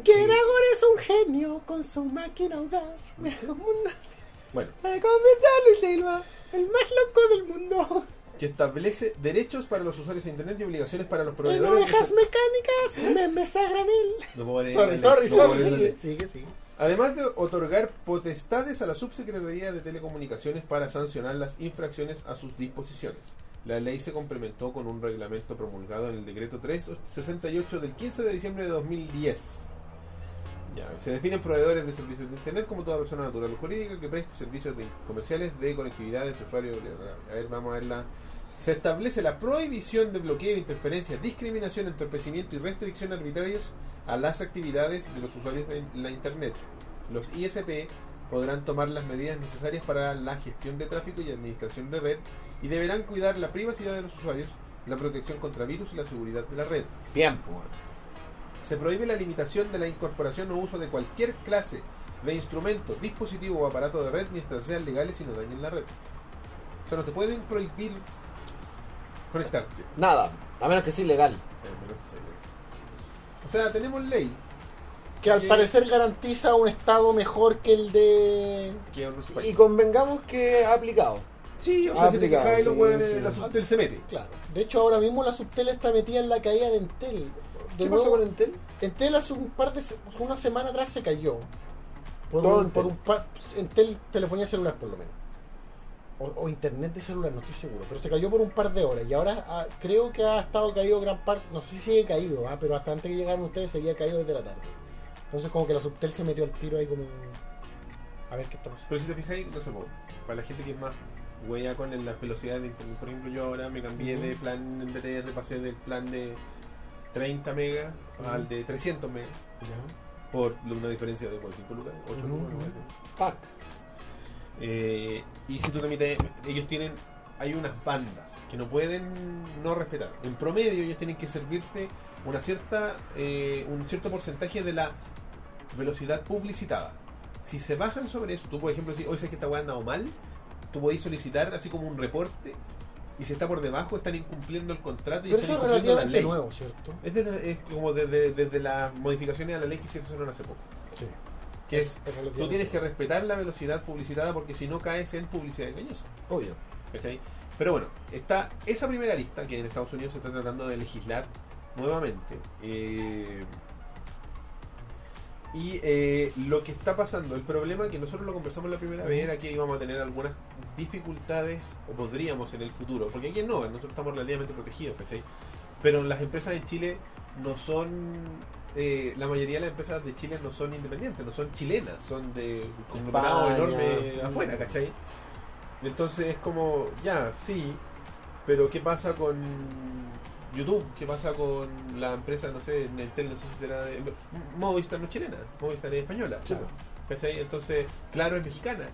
C: Gregor es un genio con su máquina audaz. El mundo
A: Bueno,
C: se convirtió en Luis Silva, el más loco del mundo.
A: que establece derechos para los usuarios de internet y obligaciones para los
C: En
A: proveedores. de
C: ovejas
A: ser-
C: mecánicas, memes a granel.
A: No puedo leer
C: Sorry,
A: la
C: sorry,
A: ley, no puedo
C: sorry.
A: leer la
C: Sigue,
A: ley.
C: sigue, sigue.
A: Además de otorgar potestades a la Subsecretaría de Telecomunicaciones para sancionar las infracciones a sus disposiciones. La ley se complementó con un reglamento promulgado en el decreto 368 del 15 de diciembre de 2010. Ya, se definen proveedores de servicios de Internet como toda persona natural o jurídica que preste servicios de- comerciales de conectividad entre usuarios. bla, bla, bla. A ver, vamos a verla. Se establece la prohibición de bloqueo, interferencia, discriminación, entorpecimiento y restricción arbitrarios a las actividades de los usuarios de la Internet. Los ISP podrán tomar las medidas necesarias para la gestión de tráfico y administración de red y deberán cuidar la privacidad de los usuarios, la protección contra virus y la seguridad de la red.
E: Bien, pues.
A: Se prohíbe la limitación de la incorporación o uso de cualquier clase de instrumento, dispositivo o aparato de red mientras sean legales y no dañen la red. O sea, no te pueden prohibir conectarte.
E: Nada, a menos que sea ilegal.
A: Eh, menos que sea ilegal. O sea, tenemos ley
C: Que al
A: Sí.
C: parecer garantiza un estado mejor que el de.
A: que otros
E: Y
A: países-
E: convengamos que ha aplicado.
A: Sí, o sea, si te
E: Aplicado,
A: cae los
E: sí,
A: hueones,
E: Ah, sí.
A: la Subtel se mete.
C: Claro. De hecho, ahora mismo la subtela está metida en la caída de Entel. De
E: ¿Qué
C: nuevo,
E: pasó con Entel?
C: Entel hace un par de. se- Una semana atrás se cayó. Por
E: Todo
C: un,
E: Entel.
C: por un par. Entel, telefonía celular, por lo menos. O, o internet de celular, no estoy seguro. Pero se cayó por un par de horas. Y ahora ah, creo que ha estado caído gran parte. No sé si sigue caído, ah, pero hasta antes que llegaran ustedes seguía caído desde la tarde. Entonces, como que la subtel se metió al tiro ahí, como. A ver qué está pasando.
A: Pero si te fijáis, no sé, po, para la gente que es más huella con el- las velocidades de internet, por ejemplo, yo ahora me cambié de plan en BTR, pasé del plan de 30 megas
C: Ujú.
A: al de 300 megas por una diferencia de 5 lucas, 8
C: Ujú,
A: lucas. algo
C: ujú.
A: así.
E: Fuck.
A: Eh, y si tú te metes, ellos tienen hay unas bandas que no pueden no respetar. En promedio ellos tienen que servirte una cierta eh, un cierto porcentaje de la velocidad publicitada. Si se bajan sobre eso, tú por ejemplo, si hoy sabes que esta weá ha andado mal, tú podéis solicitar así como un reporte y si está por debajo están incumpliendo el contrato y
C: Pero eso
A: están
C: es
A: incumpliendo la
C: relativamente
A: ley.
C: nuevo, ¿cierto?
A: Este Es, desde- es como desde, desde las modificaciones a la ley que se hicieron hace poco.
C: Sí.
A: Que es,
C: Es relativamente
A: tú tienes que
C: nuevo.
A: respetar la velocidad publicitada porque si no caes en publicidad engañosa.
E: Obvio.
A: ¿Cachai? Pero bueno, está esa primera lista que en Estados Unidos se está tratando de legislar nuevamente. Eh, y eh, lo que está pasando, el problema que nosotros lo conversamos la primera vez era que íbamos a tener algunas dificultades, o podríamos en el futuro, porque aquí en Nova nosotros estamos relativamente protegidos, ¿cachai? Pero las empresas en Chile no son. eh, la mayoría de las empresas de Chile no son independientes, no son chilenas, son de conglomerados
E: España.
A: enormes afuera, ¿cachai? Entonces es como, ya, sí, pero ¿qué pasa con YouTube? ¿Qué pasa con la empresa, no sé, Nintendo, no sé si será de... Movistar no es chilena, Movistar es española.
E: Claro.
A: ¿Cachai? Entonces, claro, es mexicana.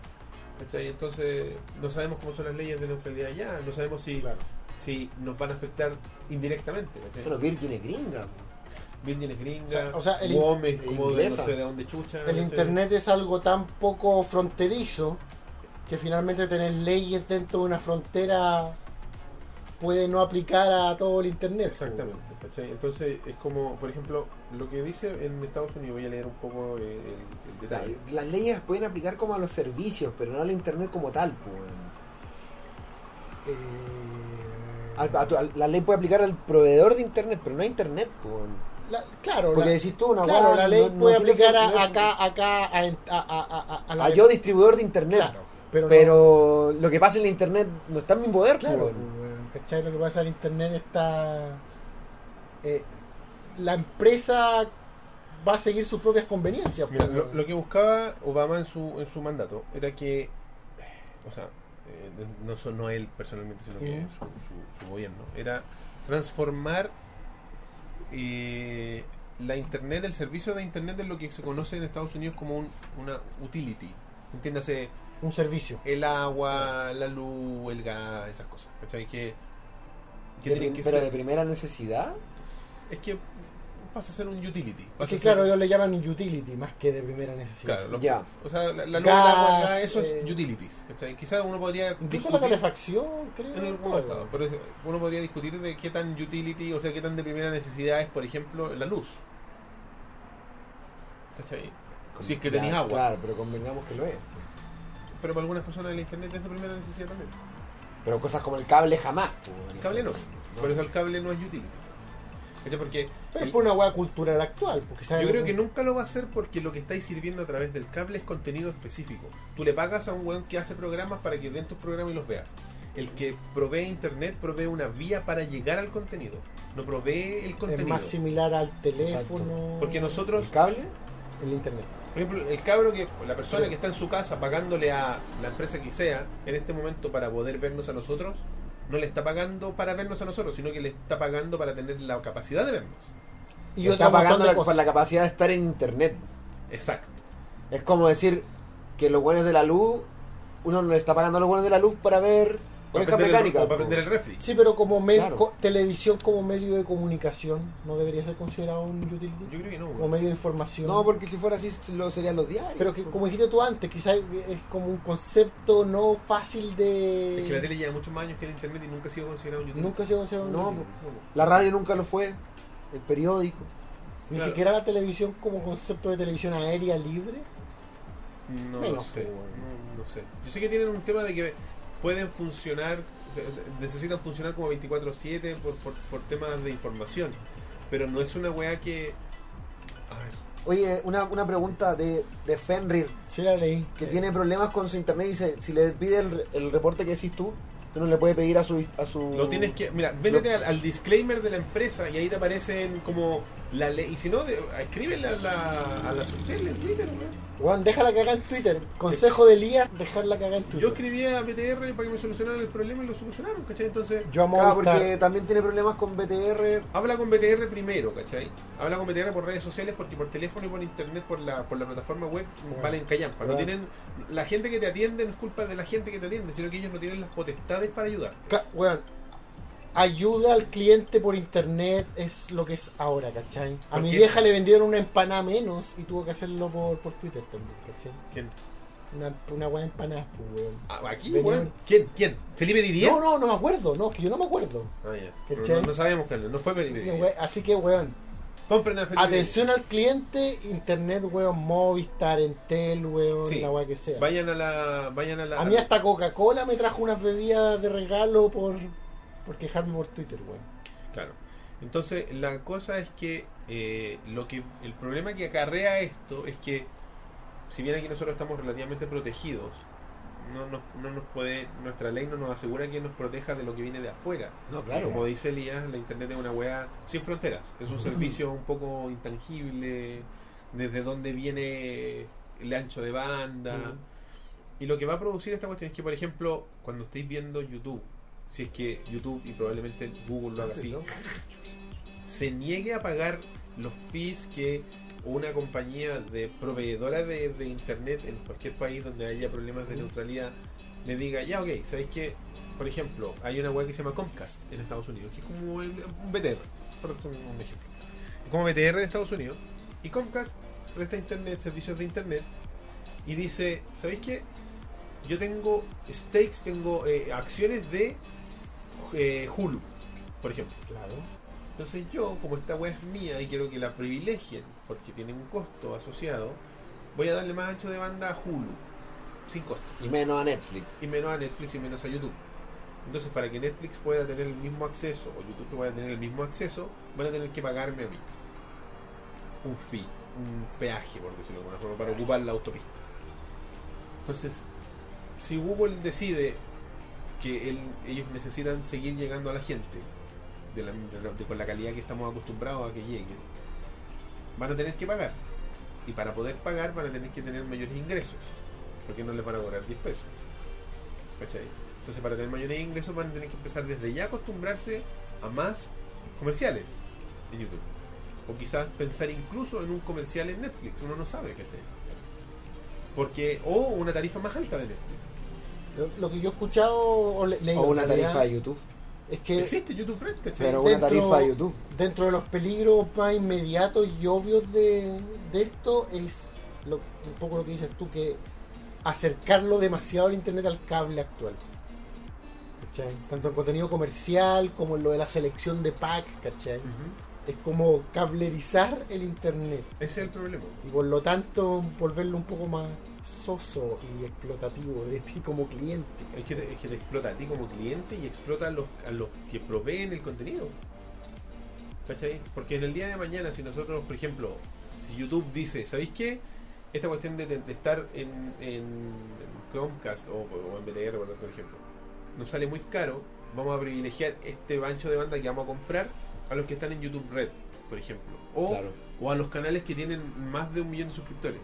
A: ¿Cachai? Entonces, no sabemos cómo son las leyes de neutralidad ya, no sabemos si,
C: Claro.
A: si nos van a afectar indirectamente. ¿cachai?
E: Bueno, Virgin es gringa. po.
A: Virgin es gringa,
C: O sea, o sea, el in-
A: Guam es como de no
E: inglesa.
A: sé de dónde chucha.
C: El
A: ¿cachai?
C: internet es algo tan poco fronterizo que finalmente tener leyes dentro de una frontera puede no aplicar a todo el internet.
A: Exactamente, ¿cachai? Entonces es como, por ejemplo, lo que dice en Estados Unidos, voy a leer un poco el, el detalle.
E: Las leyes pueden aplicar como a los servicios, pero no al internet como tal. po, weón. Al- a tu- al- la ley puede aplicar al proveedor de internet, pero no a internet. po, weón.
C: La- claro,
E: Porque
C: la,
E: decís tú, una
C: claro,
E: weá,
C: la ley
E: no- no
C: puede
E: tiene que-
C: aplicar
E: no
C: a,
E: es-
C: acá, acá, a, a- a- a- a la
E: A
C: de-
E: yo, distribuidor de internet.
C: Claro, pero,
E: pero
C: no-
E: lo que pasa en la internet no está en mi poder. po,
C: claro,
E: weón.
C: ¿cachai? Lo que pasa, el internet está... eh, la empresa va a seguir sus propias conveniencias.
A: Mira,
C: pues,
A: lo, lo que buscaba Obama en su, en su mandato era que, o sea, eh, de- no, so- no él personalmente, sino que
C: Ujú.
A: su, su- su gobierno, era transformar eh, la Internet, el servicio de Internet de lo que se conoce en Estados Unidos como un- una utility. Entiéndase,
C: un servicio.
A: el agua, la luz, el gas, esas cosas. ¿Cachai? Que, que
E: De
A: tienen
E: prim-
A: que
E: pero
A: ser-
E: de primera necesidad.
A: Es que pasa a ser un utility.
C: Es
A: pasa
C: que
A: a ser-
C: claro, ellos le llaman un utility más que de primera necesidad.
A: Claro, lo-
E: Ya.
A: o sea, la, la luz,
C: Gas,
A: el agua, el gas, eso
C: eh,
A: es utilities. Quizás uno podría
C: Incluso la
A: discutir
C: calefacción, creo.
A: en algún
C: todo.
A: estado, pero es- uno podría discutir de qué tan utility, o sea, qué tan de primera necesidad es, por ejemplo, la luz. ¿Cachai? Si es que
E: Ya,
A: tenéis agua.
E: Claro, pero convengamos que lo es.
A: Pero para algunas personas el internet es de primera necesidad también.
E: Pero cosas como el cable jamás. po, weón.
A: El cable no.
E: No.
A: Por eso el cable no es utility. ¿Cachai? Porque
C: Pero
A: el-
C: es por una hueá cultural actual. Porque
A: Yo creo que nunca lo va a hacer porque lo que estáis sirviendo a través del cable es contenido específico. Tú le pagas a un weón que hace programas para que den tus programas y los veas. El que provee internet provee una vía para llegar al contenido. No provee el
C: Es
A: contenido.
C: más similar al teléfono.
A: Porque nosotros,
E: ¿El cable?
C: El internet.
A: por ejemplo, el cabro que, la persona que está en su casa pagándole a la empresa que sea, en este momento para poder vernos a nosotros, no le está pagando para vernos a nosotros, sino que le está pagando para tener la capacidad de vernos.
C: Y
E: está
C: otro montón
E: pagando
C: de
E: la-
C: cosas.
E: por la capacidad de estar en internet.
A: Exacto.
E: Es como decir que los buenos de la luz, uno no le está pagando a los buenos de la luz para ver pues,
A: Para
E: oveja
A: prender el-
E: mecánica.
A: o para prender el refri.
C: Sí, pero como medio,
E: Claro.
C: co- televisión como medio de comunicación, ¿no debería ser considerado un utility?
A: Yo creo que no.
C: Como
A: weón.
C: medio de información.
E: No, porque si fuera así lo serían los diarios. pues,
C: Pero que, como dijiste tú antes, quizás es como un concepto no fácil de...
A: Es que la tele lleva muchos más años que el internet y nunca ha sido considerado un YouTube.
C: Nunca se considera un
E: No,
C: utility.
E: la radio nunca lo fue, el periódico.
C: Ni
A: pues, Claro.
C: siquiera la televisión como concepto de televisión aérea libre.
A: No lo
C: Menos,
A: sé.
C: pues,
A: No, no sé. Yo sé que tienen un tema de que pueden funcionar, de- de- necesitan funcionar como 24-7 por, por, por temas de información. Pero no es una weá que. A ver.
E: Oye, una, una pregunta de, de Fenrir,
C: Sí la leí.
E: que
C: Eh,
E: tiene problemas con su internet y se- si le pide el, el reporte que decís tú, uno le puede pedir a su... A su
C: Mm.
A: Lo tienes que. Mira, vénete al, al disclaimer de la empresa y ahí te aparecen como La le- y si no, de- escríbele a la, a la Subtel en Twitter, weón.
C: Weón, deja la cagada en Twitter. Consejo de Elías, dejar la cagada en Twitter.
A: Yo escribí a BTR para que me solucionaran el problema y lo solucionaron, ¿cachai? Entonces,
C: Yo amo
E: Ah,
C: Movistar.
E: porque también tiene problemas con BTR.
A: habla con BTR primero, ¿cachai? Habla con BTR por redes sociales, porque por teléfono y por internet, por la, por la plataforma web, valen callampa. No
C: Claro.
A: tienen, la gente que te atiende no es culpa de la gente que te atiende, sino que ellos no tienen las potestades para ayudarte.
C: Ca- weón, ayuda al cliente por internet es lo que es ahora, ¿cachai? A
A: ¿Por
C: mi
A: qué?
C: vieja le vendieron una empanada menos y tuvo que hacerlo por, por Twitter también, ¿cachai?
A: ¿Quién?
C: Una, una buena empanada, pues, weón.
A: Ah, ¿Aquí,
C: Venía-
A: weón? ¿Quién? ¿Quién? ¿Felipe Didier?
C: No, no, no me acuerdo, no, es que yo no me acuerdo.
A: Ah, ya. Pero
C: ¿Cachai?
A: No, no sabemos, Carlos. No fue Felipe
C: Mira,
A: Didier.
C: weón, Así que, weón,
A: Compren a Felipe
C: atención al cliente, internet, weón, Movistar, Entel, weón,
A: Sí.
C: la weá que sea.
A: Didier. Vayan a la... Vayan a la...
C: A mí hasta Coca-Cola me trajo unas bebidas de regalo por, por quejarme por Twitter, weón.
A: Claro. Entonces, la cosa es que, eh, lo que el problema que acarrea esto es que, si bien aquí nosotros estamos relativamente protegidos, no nos, no nos puede, nuestra ley no nos asegura que nos proteja de lo que viene de afuera.
E: No,
A: Y Como dice Elías, la Internet es una weá sin fronteras. Es un servicio un poco intangible, desde donde viene el ancho de banda.
C: Ujú.
A: Y lo que va a producir esta cuestión es que, por ejemplo, cuando estéis viendo YouTube, si es que YouTube y probablemente Google lo haga así, se niegue a pagar los fees que una compañía de proveedora de, de internet en cualquier país donde haya problemas de neutralidad le diga, ya ok, ¿sabéis que Por ejemplo, hay una web que se llama Comcast en Estados Unidos, que es como el- un BTR, por otro- un ejemplo. Como BTR de Estados Unidos. Y Comcast presta internet, servicios de internet, y dice, ¿sabéis qué? Yo tengo stakes, tengo eh, acciones de eh, Hulu, por ejemplo.
C: Claro.
A: Entonces yo, como esta web es mía y quiero que la privilegien, porque tiene un costo asociado, voy a darle más ancho de banda a Hulu, sin costo,
E: Y menos a Netflix.
A: y menos a Netflix y menos a YouTube. Entonces para que Netflix pueda tener el mismo acceso, o YouTube que pueda tener el mismo acceso, van a tener que pagarme a mí. Un fee, un peaje, por decirlo de alguna forma, para ocupar la autopista. Entonces, si Google decide que él- ellos necesitan seguir llegando a la gente de la- de la- de- con la calidad que estamos acostumbrados a que lleguen, van a tener que pagar. Y para poder pagar van a tener que tener mayores ingresos, porque no les van a cobrar 10 pesos. ¿Cachai? Entonces para tener mayores ingresos van a tener que empezar desde ya a acostumbrarse a más comerciales en YouTube. O quizás pensar incluso en un comercial en Netflix, uno no sabe, ¿cachai? Porque, o una tarifa más alta de Netflix.
C: Lo, lo que yo he escuchado o le- leído
E: O una
C: en realidad,
E: tarifa de YouTube.
C: es que
A: Existe YouTube Red, ¿cachai?
E: Pero
C: dentro-
E: una tarifa de YouTube.
C: dentro de los peligros más inmediatos y obvios de, de esto es lo, un poco lo que dices tú, que acercarlo demasiado al Internet al cable actual. ¿Cachai? Tanto en contenido comercial como en lo de la selección de pack, ¿cachai?
A: Ujú.
C: Es como cablerizar el Internet
A: Ese es el problema.
C: y por lo tanto volverlo un poco más soso y explotativo de ti como cliente.
A: Es que, te, es que te explota a ti como cliente y explota a los, a los que proveen el contenido. ¿Cachai? Porque en el día de mañana, si nosotros, por ejemplo, si YouTube dice, ¿sabéis qué? Esta cuestión de, de estar en, en Chromecast o, o en BTR, por por ejemplo, nos sale muy caro, vamos a privilegiar este ancho de banda que vamos a comprar a los que están en YouTube Red, por ejemplo. O,
E: Claro.
A: o a los canales que tienen más de un millón de suscriptores,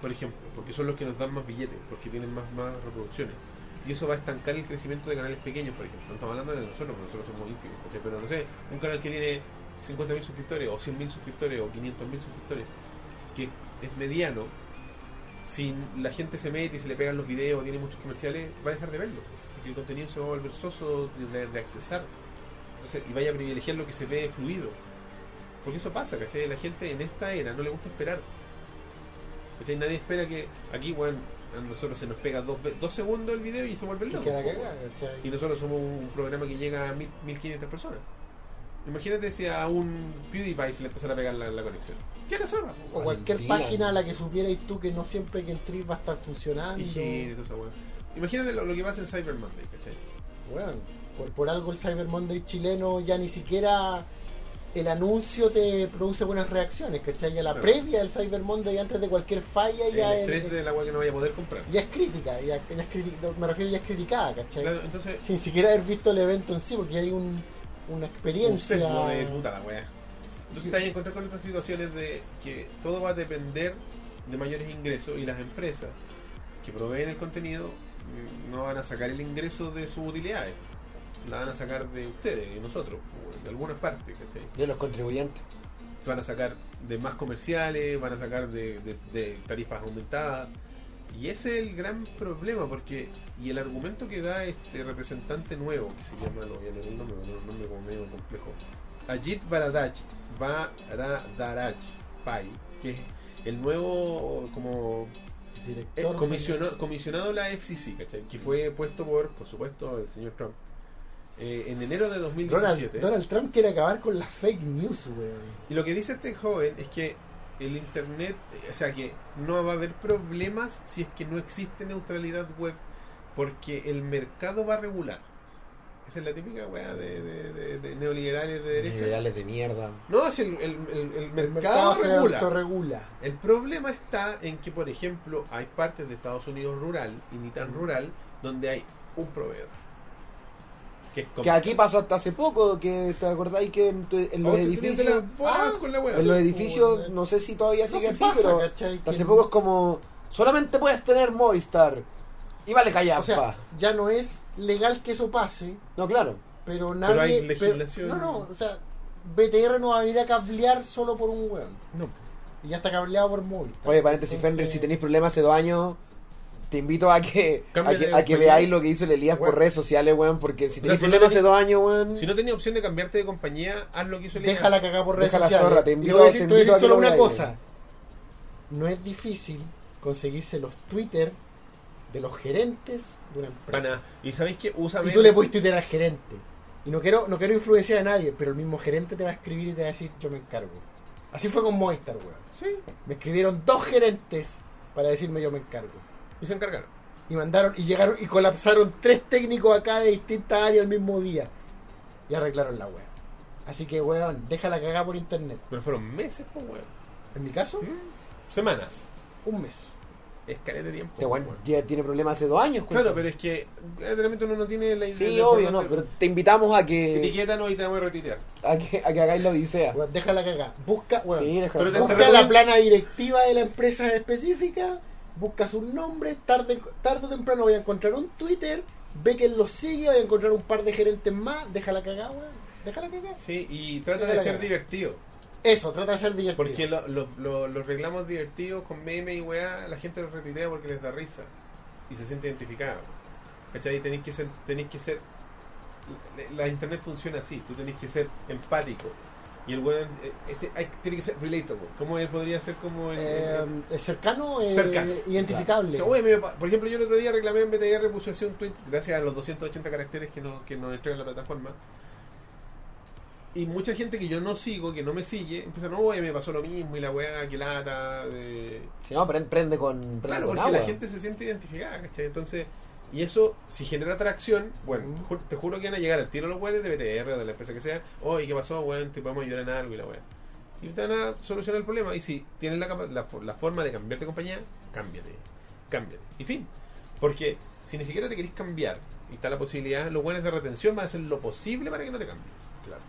A: por ejemplo, porque son los que nos dan más billetes, porque tienen más, más reproducciones. Y eso va a estancar el crecimiento de canales pequeños, por ejemplo. No estamos hablando de nosotros, porque nosotros somos ínfimos, ¿cachai? pero no sé, un canal que tiene 50.000 suscriptores, o 100.000 suscriptores, o 500.000 suscriptores, que es mediano, si la gente se mete y se le pegan los videos, tiene muchos comerciales, va a dejar de verlo. Porque el contenido se va a volver soso de, de- de accesar. Entonces, y vaya a privilegiar lo que se ve fluido. Porque eso pasa, ¿cachai? La gente en esta era no le gusta esperar. ¿Cachai? Nadie espera que aquí, bueno, a nosotros se nos pega dos, ve- dos segundos el video y se vuelve
C: Y
A: loco.
C: que la cagada, ¿cachai?
A: Y nosotros somos un programa que llega a mil, 1500 personas. Imagínate si a un PewDiePie se le empezara a pegar la, la conexión. ¿Qué la zorra?
C: O cualquier
E: Valentina.
C: página a la que supierais tú que no siempre que entres va a estar funcionando.
A: Higiene, toda esa weá. Imagínate lo, lo que pasa en Cyber Monday, ¿cachai?
C: Weón, por, por algo el Cyber Monday chileno ya ni siquiera el anuncio te produce buenas reacciones, ¿cachai? Ya la
A: Claro.
C: previa del Cyber Monday antes de cualquier falla ya
A: el
C: es,
A: estrés del agua que no vaya a poder comprar.
C: ya es crítica, ya, ya es criti- me refiero ya es criticada, ¿cachai?
A: Claro, entonces,
C: Sin siquiera haber visto el evento en sí, porque hay un, una
A: un
C: experiencia.
A: sesgo de puta la weá. Entonces te vas a encontrar con estas situaciones de que todo va a depender de mayores ingresos y las empresas que proveen el contenido mm, no van a sacar el ingreso de sus utilidades. La van a sacar de ustedes, de nosotros, o de algunas partes, ¿cachai?
E: De los contribuyentes.
A: se van a sacar de más comerciales, van a sacar de, de- de tarifas aumentadas. Y ese es el gran problema, porque. Y el argumento que da este representante nuevo, que se llama, lo voy a leer el nombre, porque es un nombre como medio complejo. Ajit Baradaraj, Baradaraj Pai, que es el nuevo como eh,
C: Director.
A: comisionado, comisionado de la FCC, ¿cachai? Que fue puesto por, por supuesto, el señor Trump. eh, en enero de 2017.
C: Donald, Donald Trump quiere acabar con las fake news, weón.
A: Y lo que dice este joven es que el internet, eh, o sea que no va a haber problemas si es que no existe neutralidad web, porque el mercado va a regular. Esa es la típica weá de, de- de- de neoliberales de derecha.
E: Liberales de mierda.
A: No, si el, el- el- el
C: El
A: mercado
C: se
A: regula.
C: autorregula.
A: El problema está en que, por ejemplo, hay partes de Estados Unidos rural y ni
E: Mm.
A: tan rural donde hay un proveedor. Que, es
E: Que aquí pasó hasta hace poco, que te acordáis que en, tu- en
A: Oh,
E: los
A: te tienes
E: edificios...
A: la bola con la wea.
E: en los
C: Sí,
E: edificios,
C: pues,
E: no sé si todavía
C: No
E: sigue
C: se
E: así,
C: pasa,
E: pero
C: ¿cachai?
E: hasta hace
C: Que-
E: poco es como... Solamente puedes tener Movistar. Y vale callar,
C: O sea, ya no es legal que eso pase,
E: No, claro.
C: pero nadie.
A: hay legislación.
C: no, no, o sea, BTR no va a venir a cablear solo por un weón.
A: No.
C: Y ya está cableado por Movistar.
E: Oye, paréntesis,
C: Entonces-
E: Fenrir, si tenéis problemas hace dos años, te invito a que, a
A: Cámbiale
E: que,
A: de
E: a que
A: compañía.
E: veáis lo que hizo el Elías
A: Weón.
E: por redes sociales, weón, porque si
A: O sea,
E: tenéis
A: si no
E: problemas hace
A: tenés-
E: dos años, weón,
A: Si no tenía opción de cambiarte de compañía, haz lo que hizo el
C: Deja la cagada por redes
E: Deja la
C: sociales.
E: zorra, te
C: Y
E: invito
C: voy a
E: a-
C: decir,
E: te
C: te voy a
E: invito a
C: decir
E: que
C: solo
E: lo
C: una
E: veas.
C: cosa. No es difícil conseguirse los Twitter de los gerentes de una empresa.
A: Pana, y sabéis que usa
C: Y tú le puedes tuitear al gerente. Y no quiero, no quiero influenciar a nadie, pero el mismo gerente te va a escribir y te va a decir yo me encargo. Así fue con Movistar, weón.
A: Sí,
C: Me escribieron dos gerentes para decirme yo me encargo.
A: y se encargaron.
C: Y mandaron, y llegaron, y colapsaron tres técnicos acá de distintas áreas el mismo día. Y arreglaron la web. Así que, weón, deja la cagada por internet.
A: Pero fueron meses, pues, weón.
C: En mi caso,
A: Mm, Semanas.
C: un mes.
A: Es caleta de tiempo.
E: este weón
A: weón.
E: ya tiene problemas hace dos años,
A: Claro,
E: cuéntame.
A: pero es que eh, realmente uno no tiene la idea.
E: Sí,
A: de-
E: obvio,
A: de-
E: no, pero te invitamos a que,
A: Etiquétanos y te vamos a retuitear.
E: a que, a que hagáis la odisea.
C: Weón, deja la cagada. Busca, weón,
E: Sí, deja
A: Pero
E: la
A: te-
E: zorra.
A: te-
C: busca la
A: recomiendo-
C: plana directiva de la empresa específica, busca sus nombres, tarde, tarde o temprano voy a encontrar un Twitter, ve que los sigue, voy a encontrar un par de gerentes más, deja la cagada, weón. Deja la cagada.
A: Sí, y trata
C: Deja
A: de
C: la
A: ser
C: cagada.
A: divertido.
C: Eso, trata de ser divertido.
A: Porque lo- lo- lo- los reclamos divertidos con meme y weá, la gente los retuitea porque les da risa y se siente identificada. ¿Cachai? Tenéis que ser. Tenéis que ser la, la internet funciona así, tú tenés que ser empático. Y el weón eh, este, hay- tiene que ser relatable. Como él podría ser como el. el-
C: Eh, eh, cercano, eh,
A: Cercano.
C: identificable.
A: o sea, oye, me- por ejemplo, yo el otro día reclamé en BTR, puse así un tweet, gracias a los 280 caracteres que nos, que nos entrega la plataforma. Y mucha gente que yo no sigo, que no me sigue, empieza, no, oye, me pasó lo mismo y la weá, que lata. de
E: Si no, pre- prende con, prende
A: Claro,
E: con
A: porque
E: agua.
A: la gente se siente identificada, ¿cachai? Entonces, y eso, si genera atracción, bueno,
C: Mm.
A: ju- te juro que van a llegar al tiro los weones de BTR o de la empresa que sea, oye, ¿qué pasó, weón? Te podemos ayudar en algo y la weá. Y te van a solucionar el problema. Y si tienes la, capa- la, fo- la forma de cambiarte de compañía, cámbiate. Cámbiate. Y fin. Porque si ni siquiera te querés cambiar y está la posibilidad, los weones de retención van a hacer lo posible para que no te cambies. Claro.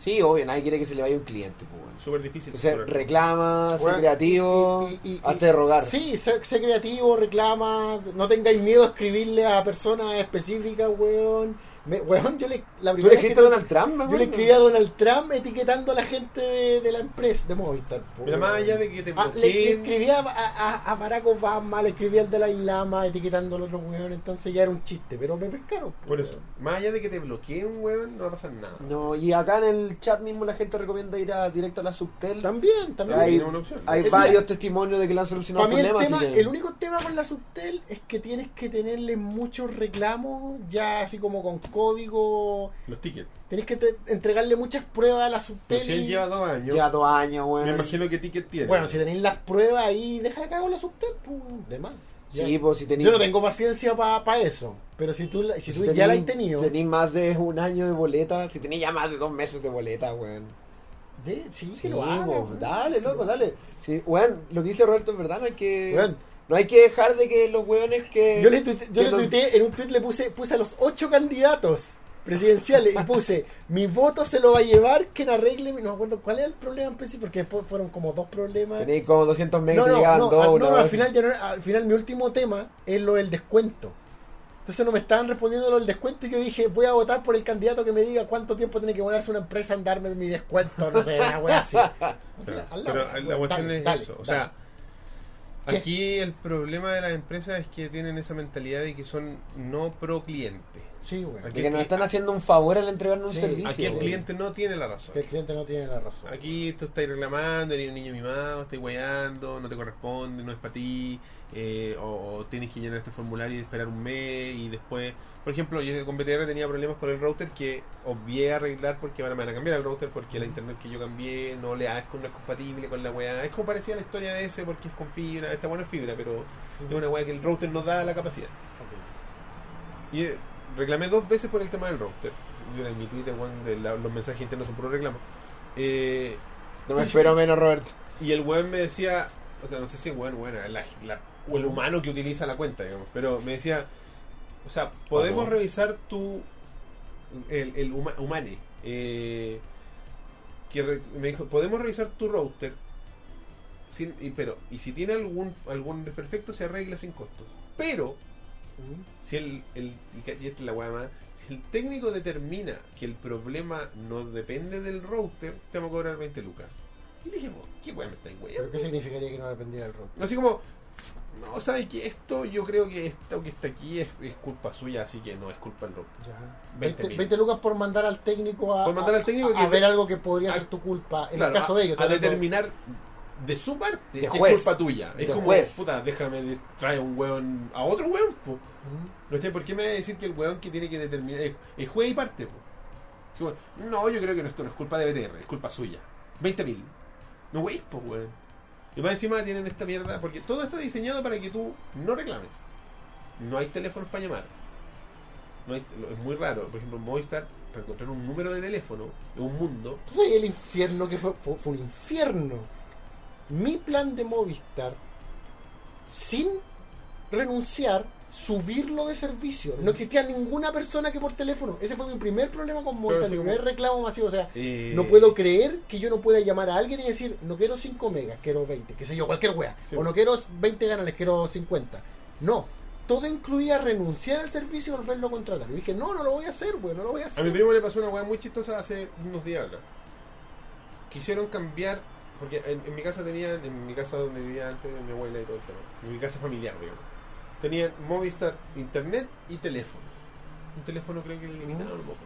E: Sí, obvio, nadie quiere que se le vaya un cliente, pues, weón.
A: Súper difícil.
E: Entonces,
A: Pero-
E: reclama, sé
C: Weón,
E: creativo,
C: y- y- y- y-
E: hazte de rogar.
C: Sí, sé, sé creativo, reclama, no tengáis miedo a escribirle a personas específicas, weón. Me- weón, yo le, la primera
E: Tú le
C: vez
E: escribiste a
C: que-
E: Donald Trump,
C: Yo
E: weón?
C: le escribí a Donald Trump etiquetando a la gente de, de la empresa, de Movistar. po,
A: Mira, más
C: weón.
A: allá de que te
C: Ah, le, le
A: bloqueen-
C: escribí a, a- a Barack Obama, le escribí al de la Lama etiquetando al otro weón, entonces ya era un chiste, pero me pescaron. pues. po,
A: Por eso,
C: weón.
A: más allá de que te bloqueen, weón, no va a pasar nada.
E: No, y acá en el chat mismo la gente recomienda ir a, directo a la subtel.
C: También, también.
E: Hay,
A: También es una opción.
E: hay
C: Es
E: varios
C: la-
E: testimonios de que le han solucionado
C: Para mí el,
E: problemas.
C: tema,
E: así que-
C: el único tema con la Subtel es que tienes que tenerle muchos reclamos, ya así como con código.
A: Los tickets.
C: Tienes que te- entregarle muchas pruebas a la Subtel.
A: Pero si él
C: y-
A: lleva dos años,
E: Lleva dos años, weón.
A: me imagino que ticket tiene.
C: Bueno, si tenéis las pruebas ahí, déjala cagar con la Subtel, pues, weón, de más. Ya.
E: Sí, pues si tenéis.
C: Yo no tengo paciencia para eso, pero si tú, la- si tú ya la has tenido,
E: Tenéis más de un año de boleta. Si tenéis ya más de dos meses de boleta, weón.
C: de- sí, que
E: Sí,
C: lo haga,
E: po,
C: weón.
E: Dale, loco, dale. Sí, weón, lo que dice Roberto es verdad, no hay que.
C: Weón.
E: No hay que dejar de que los weones que.
C: Eh, Yo le, tuite- yo
E: que
C: le
E: los-
C: tuiteé, en un tweet le puse, puse a los ocho candidatos presidenciales y puse, mi voto se lo va a llevar quien arregle, mi-". no me acuerdo cuál era el problema en principio, porque después fueron como dos problemas.
E: Tenéis como 200 megas
C: No,
E: y te
C: no,
E: llegaban
C: no,
E: dos.
C: al- no,
E: una
C: no,
E: vez.
C: al final, ya no era- al final mi último tema es lo del descuento. Entonces no me estaban respondiendo lo del descuento y yo dije, voy a votar por el candidato que me diga cuánto tiempo tiene que demorarse una empresa en darme mi descuento, no sé, una wea así.
A: Claro,
C: Al lado, pues,
A: Pero la
C: dale,
A: cuestión es
C: dale,
A: eso. O
C: dale.
A: sea,
C: ¿Qué?
A: aquí el problema de las empresas es que tienen esa mentalidad de que son no pro cliente.
C: Sí, wea.
A: Aquí
E: De que nos
A: que-
E: están haciendo un favor al entregarnos
C: Sí,
E: un servicio. pues.
A: Aquí el
C: sí.
E: güey.
A: cliente no tiene la razón.
C: Que el cliente no tiene la razón.
A: Aquí tú estás reclamando, eres un niño mimado, estás guayando, no te corresponde, no es para ti, eh, o, o tienes que llenar este formulario y esperar un mes y después... Por ejemplo, yo con BTR tenía problemas con el router que obvié a arreglar porque ahora me van a cambiar el router porque la internet que yo cambié no le es, no es compatible con la weá. Es como parecía la historia de ese porque es con fibra, está buena fibra, pero es una weá que el router no da la capacidad. Y eh, reclamé dos veces por el tema del router. Yo en mi Twitter, weón, de la- los mensajes internos son puro reclamo. Eh,
E: No me espero menos, Roberto.
A: y el weón me decía, o sea, no sé si el weón, bueno, la- la- o el humano que utiliza la cuenta, digamos, pero me decía, o sea, podemos
E: Ojo.
A: revisar tu, el, el huma- humane, eh, que re- me dijo, podemos revisar tu router, sin, y, pero, y si tiene algún, algún desperfecto se arregla sin costos, pero si el, el, y ca- y esta es la weá más, si el técnico determina que el problema no depende del router, te vamos a cobrar 20 lucas. Y le dije, "Vos, ¿qué weá me estáis
C: ¿Pero
A: weyando?
C: qué significaría que no arrependiera el router?
A: Así como, no, ¿sabes que Esto, yo creo que esto que está aquí es, es culpa suya, así que no es culpa del router.
C: Ya.
A: 20
C: 20,
A: mil.
C: 20 lucas por mandar al técnico a,
A: Por mandar al técnico
C: a- a
A: que-
C: ver algo que podría
A: a-
C: ser tu culpa. En
A: Claro,
C: el caso
A: a,
C: de ellos,
A: a determinar de su parte
E: De
A: que
E: juez.
A: es culpa tuya. Es
E: De
A: como,
E: juez.
A: puta, déjame de- traer un weón a otro weón, po. No sé, ¿por qué me va a decir que el weón que tiene que determinar es, es juez y parte? po? Es como, No, yo creo que no, esto no es culpa de BTR, es culpa suya. 20.000. No weis, po, weón. Y más encima tienen esta mierda, porque todo está diseñado para que tú no reclames. No hay teléfonos para llamar. No hay- lo- es muy raro. Por ejemplo, en Movistar, para encontrar un número de teléfono, es un mundo.
C: ¿Tú sabes el infierno que fue? Fue, fue un infierno. Mi plan de Movistar, sin renunciar, subirlo de servicio. No existía ninguna persona que por teléfono. Ese fue mi primer problema con Movistar,
A: sí,
C: mi
A: como-
C: primer reclamo masivo. O sea,
A: Eh,
C: no puedo creer que yo no pueda llamar a alguien y decir, no quiero 5 megas, quiero 20, qué sé yo, cualquier wea.
A: Sí.
C: O no quiero 20 ganales, quiero 50. No. Todo incluía renunciar al servicio y volverlo a contratar. Y dije, no, no lo voy a hacer, wey, no lo voy a
A: A
C: hacer.
A: mi primo le pasó una weá muy chistosa hace unos días atrás. Quisieron cambiar, porque en, en mi casa tenían, en mi casa donde vivía antes, mi abuela y todo el tema, en mi casa familiar, digamos, tenían Movistar, internet y teléfono. Un teléfono creo que limitado, no me acuerdo.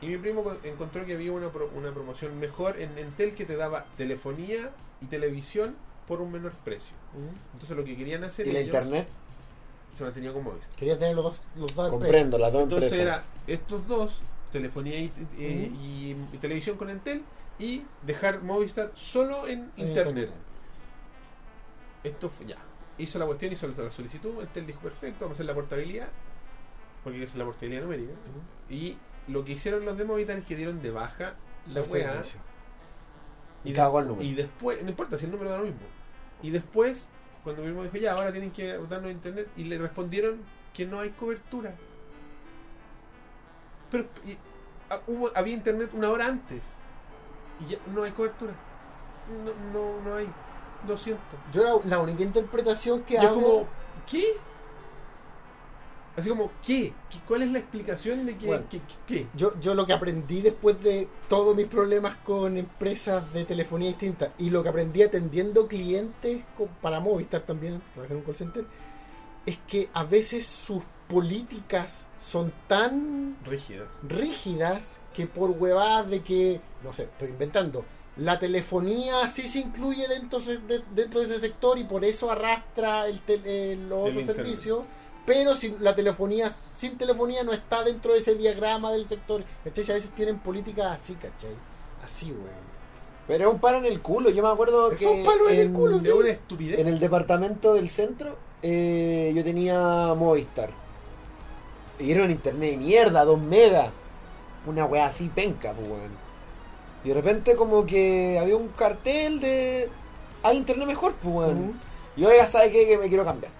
A: Y mi primo co- encontró que había una, pro- una promoción mejor en Entel que te daba telefonía y televisión por un menor precio.
C: Mm.
A: Entonces lo que querían hacer
E: Y la
A: ellos
E: internet,
A: se mantenía con Movistar.
C: Quería tener los dos, los dos al precio.
E: comprendo, las dos
A: Entonces
E: empresas.
A: era estos dos, telefonía y, eh, y- y televisión con Entel, y dejar Movistar solo en
C: En
A: Internet. Esto fue ya. Hizo la cuestión, hizo la solicitud, Entel dijo perfecto, vamos a hacer la portabilidad, porque hay que hacer la portabilidad numérica. Y lo que hicieron los de Movistar es que dieron de baja la
C: El
A: weá
C: servicio.
E: Y
A: de-
E: cagó el número.
A: y después, no importa si el número da lo mismo. Y después, cuando mi primo dijo, ya, ahora tienen que darnos internet, y le respondieron que no hay cobertura. Pero y- ah, hubo, había internet una hora antes. Y ya no hay cobertura. No, no, no hay. Lo siento.
C: Yo la, la única interpretación que
A: Y es
C: hago...
A: como, ¿qué? Así como, ¿qué? ¿Qué- ¿Cuál es la explicación de que,
C: Bueno.
A: que- que- qué?
C: Yo, yo lo que aprendí después de todos mis problemas con empresas de telefonía distintas y lo que aprendí atendiendo clientes con- para Movistar también, trabajé en un call center, es que a veces sus políticas son tan
A: Rígidas.
C: rígidas que por huevadas de que, no sé, estoy inventando, la telefonía sí se incluye dentro, se- de, dentro de ese sector y por eso arrastra el tel- eh, los
A: El
C: otros
A: internet.
C: servicios, pero sin la telefonía, sin telefonía no está dentro de ese diagrama del sector. ¿Cachai? A veces tienen políticas así, ¿cachai? Así, weón.
E: Pero es un palo en el culo. Yo me acuerdo
C: Es
E: que.
C: un palo en el culo, sí.
A: Es una estupidez.
E: En el departamento del centro eh, yo tenía Movistar. Y era un internet de mierda, 2 megas. Una weá así penca, pues weón. Y de repente como que había un cartel de... Hay internet mejor, pues weón.
C: Ujú.
E: Yo ya sabe que, que me quiero cambiar.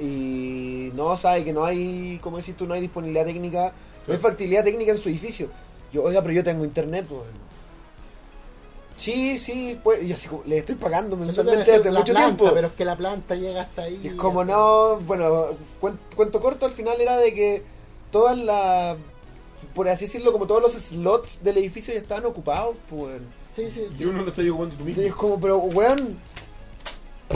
E: y no sabe que no hay, como decís tú, no hay disponibilidad técnica, no hay factibilidad técnica en su edificio. Yo, oiga, pero yo tengo internet, pues. Sí, sí, pues, y yo así como, le estoy pagando mensualmente hace
C: la
E: mucho
C: planta,
E: tiempo.
C: Pero es que la planta llega hasta ahí.
E: Y es como no, bueno, cuen- cuento corto al final era de que todas las, por así decirlo, como todos los slots del edificio ya estaban ocupados, pues.
C: Sí, sí.
A: Yo no lo estoy ocupando tú mismo.
E: Y es como, pero weón,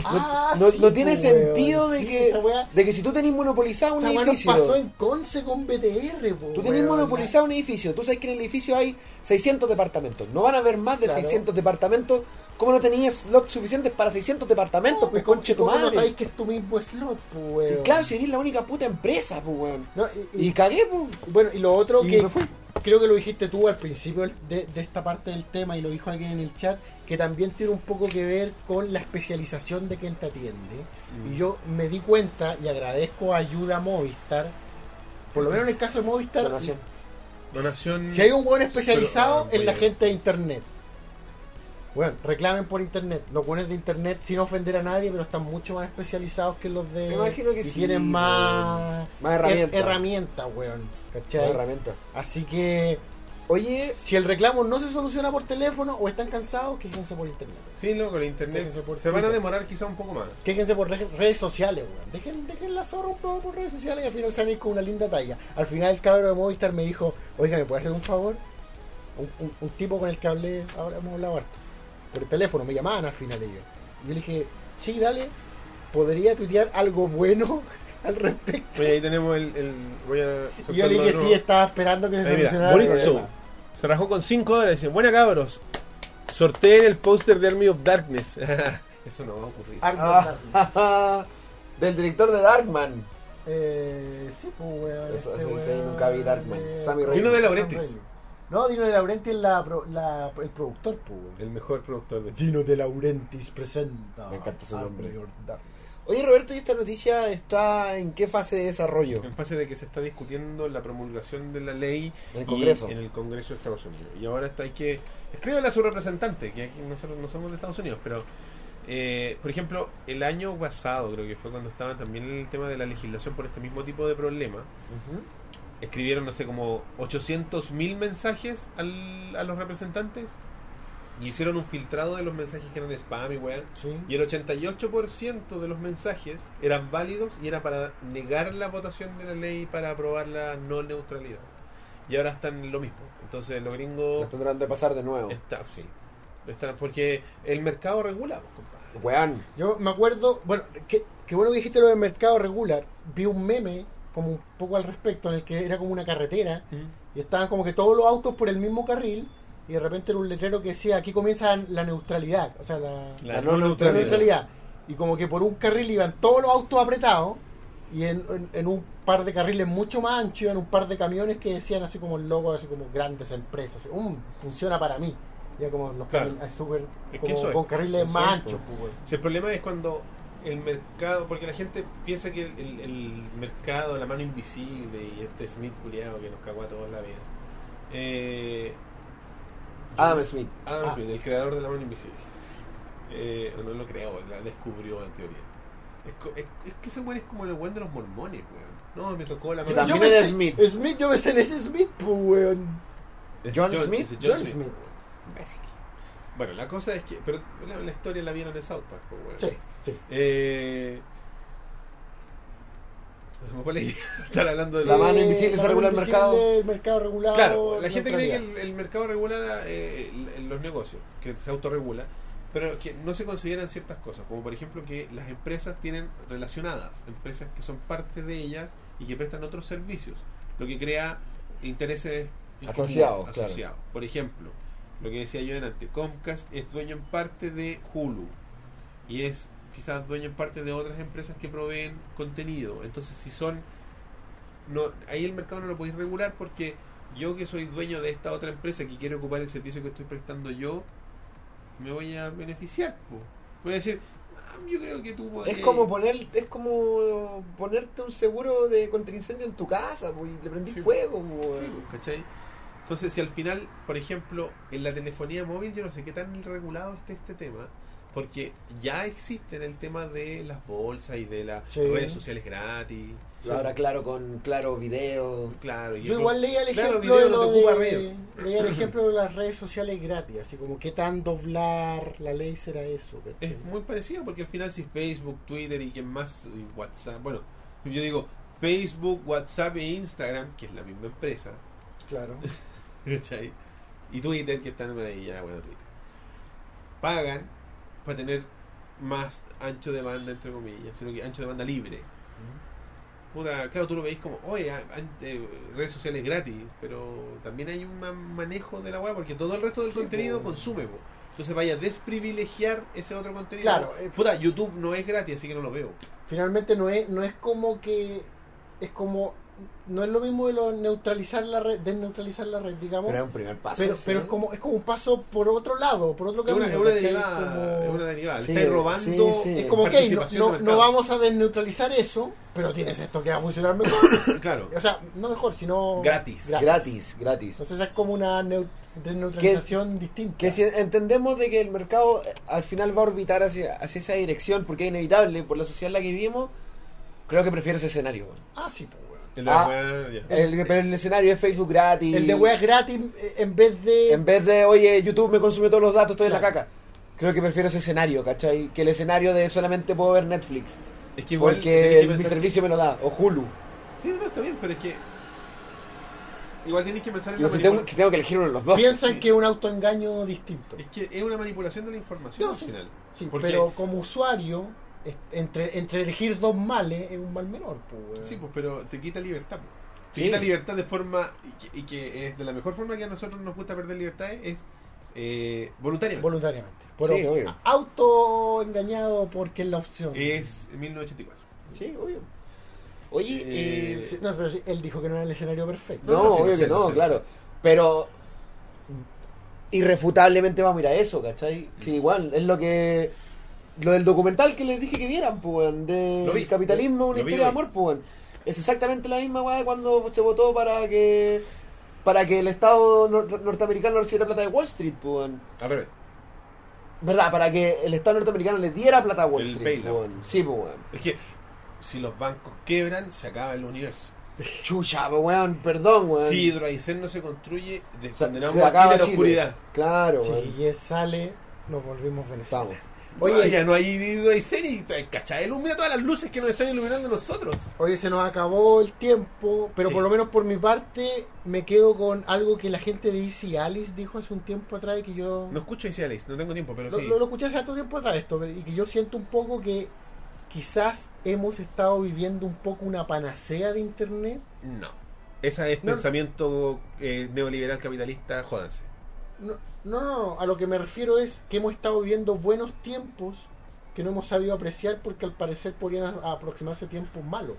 C: Ah,
E: no,
C: sí,
E: no tiene
C: pues,
E: sentido
C: weón.
E: de
C: Sí,
E: que,
C: Esa weá,
E: de que si tú tenés monopolizado un
C: esa weá nos
E: edificio,
C: pasó en Conce con BTR, po,
E: tú tenés
C: weón.
E: monopolizado un edificio, tú sabes que en el edificio hay 600 departamentos, no van a haber más de
C: Claro.
E: 600 departamentos, ¿cómo no tenías slots suficientes para 600 departamentos?
C: No,
E: pues
C: pues,
E: conche tu
C: ¿cómo
E: madre.
C: No sabéis que es tu mismo slot, po,
E: Y
C: weón.
E: claro, si eres la única puta empresa, pues weón.
C: No, y,
E: Y
C: y-
E: cagué, pues.
C: bueno, y lo otro
E: Y
C: que
E: me fui.
C: creo que lo dijiste tú al principio del- de, de esta parte del tema y lo dijo alguien en el chat, que también tiene un poco que ver con la especialización de quien te atiende.
E: Mm.
C: Y yo me di cuenta y agradezco ayuda a Movistar, por
E: Mm.
C: lo menos en el caso de Movistar,
E: Donación.
A: Donación.
C: si hay un buen especializado
A: Pero, ah,
C: en la
A: bueno,
C: gente de internet. Bueno, reclamen por internet. Los buenos de internet, sin ofender a nadie, pero están mucho más especializados que los de.
E: Me imagino que
C: y
E: sí,
C: tienen más.
E: Más herramientas.
C: her- herramientas, weón. ¿Cachai?
E: Más herramientas.
C: Así que
E: Oye,
C: si el reclamo no se soluciona por teléfono o están cansados, quéjense por internet.
A: Sí, loco, el internet.
C: Déjense por
A: Se van a
C: Twitter.
A: demorar quizá un poco más.
C: Quéjense por re- redes sociales, weón. Dejen, dejen la zorra un poco por redes sociales y al final salir con una linda talla. Al final el cabro de Movistar me dijo, oiga, ¿me puede hacer un favor? Un, un- un tipo con el que hablé, ahora hemos hablado harto. Por el teléfono, me llamaban al final ellos. Yo le dije, sí, dale, ¿podría tuitear algo bueno al respecto?
A: Oye, ahí tenemos el. el voy a.
C: Y yo le dije, sí, estaba esperando que se
A: Ahí, mira,
C: solucionara el
A: Boritzo.
C: problema.
A: Se rajó con 5 dólares. Dicen, buena cabros. Sorteen el póster de Army of Darkness. Eso no va a ocurrir.
C: Arnold
E: ah,
C: Schwarzenegger.
E: del director de Darkman.
C: Eh, sí, pues, weón.
E: Eso- eso dice ahí, nunca vi Darkman.
C: eh,
E: Sammy
C: Sam
A: Dino de Laurentiis.
C: Raimi. No, Dino de Laurentiis es la, pro- la- el productor, pues, weón.
A: El mejor productor de Chile.
C: Dino de Laurentiis presenta.
E: Me encanta su
C: a
E: nombre.
C: Lord Darkman.
E: Oye, Roberto, ¿y esta noticia está en qué fase de desarrollo?
A: En fase de que se está discutiendo la promulgación de la ley
E: En el
A: y-
E: Congreso.
A: en el Congreso de Estados Unidos. Y ahora está hay que escríbale a su representante, que aquí nosotros no somos de Estados Unidos, pero eh, por ejemplo, el año pasado creo que fue cuando estaba también el tema de la legislación por este mismo tipo de problema, escribieron no sé como 800 mil mensajes al- a los representantes y hicieron un filtrado de los mensajes que eran spam y weá.
C: Sí.
A: Y el 88% de los mensajes eran válidos y era para negar la votación de la ley para aprobar la no neutralidad. Y ahora están en lo mismo. Entonces los
E: Lo
A: gringos
E: están tratando de pasar de nuevo.
A: está, sí. Están- porque el mercado regula, pues, compadre.
E: Weón.
C: Yo me acuerdo, bueno, que, que bueno que dijiste lo del mercado regular. Vi un meme, como un poco al respecto, en el que era como una carretera y estaban como que todos los autos por el mismo carril y de repente era un letrero que decía aquí comienza la neutralidad, o sea, la,
A: La,
E: La
A: no
E: no
C: la
A: neutralidad.
C: neutralidad. Y como que por un carril iban todos los autos apretados y en, en- en un par de carriles mucho más anchos iban un par de camiones que decían así como el logo, así como grandes empresas. así, "Mm, funciona para mí. Ya como los
A: Claro.
C: carriles, súper-
A: Es que
C: como
A: eso es.
C: con carriles
A: Eso
C: más
A: es,
C: anchos. pues, weón.
A: Si el problema es cuando el mercado, porque la gente piensa que el, el- el mercado, la mano invisible y este Smith culiado que nos cagó a todos la vida. Eh,
E: Adam Smith.
A: Adam
C: Ah.
A: Smith, el creador de la mano invisible. Eh, no lo creó, la descubrió en teoría. Es, co- es- es que ese weón es como el weón de los mormones, weón. No, me tocó la mano
E: También
C: yo me
E: era
C: sé-
E: Smith.
C: Smith, yo me sé en ese Smith, pues, weón.
A: Es
E: John Smith,
A: es
C: John Smith.
E: Imbécil.
A: Bueno, la cosa es que. Pero la, la historia la vieron en South Park, pues, weón.
C: Sí, sí.
A: Eh, se me fue la idea de estar hablando de
E: La
A: los-
E: mano
C: Eh,
E: invisible
C: la
E: se regula el
C: mano
E: mercado.
C: invisible, El mercado regulado.
A: Claro, la gente cree que
C: neutralidad.
A: el, el mercado regula eh, el- los negocios, que se autorregula, pero que no se consideran ciertas cosas, como por ejemplo que las empresas tienen relacionadas, empresas que son parte de ellas y que prestan otros servicios, lo que crea intereses en común,
E: Asociados, claro.
A: asociados. Por ejemplo, lo que decía yo delante, Comcast es dueño en parte de Hulu y es quizás dueño en parte de otras empresas que proveen contenido. Entonces, si son no ahí el mercado no lo podéis regular porque yo que soy dueño de esta otra empresa que quiere ocupar el servicio que estoy prestando yo, me voy a beneficiar. po. Voy a decir, "Ah, yo creo que tú podés-
E: Es como poner, es como ponerte un seguro de contra incendio en tu casa, pues, y le prendí
A: Sí.
E: fuego,
A: Sí,
E: pues.
A: po, ¿cachai? Entonces, si al final, por ejemplo, en la telefonía móvil, yo no sé qué tan regulado esté este tema, Porque ya existen el tema de las bolsas y de las
C: Sí.
A: redes sociales gratis.
E: Y Ahora, claro, con claro video.
A: Claro, y
C: Yo
A: otro-
C: igual leía el
A: claro,
C: ejemplo
A: video
C: de,
A: no
C: lo
A: te ocupa
C: de,
A: red.
C: leía el ejemplo de las redes sociales gratis, así como qué tan doblar la ley será eso. ¿cachai?
A: Es muy parecido porque al final si Facebook, Twitter y quien más, y WhatsApp, bueno, yo digo Facebook, WhatsApp e Instagram, que es la misma empresa,
C: Claro.
A: ¿cachai? Y Twitter, que están ahí ya, bueno, Twitter. Pagan para tener más ancho de banda, entre comillas, sino que ancho de banda libre. Puta, claro, tú lo veis como, oye, a- an- eh, redes sociales gratis, pero también hay un ma- manejo de la web porque todo el resto del
E: Sí,
A: contenido
E: po.
A: consume, po. Entonces vaya a desprivilegiar ese otro contenido.
C: Claro, eh,
A: Puta, YouTube no es gratis, así que no lo veo.
C: Finalmente no es, no es como que es como no es lo mismo de lo neutralizar la red, desneutralizar la red, digamos. Pero,
E: Pero es un primer paso.
C: pero,
E: ese, ¿eh?
C: es como es como un paso por otro lado, por otro
A: Es
C: camino.
A: una, es una
C: ¿cachai?
A: derivada, es
C: Como-
A: una derivada. Le
E: Sí,
A: estáis robando.
E: sí, sí.
C: es como, ok, no,
A: participación
C: no,
A: de
C: no
A: mercado.
C: vamos a desneutralizar eso, pero tienes esto que va a funcionar mejor.
A: Claro.
C: o sea, no mejor, sino...
A: Gratis.
E: Gratis, gratis.
C: Entonces esa es como una neu- desneutralización distinta.
E: Que si entendemos de que el mercado eh, al final va a orbitar hacia, hacia esa dirección porque es inevitable por la sociedad en la que vivimos, creo que prefiero ese escenario. weón.
C: Ah, sí, pues, weón.
A: El de la
E: Ah.
A: web, ya.
E: El, pero el escenario es Facebook gratis.
C: El de weas gratis eh, en vez de...
E: En vez de, oye, YouTube me consume todos los datos, estoy en la
C: Claro.
E: caca. Creo que prefiero ese escenario, ¿cachai? Que el escenario de solamente puedo ver Netflix.
A: Es que igual tenés
E: Porque
A: que
E: mi
A: pensar-
E: servicio me lo da, o Hulu.
A: Sí, no, está bien, pero es que. Igual tienes que pensar en
E: Yo
A: la
E: si tengo,
A: manipula-
E: si tengo que elegir uno de los dos.
C: Piensan que es un autoengaño distinto.
A: Es que es una manipulación de la información
C: No,
A: al
C: sí.
A: final.
C: Sí,
A: Porque-
C: pero como usuario, es- entre, entre elegir dos males es un mal menor, pues, weón.
A: Sí, pues, pero te quita libertad. pues. Te
E: Sí.
A: quita libertad de forma. Y que, y que es de la mejor forma que a nosotros nos gusta perder libertades es eh, voluntaria.
C: Voluntariamente. Por
E: Sí,
C: op-
E: obvio.
C: autoengañado porque es la opción. Eh,
A: es 1984.
E: Sí, obvio. Oye,
A: Eh,
E: eh,
C: Sí, no, pero sí, él dijo que no era el escenario perfecto.
E: No,
A: No, no, sí,
E: obvio
A: no sé,
E: que no,
A: no sé, no
E: claro.
A: sé.
E: Pero irrefutablemente vamos a ir a eso, ¿cachai?
A: Mm.
E: Sí, igual, es lo que... Lo del documental que les dije que vieran, pues, weón, de
A: Lo vi,
E: el capitalismo,
A: lo
E: una
A: vi,
E: historia
A: lo
E: de
A: vi.
E: amor, pues, weón. es exactamente la misma weá cuando se votó para que para que el Estado nor- norteamericano recibiera plata de Wall Street, pues, weón.
A: Al revés.
E: ¿verdad? Para que el Estado norteamericano le diera plata a Wall
A: El
E: Street, pues,
A: bailout.
E: weón. sí, pues, weón.
A: Es que si los bancos quebran, se acaba el universo.
E: chucha, pues, weón, perdón, weón.
A: Si Hidroaicén no se construye,
E: O sea,
A: descondenamos
E: se
A: a Chile
E: acaba
A: a la
E: Chile.
A: oscuridad.
E: Claro,
C: Si
E: weón.
C: él sale, nos volvimos Venezuela.
E: Estamos.
C: Oye,
A: Oye, ya no hay Hidroaicén y cachai, ilumina todas las luces que nos están iluminando nosotros.
C: Oye, se nos acabó el tiempo, pero
A: Sí.
C: por lo menos por mi parte me quedo con algo que la gente de Easy Alice dijo hace un tiempo atrás y que yo...
A: No escucho ese Alex, no tengo tiempo, pero
C: lo,
A: sí.
C: lo- lo escuché hace harto tiempo atrás esto, pero- y que yo siento un poco que quizás hemos estado viviendo un poco una panacea de Internet.
A: No. Esa es
C: No.
A: pensamiento eh, neoliberal capitalista, jódanse.
C: No, no, no, no, a lo que me refiero es que hemos estado viviendo buenos tiempos que no hemos sabido apreciar porque al parecer podrían a- aproximarse tiempos malos.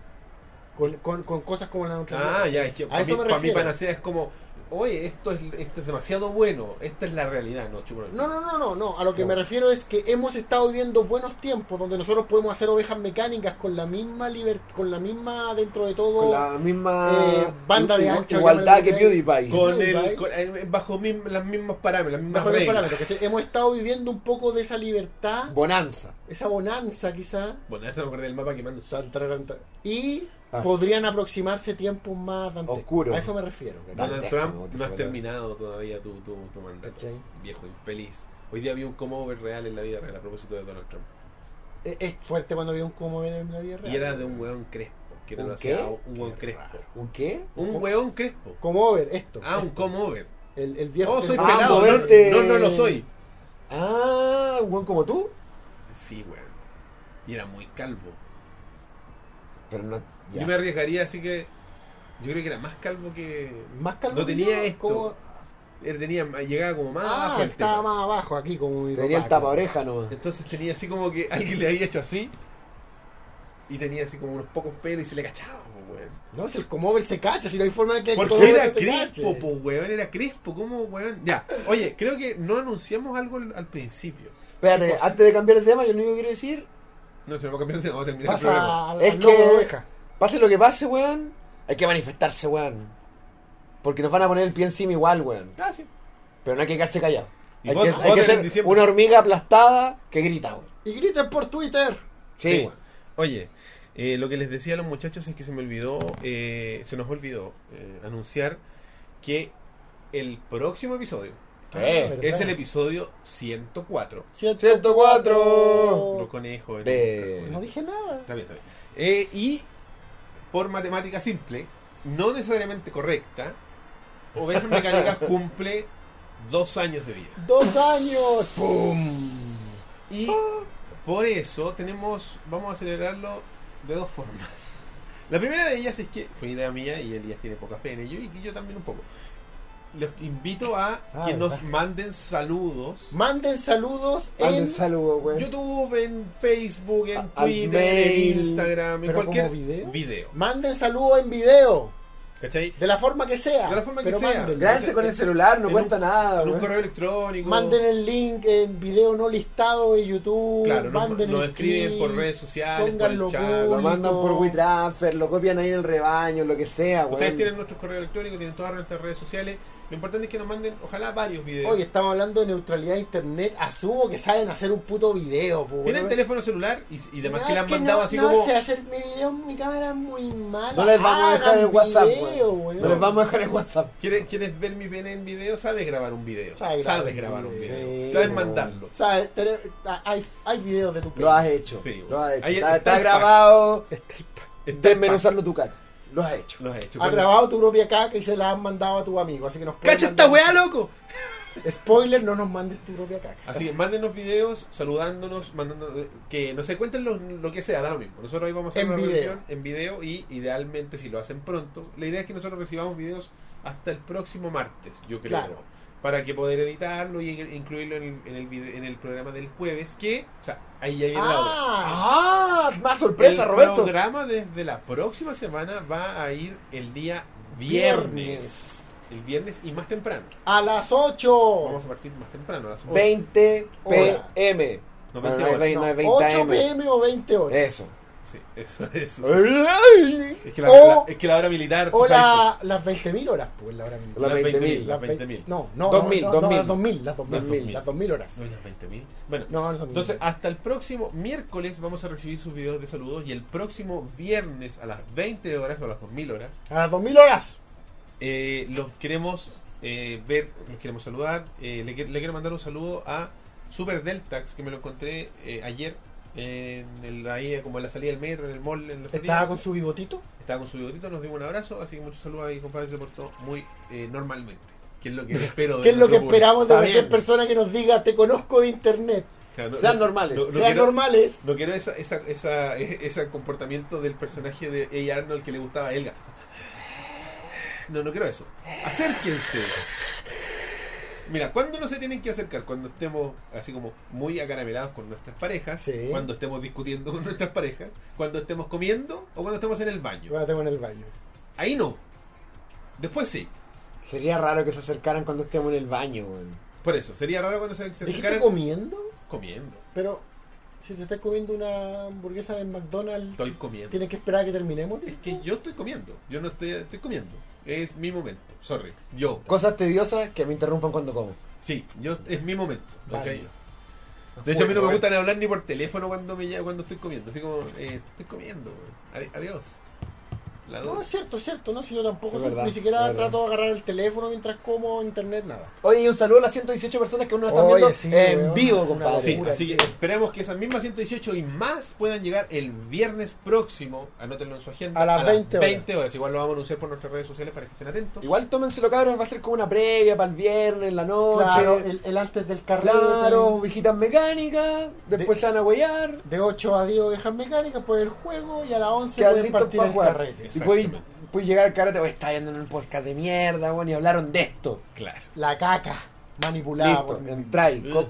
C: Con, con- con cosas como la neutralidad.
A: Ah, ya, es que para mí,
C: eso me
A: para mí
C: refiero.
A: panacea es como, oye, esto es, esto es demasiado bueno, esta es la realidad, no chupo.
C: No, no, no, no, no. A lo que
E: No.
C: me refiero es que hemos estado viviendo buenos tiempos donde nosotros podemos hacer ovejas mecánicas con la misma libertad, con la misma dentro de todo.
E: con la misma
C: Oh, Eh, banda de
E: igu-
C: ancho,
E: igualdad que
C: llámalo que
E: PewDiePie.
A: Con
C: Sí, bye.
A: el, con- eh, bajo mis- los mismos parámetros, las mismas
C: bajo los
A: reglas.
C: parámetros, ¿cachai? Hemos estado viviendo un poco de esa libertad,
E: Bonanza.
C: esa bonanza quizá,
A: Bueno, ya se me acordé del mapa quemando.
C: tan, tan, tan, y
E: Ah.
C: podrían aproximarse tiempos más dantescos.
E: Oscuro.
C: A eso me refiero. ¿cachai?
A: Donald
E: Dantesco, como
A: Trump
E: te
A: no has
E: saca.
A: terminado todavía tu, tu, tu mandato.
C: ¿Cachai?
A: Viejo infeliz. Hoy día vi un comover real en la vida real a propósito de Donald Trump.
C: Es, E-, es fuerte cuando veo un cómo ver en la vida real.
A: Y era de un weón crespo. Que no
E: ¿Un
A: lo hacía
E: qué?
A: un weón
C: Qué
A: crespo.
C: raro.
E: ¿Un qué?
A: Un weón crespo.
C: Como ver esto.
A: Ah, un
C: esto.
A: comover.
C: El, el viejo.
A: Oh, soy
E: Ah,
A: pelado. no-
E: moverte.
A: No, no, lo soy.
E: Ah, un buen como tú.
A: Sí, weón. Y era muy calvo.
E: Pero no. ya.
A: Yo me arriesgaría, así que. Yo creo que era más calvo que.
C: Más calvo
A: No
C: que
A: tenía
C: yo,
A: esto.
C: como-
A: Él tenía, llegaba como más pues.
C: Ah,
A: abajo el
C: estaba
A: tema.
C: más abajo aquí como mi
E: Tenía
C: papá,
E: el tapa oreja nomás.
A: Entonces tenía así como que alguien le había hecho así. Y tenía así como unos pocos pelos y se le cachaba, po, weón.
C: No, si el comover se cacha, si no hay forma de que el
A: Porque
C: comover
A: era
C: no se
A: crespo,
C: cache.
A: po, weón, era crespo, ¿cómo, weón? Ya, oye, creo que no anunciamos algo al, al principio.
E: Espérate, antes de cambiar el tema, yo lo único que quiero decir,
A: No, se lo vamos a cambiar, vamos a terminar el programa.
C: Pasa al,
E: Es
C: al lobo de
E: que-
C: oveja.
E: pase lo que pase, weón, hay que manifestarse, weón. Porque nos van a poner el pie encima igual, weón.
A: Ah, sí.
E: Pero no hay que quedarse callado.
A: Y
E: Hay
A: vot-
E: que, hay que
A: voten en
E: ser
A: diciembre.
E: una hormiga aplastada que grita, güey.
C: Y griten por Twitter.
E: Sí,
A: Sí, weón. Oye, eh, lo que les decía a los muchachos es que se me olvidó, eh, se nos olvidó eh, anunciar que el próximo episodio
E: ¿Qué?
C: Ah,
A: es el
C: verdad.
A: episodio 104.
E: 104.
A: Los conejos.
E: De-
C: Oh. No dije nada.
A: Está bien, está bien. Eh, y por matemática simple, no necesariamente correcta, Ovejas Mecánicas cumple dos años de vida.
C: Dos años. ¡Pum!
A: Y
C: Ah.
A: por eso tenemos, vamos a celebrarlo de dos formas. La primera de ellas es que fue idea mía y Elías tiene poca fe en ello y que yo también un poco. Los invito a
C: Ah,
A: que nos
C: verdad.
A: manden saludos.
C: Manden saludos
E: Manden
C: en...
E: saludos, güey.
A: YouTube, en Facebook, en
E: A- al
A: Twitter,
E: mail.
A: en Instagram, en
C: ¿Pero como
A: cualquier
C: video?
A: video.
C: Manden saludos en video.
A: ¿Cachai?
C: De la forma que sea.
A: De la forma que
C: pero
A: sea.
C: mándenlo.
E: Gracias con el celular, no
A: En
E: cuesta
A: un-
E: nada,
A: en un
E: güey.
A: correo electrónico.
C: ¿eh? Manden el link en video no listado de YouTube.
A: Claro, nos,
C: manden
A: nos
C: el
A: escriben
C: clip.
A: por redes sociales, por
C: pónganlo
A: el chat.
E: Lo
C: público.
E: mandan por WeTransfer, lo copian ahí en el rebaño, lo que sea, güey.
A: Ustedes tienen nuestros correos electrónicos, tienen todas nuestras redes sociales. Lo importante es que nos manden, ojalá, varios videos.
C: Oye, estamos hablando de neutralidad de internet. Asumo que saben hacer un puto video. po,
A: Tienen
C: weón.
A: teléfono celular y, y demás
C: ¿eh? No,
A: que le
C: es
A: han mandado
C: no-
A: así
C: no
A: como.
C: sé hacer mi video, mi cámara es muy mala.
E: No les vamos a dejar
C: Hagan
E: el WhatsApp,
C: video,
E: güey.
C: weón.
E: No les vamos a dejar el WhatsApp.
A: ¿Quieres, quieres ver mi pene en video? Sabes grabar un video.
C: Sabes
A: Sabes, grabar
C: grabar un
A: un
C: video.
A: video.
C: Sí,
A: sabes
E: no.
A: mandarlo.
C: ¿Sabes? Tener- ah, Hay, hay videos de tu pene.
E: Lo has hecho.
A: Sí, güey.
E: lo has hecho.
A: Ahí
E: está,
A: está
E: está
A: el pack.
E: grabado
A: Está en pa-
E: desmenuzando tu cara. Lo has hecho.
A: Lo has hecho.
C: Has
A: Bueno,
C: grabado tu propia caca y se la has mandado a tu amigo. Así que nos pueden
A: ¡Cacha esta
C: mandar-
A: weá, loco!
C: Spoiler, no nos mandes tu propia caca.
A: Así que mándenos videos saludándonos, mandándonos. Que no se cuenten lo, lo que sea, da lo mismo. Nosotros ahí vamos a hacer
C: En
A: una
C: video.
A: revisión en video y idealmente si lo hacen pronto. La idea es que nosotros recibamos videos hasta el próximo martes, yo creo.
C: Claro.
A: Para que poder editarlo y incluirlo en el, en el, vide- en el programa del jueves, que, o sea, ahí ya viene la hora.
C: Ah,
E: ¡Ah! ¡Más sorpresa,
A: el
E: Roberto!
A: programa desde la próxima semana va a ir el día viernes.
C: Viernes.
A: El viernes y más temprano.
C: a las 8.
A: Vamos a partir más temprano, a las 8.
E: 20
C: Hola.
E: pm.
A: No,
E: Bueno,
A: 20
E: no,
A: horas.
E: veinte- Eh,
C: No,
E: no,
C: 8
E: 20 am.
C: pm o 20 horas.
E: Eso.
A: Sí, eso, eso, sí.
E: Las
A: Es que la,
C: O-
A: la- es que la hora militar. tú
C: O
A: sabes
C: la- las 20.000 horas, pues, la hora misma.
A: Las
E: 20.000.
A: 20.000.
E: las
A: Las
C: ve-
A: 20.000.
C: No, no,
E: 2000,
C: no, no,
E: 2000.
C: las 2000, las 2000,
A: Las 2000.
C: las 2000 horas.
A: que- No, las 20.000. Bueno,
C: No, no son
A: entonces
C: mil.
A: hasta el próximo miércoles vamos a recibir sus videos de saludos y el próximo viernes a las 20 horas o a las 2.000 horas
C: a las 2000 horas.
A: Eh, los queremos eh, ver, los queremos saludar. Eh, le, que- le quiero mandar un saludo a Super Deltax, que me lo encontré eh, ayer, en el, ahí como en la salida del metro, en el mall, en la
C: Estaba
A: feria.
C: con su bigotito.
A: Estaba con su bigotito, nos dimos un abrazo, así que muchos saludos ahí, compadre, se portó muy eh, normalmente. Que es lo que espero de
C: ¿Qué es lo que
A: nuestro público.
C: esperamos de
E: Está
C: cualquier
E: bien.
C: persona que nos diga, te conozco de internet?
A: O sea, no-
E: Sean
A: no-
E: normales,
A: no- no
C: Sean
A: quiero-
C: normales.
A: No quiero esa, esa, esa, e- ese comportamiento del personaje de A. Arnold que le gustaba a Elga. No, no quiero eso. Acérquense. Mira, ¿cuándo no se tienen que acercar? Cuando estemos así como muy acaramelados con nuestras parejas,
C: Sí.
A: cuando estemos discutiendo con nuestras parejas, cuando estemos comiendo o cuando estemos en el
C: Yo
A: baño.
C: ahora tengo en el baño.
A: Ahí no. Después sí.
E: Sería raro que se acercaran cuando estemos en el baño, güey.
A: Por eso, sería raro cuando se, se
C: ¿Dijiste
A: acercaran
C: comiendo?
A: comiendo.
C: Pero si te estás comiendo una hamburguesa en McDonald's,
A: Estoy comiendo.
C: tienes que esperar a que terminemos.
A: Es que yo estoy comiendo. Yo no estoy, estoy comiendo. Es mi momento. Sorry. Yo.
E: Cosas tediosas que me interrumpan cuando como.
A: Sí, yo es mi momento. ¿cachai?
C: Válido.
A: De hecho, a mí no me
E: Bueno.
A: gusta ni hablar ni por teléfono cuando me lla- cuando estoy comiendo. Así como, eh, estoy comiendo. güey. Adi- Adiós. La
C: No,
A: doy.
C: es cierto, es cierto, no, si yo tampoco
E: Es
C: soy-
E: verdad,
C: ni siquiera
E: es verdad.
C: trato de agarrar el teléfono mientras como internet, nada.
E: Oye, y un saludo a las 118 personas que aún nos están
C: Oye,
E: viendo
C: sí,
E: en
C: weón,
E: vivo,
C: una
E: compadre.
A: Sí,
C: locura,
A: así que
C: tío.
A: esperemos que esas mismas 118 y más puedan llegar el viernes próximo. Anótenlo en su agenda.
C: A las 20 horas.
A: horas. Igual lo vamos a anunciar por nuestras redes sociales para que estén atentos.
E: Igual tómenselo, cabros, va a ser como una previa para el viernes, en la noche.
C: Claro, el, el antes del carrete.
E: Claro, visitas mecánicas, después
C: De-
E: se van a huellar.
C: De 8 a 10 ovejas mecánicas, pues el juego y a las 11
E: Quedan
C: pueden
E: listos
C: partir
E: para
C: el
E: jugar.
C: carrete.
E: Y puedes,
A: Exactamente.
E: puedes llegar al carrete, oye, está viendo en un podcast de mierda, bueno, y hablaron de esto.
A: Claro.
C: La caca manipulada
E: Listo,
C: por mí.
E: entráis, co-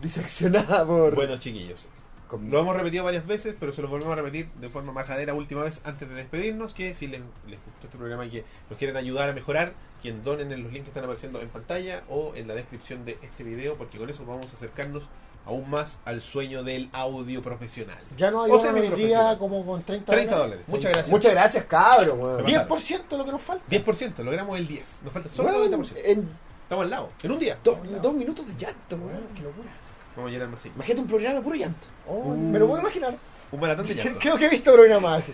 E: diseccionada por...
A: Mm. Bueno, chiquillos.
E: con-
A: Lo hemos repetido varias veces, pero se lo volvemos a repetir de forma majadera última vez antes de despedirnos, que si les, les gustó este programa y que nos quieren ayudar a mejorar, quien donen en los links que están apareciendo en pantalla o en la descripción de este video, porque con eso vamos a acercarnos aún más al sueño del audio profesional.
C: Ya no hay
A: O sea,
C: hoy día
A: profesional.
C: como con 30
A: 30 dólares. Muchas gracias.
E: Muchas gracias, cabros, weón.
A: Bien.
C: 10% lo que nos falta.
A: 10%, logramos el 10. Nos falta solo
E: Weón,
A: el 90%.
E: en
A: Estamos al lado. En un día.
E: Do- dos minutos de llanto, weón. Qué locura.
A: Vamos a llorar más así.
E: Imagínate un programa de puro llanto.
C: Oh, Me
A: Uh,
C: lo puedo imaginar.
A: Un maratón de llanto.
C: Creo que he visto programas así.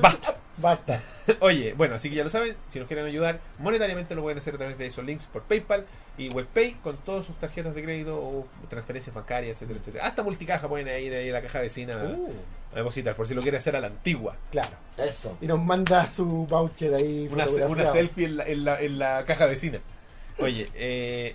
A: Basta.
C: Basta.
A: Oye, bueno, así que ya lo saben, si nos quieren ayudar monetariamente lo pueden hacer a través de esos links por PayPal y WebPay con todas sus tarjetas de crédito o transferencias bancarias, etcétera, etcétera. Hasta multicaja pueden ir ahí a la caja vecina
C: Uh,
A: a depositar, por si lo quieren hacer a la antigua.
C: claro.
E: Eso.
C: Y nos manda su voucher ahí.
A: Una, una
C: fotografiado.
A: selfie en la, en la- en la caja vecina. Oye, eh,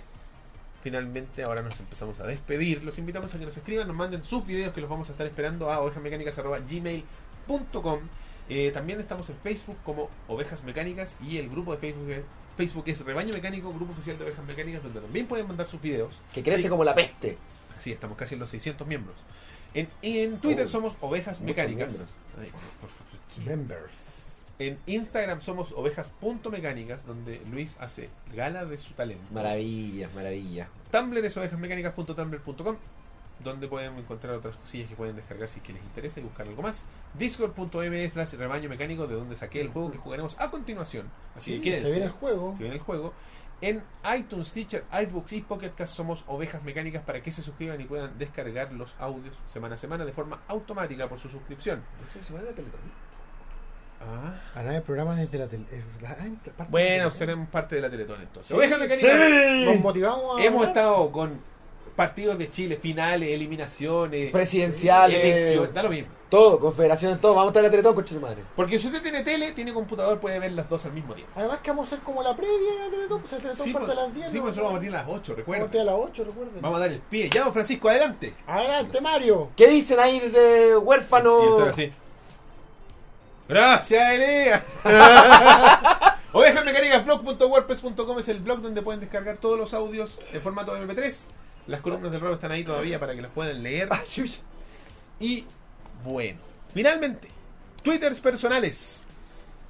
A: finalmente ahora nos empezamos a despedir. Los invitamos a que nos escriban, nos manden sus videos que los vamos a estar esperando a ovejasmecánicas.gmail.com. Eh, también estamos en Facebook como Ovejas Mecánicas y el grupo de Facebook es, Facebook es Rebaño Mecánico, grupo oficial de Ovejas Mecánicas, donde también pueden mandar sus videos.
E: Que crece
A: Sí.
E: como la peste.
A: Sí, estamos casi en los 600 miembros. En, en Twitter
E: Oh,
A: somos Ovejas
E: muchos
A: Mecánicas.
E: miembros.
A: Ay, por favor, ¿qué?
C: Members.
A: En Instagram somos ovejas.mecánicas, donde Luis hace gala de su talento.
E: Maravillas, maravillas.
A: Tumblr es ovejasmecánicas.tumblr.com, donde pueden encontrar otras cosillas que pueden descargar si es que les interesa y buscar algo más. Discord.me slash rebaño mecánico, de donde saqué el juego que jugaremos a continuación. Así
C: Sí,
A: que quédense.
C: se viene el juego.
A: Se viene el juego. En iTunes, Teacher, iBooks y Pocketcast somos ovejas mecánicas para que se suscriban y puedan descargar los audios semana a semana de forma automática por su suscripción. Ah.
C: Harán el programa desde la tele. es verdad, ah, en parte de
A: Bueno,
C: la tele.
A: seremos parte de la Teletón entonces.
C: Sí.
A: Oveja Mecánica.
C: Nos motivamos a.
A: Hemos estado con partidos de Chile, finales, eliminaciones,
E: Presidenciales.
A: eh, elecciones, da lo mismo.
E: Todo, confederaciones, todo. Vamos a estar en la Teletón, coche de madre.
A: Porque si usted tiene tele, tiene computador, puede ver las dos al mismo tiempo.
C: Además que vamos a hacer como la previa de la Teletón, pues el Teletón
A: Sí,
C: parte
A: pues,
C: a las 10.
A: sí,
C: ¿no?
A: pues solo vamos a partir a las 8,
C: Parte a
A: recuerda.
C: las 8, recuerden.
A: Vamos a dar el pie. Ya, don Francisco, adelante.
C: Adelante, Mario.
E: ¿Qué dicen ahí de
A: Y el toro
E: huérfano?
A: así. Gracias, Elea. Ovejamecanicasblog.wordpress.com es el blog donde pueden descargar todos los audios en formato MP3. Las columnas del robo están ahí todavía para que las puedan leer.
E: Ah, chucha.
A: Y bueno, finalmente, twitters personales.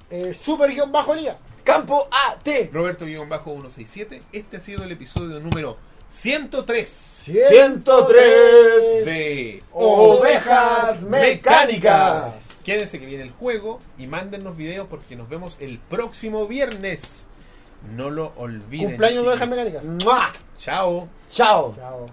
C: Eh, super guión bajo Elías.
E: Campo AT.
A: Roberto-167, este ha sido el episodio número 103 de
C: Oh.
E: Ovejas Mecánicas.
A: Quédense que viene el juego y mándennos videos porque nos vemos el próximo viernes. No lo olviden.
C: Cumpleaños de
A: chiquillos.
C: Ovejas Mecánicas.
E: ¡Mua!
A: Chao.
E: Chao.
C: Chao.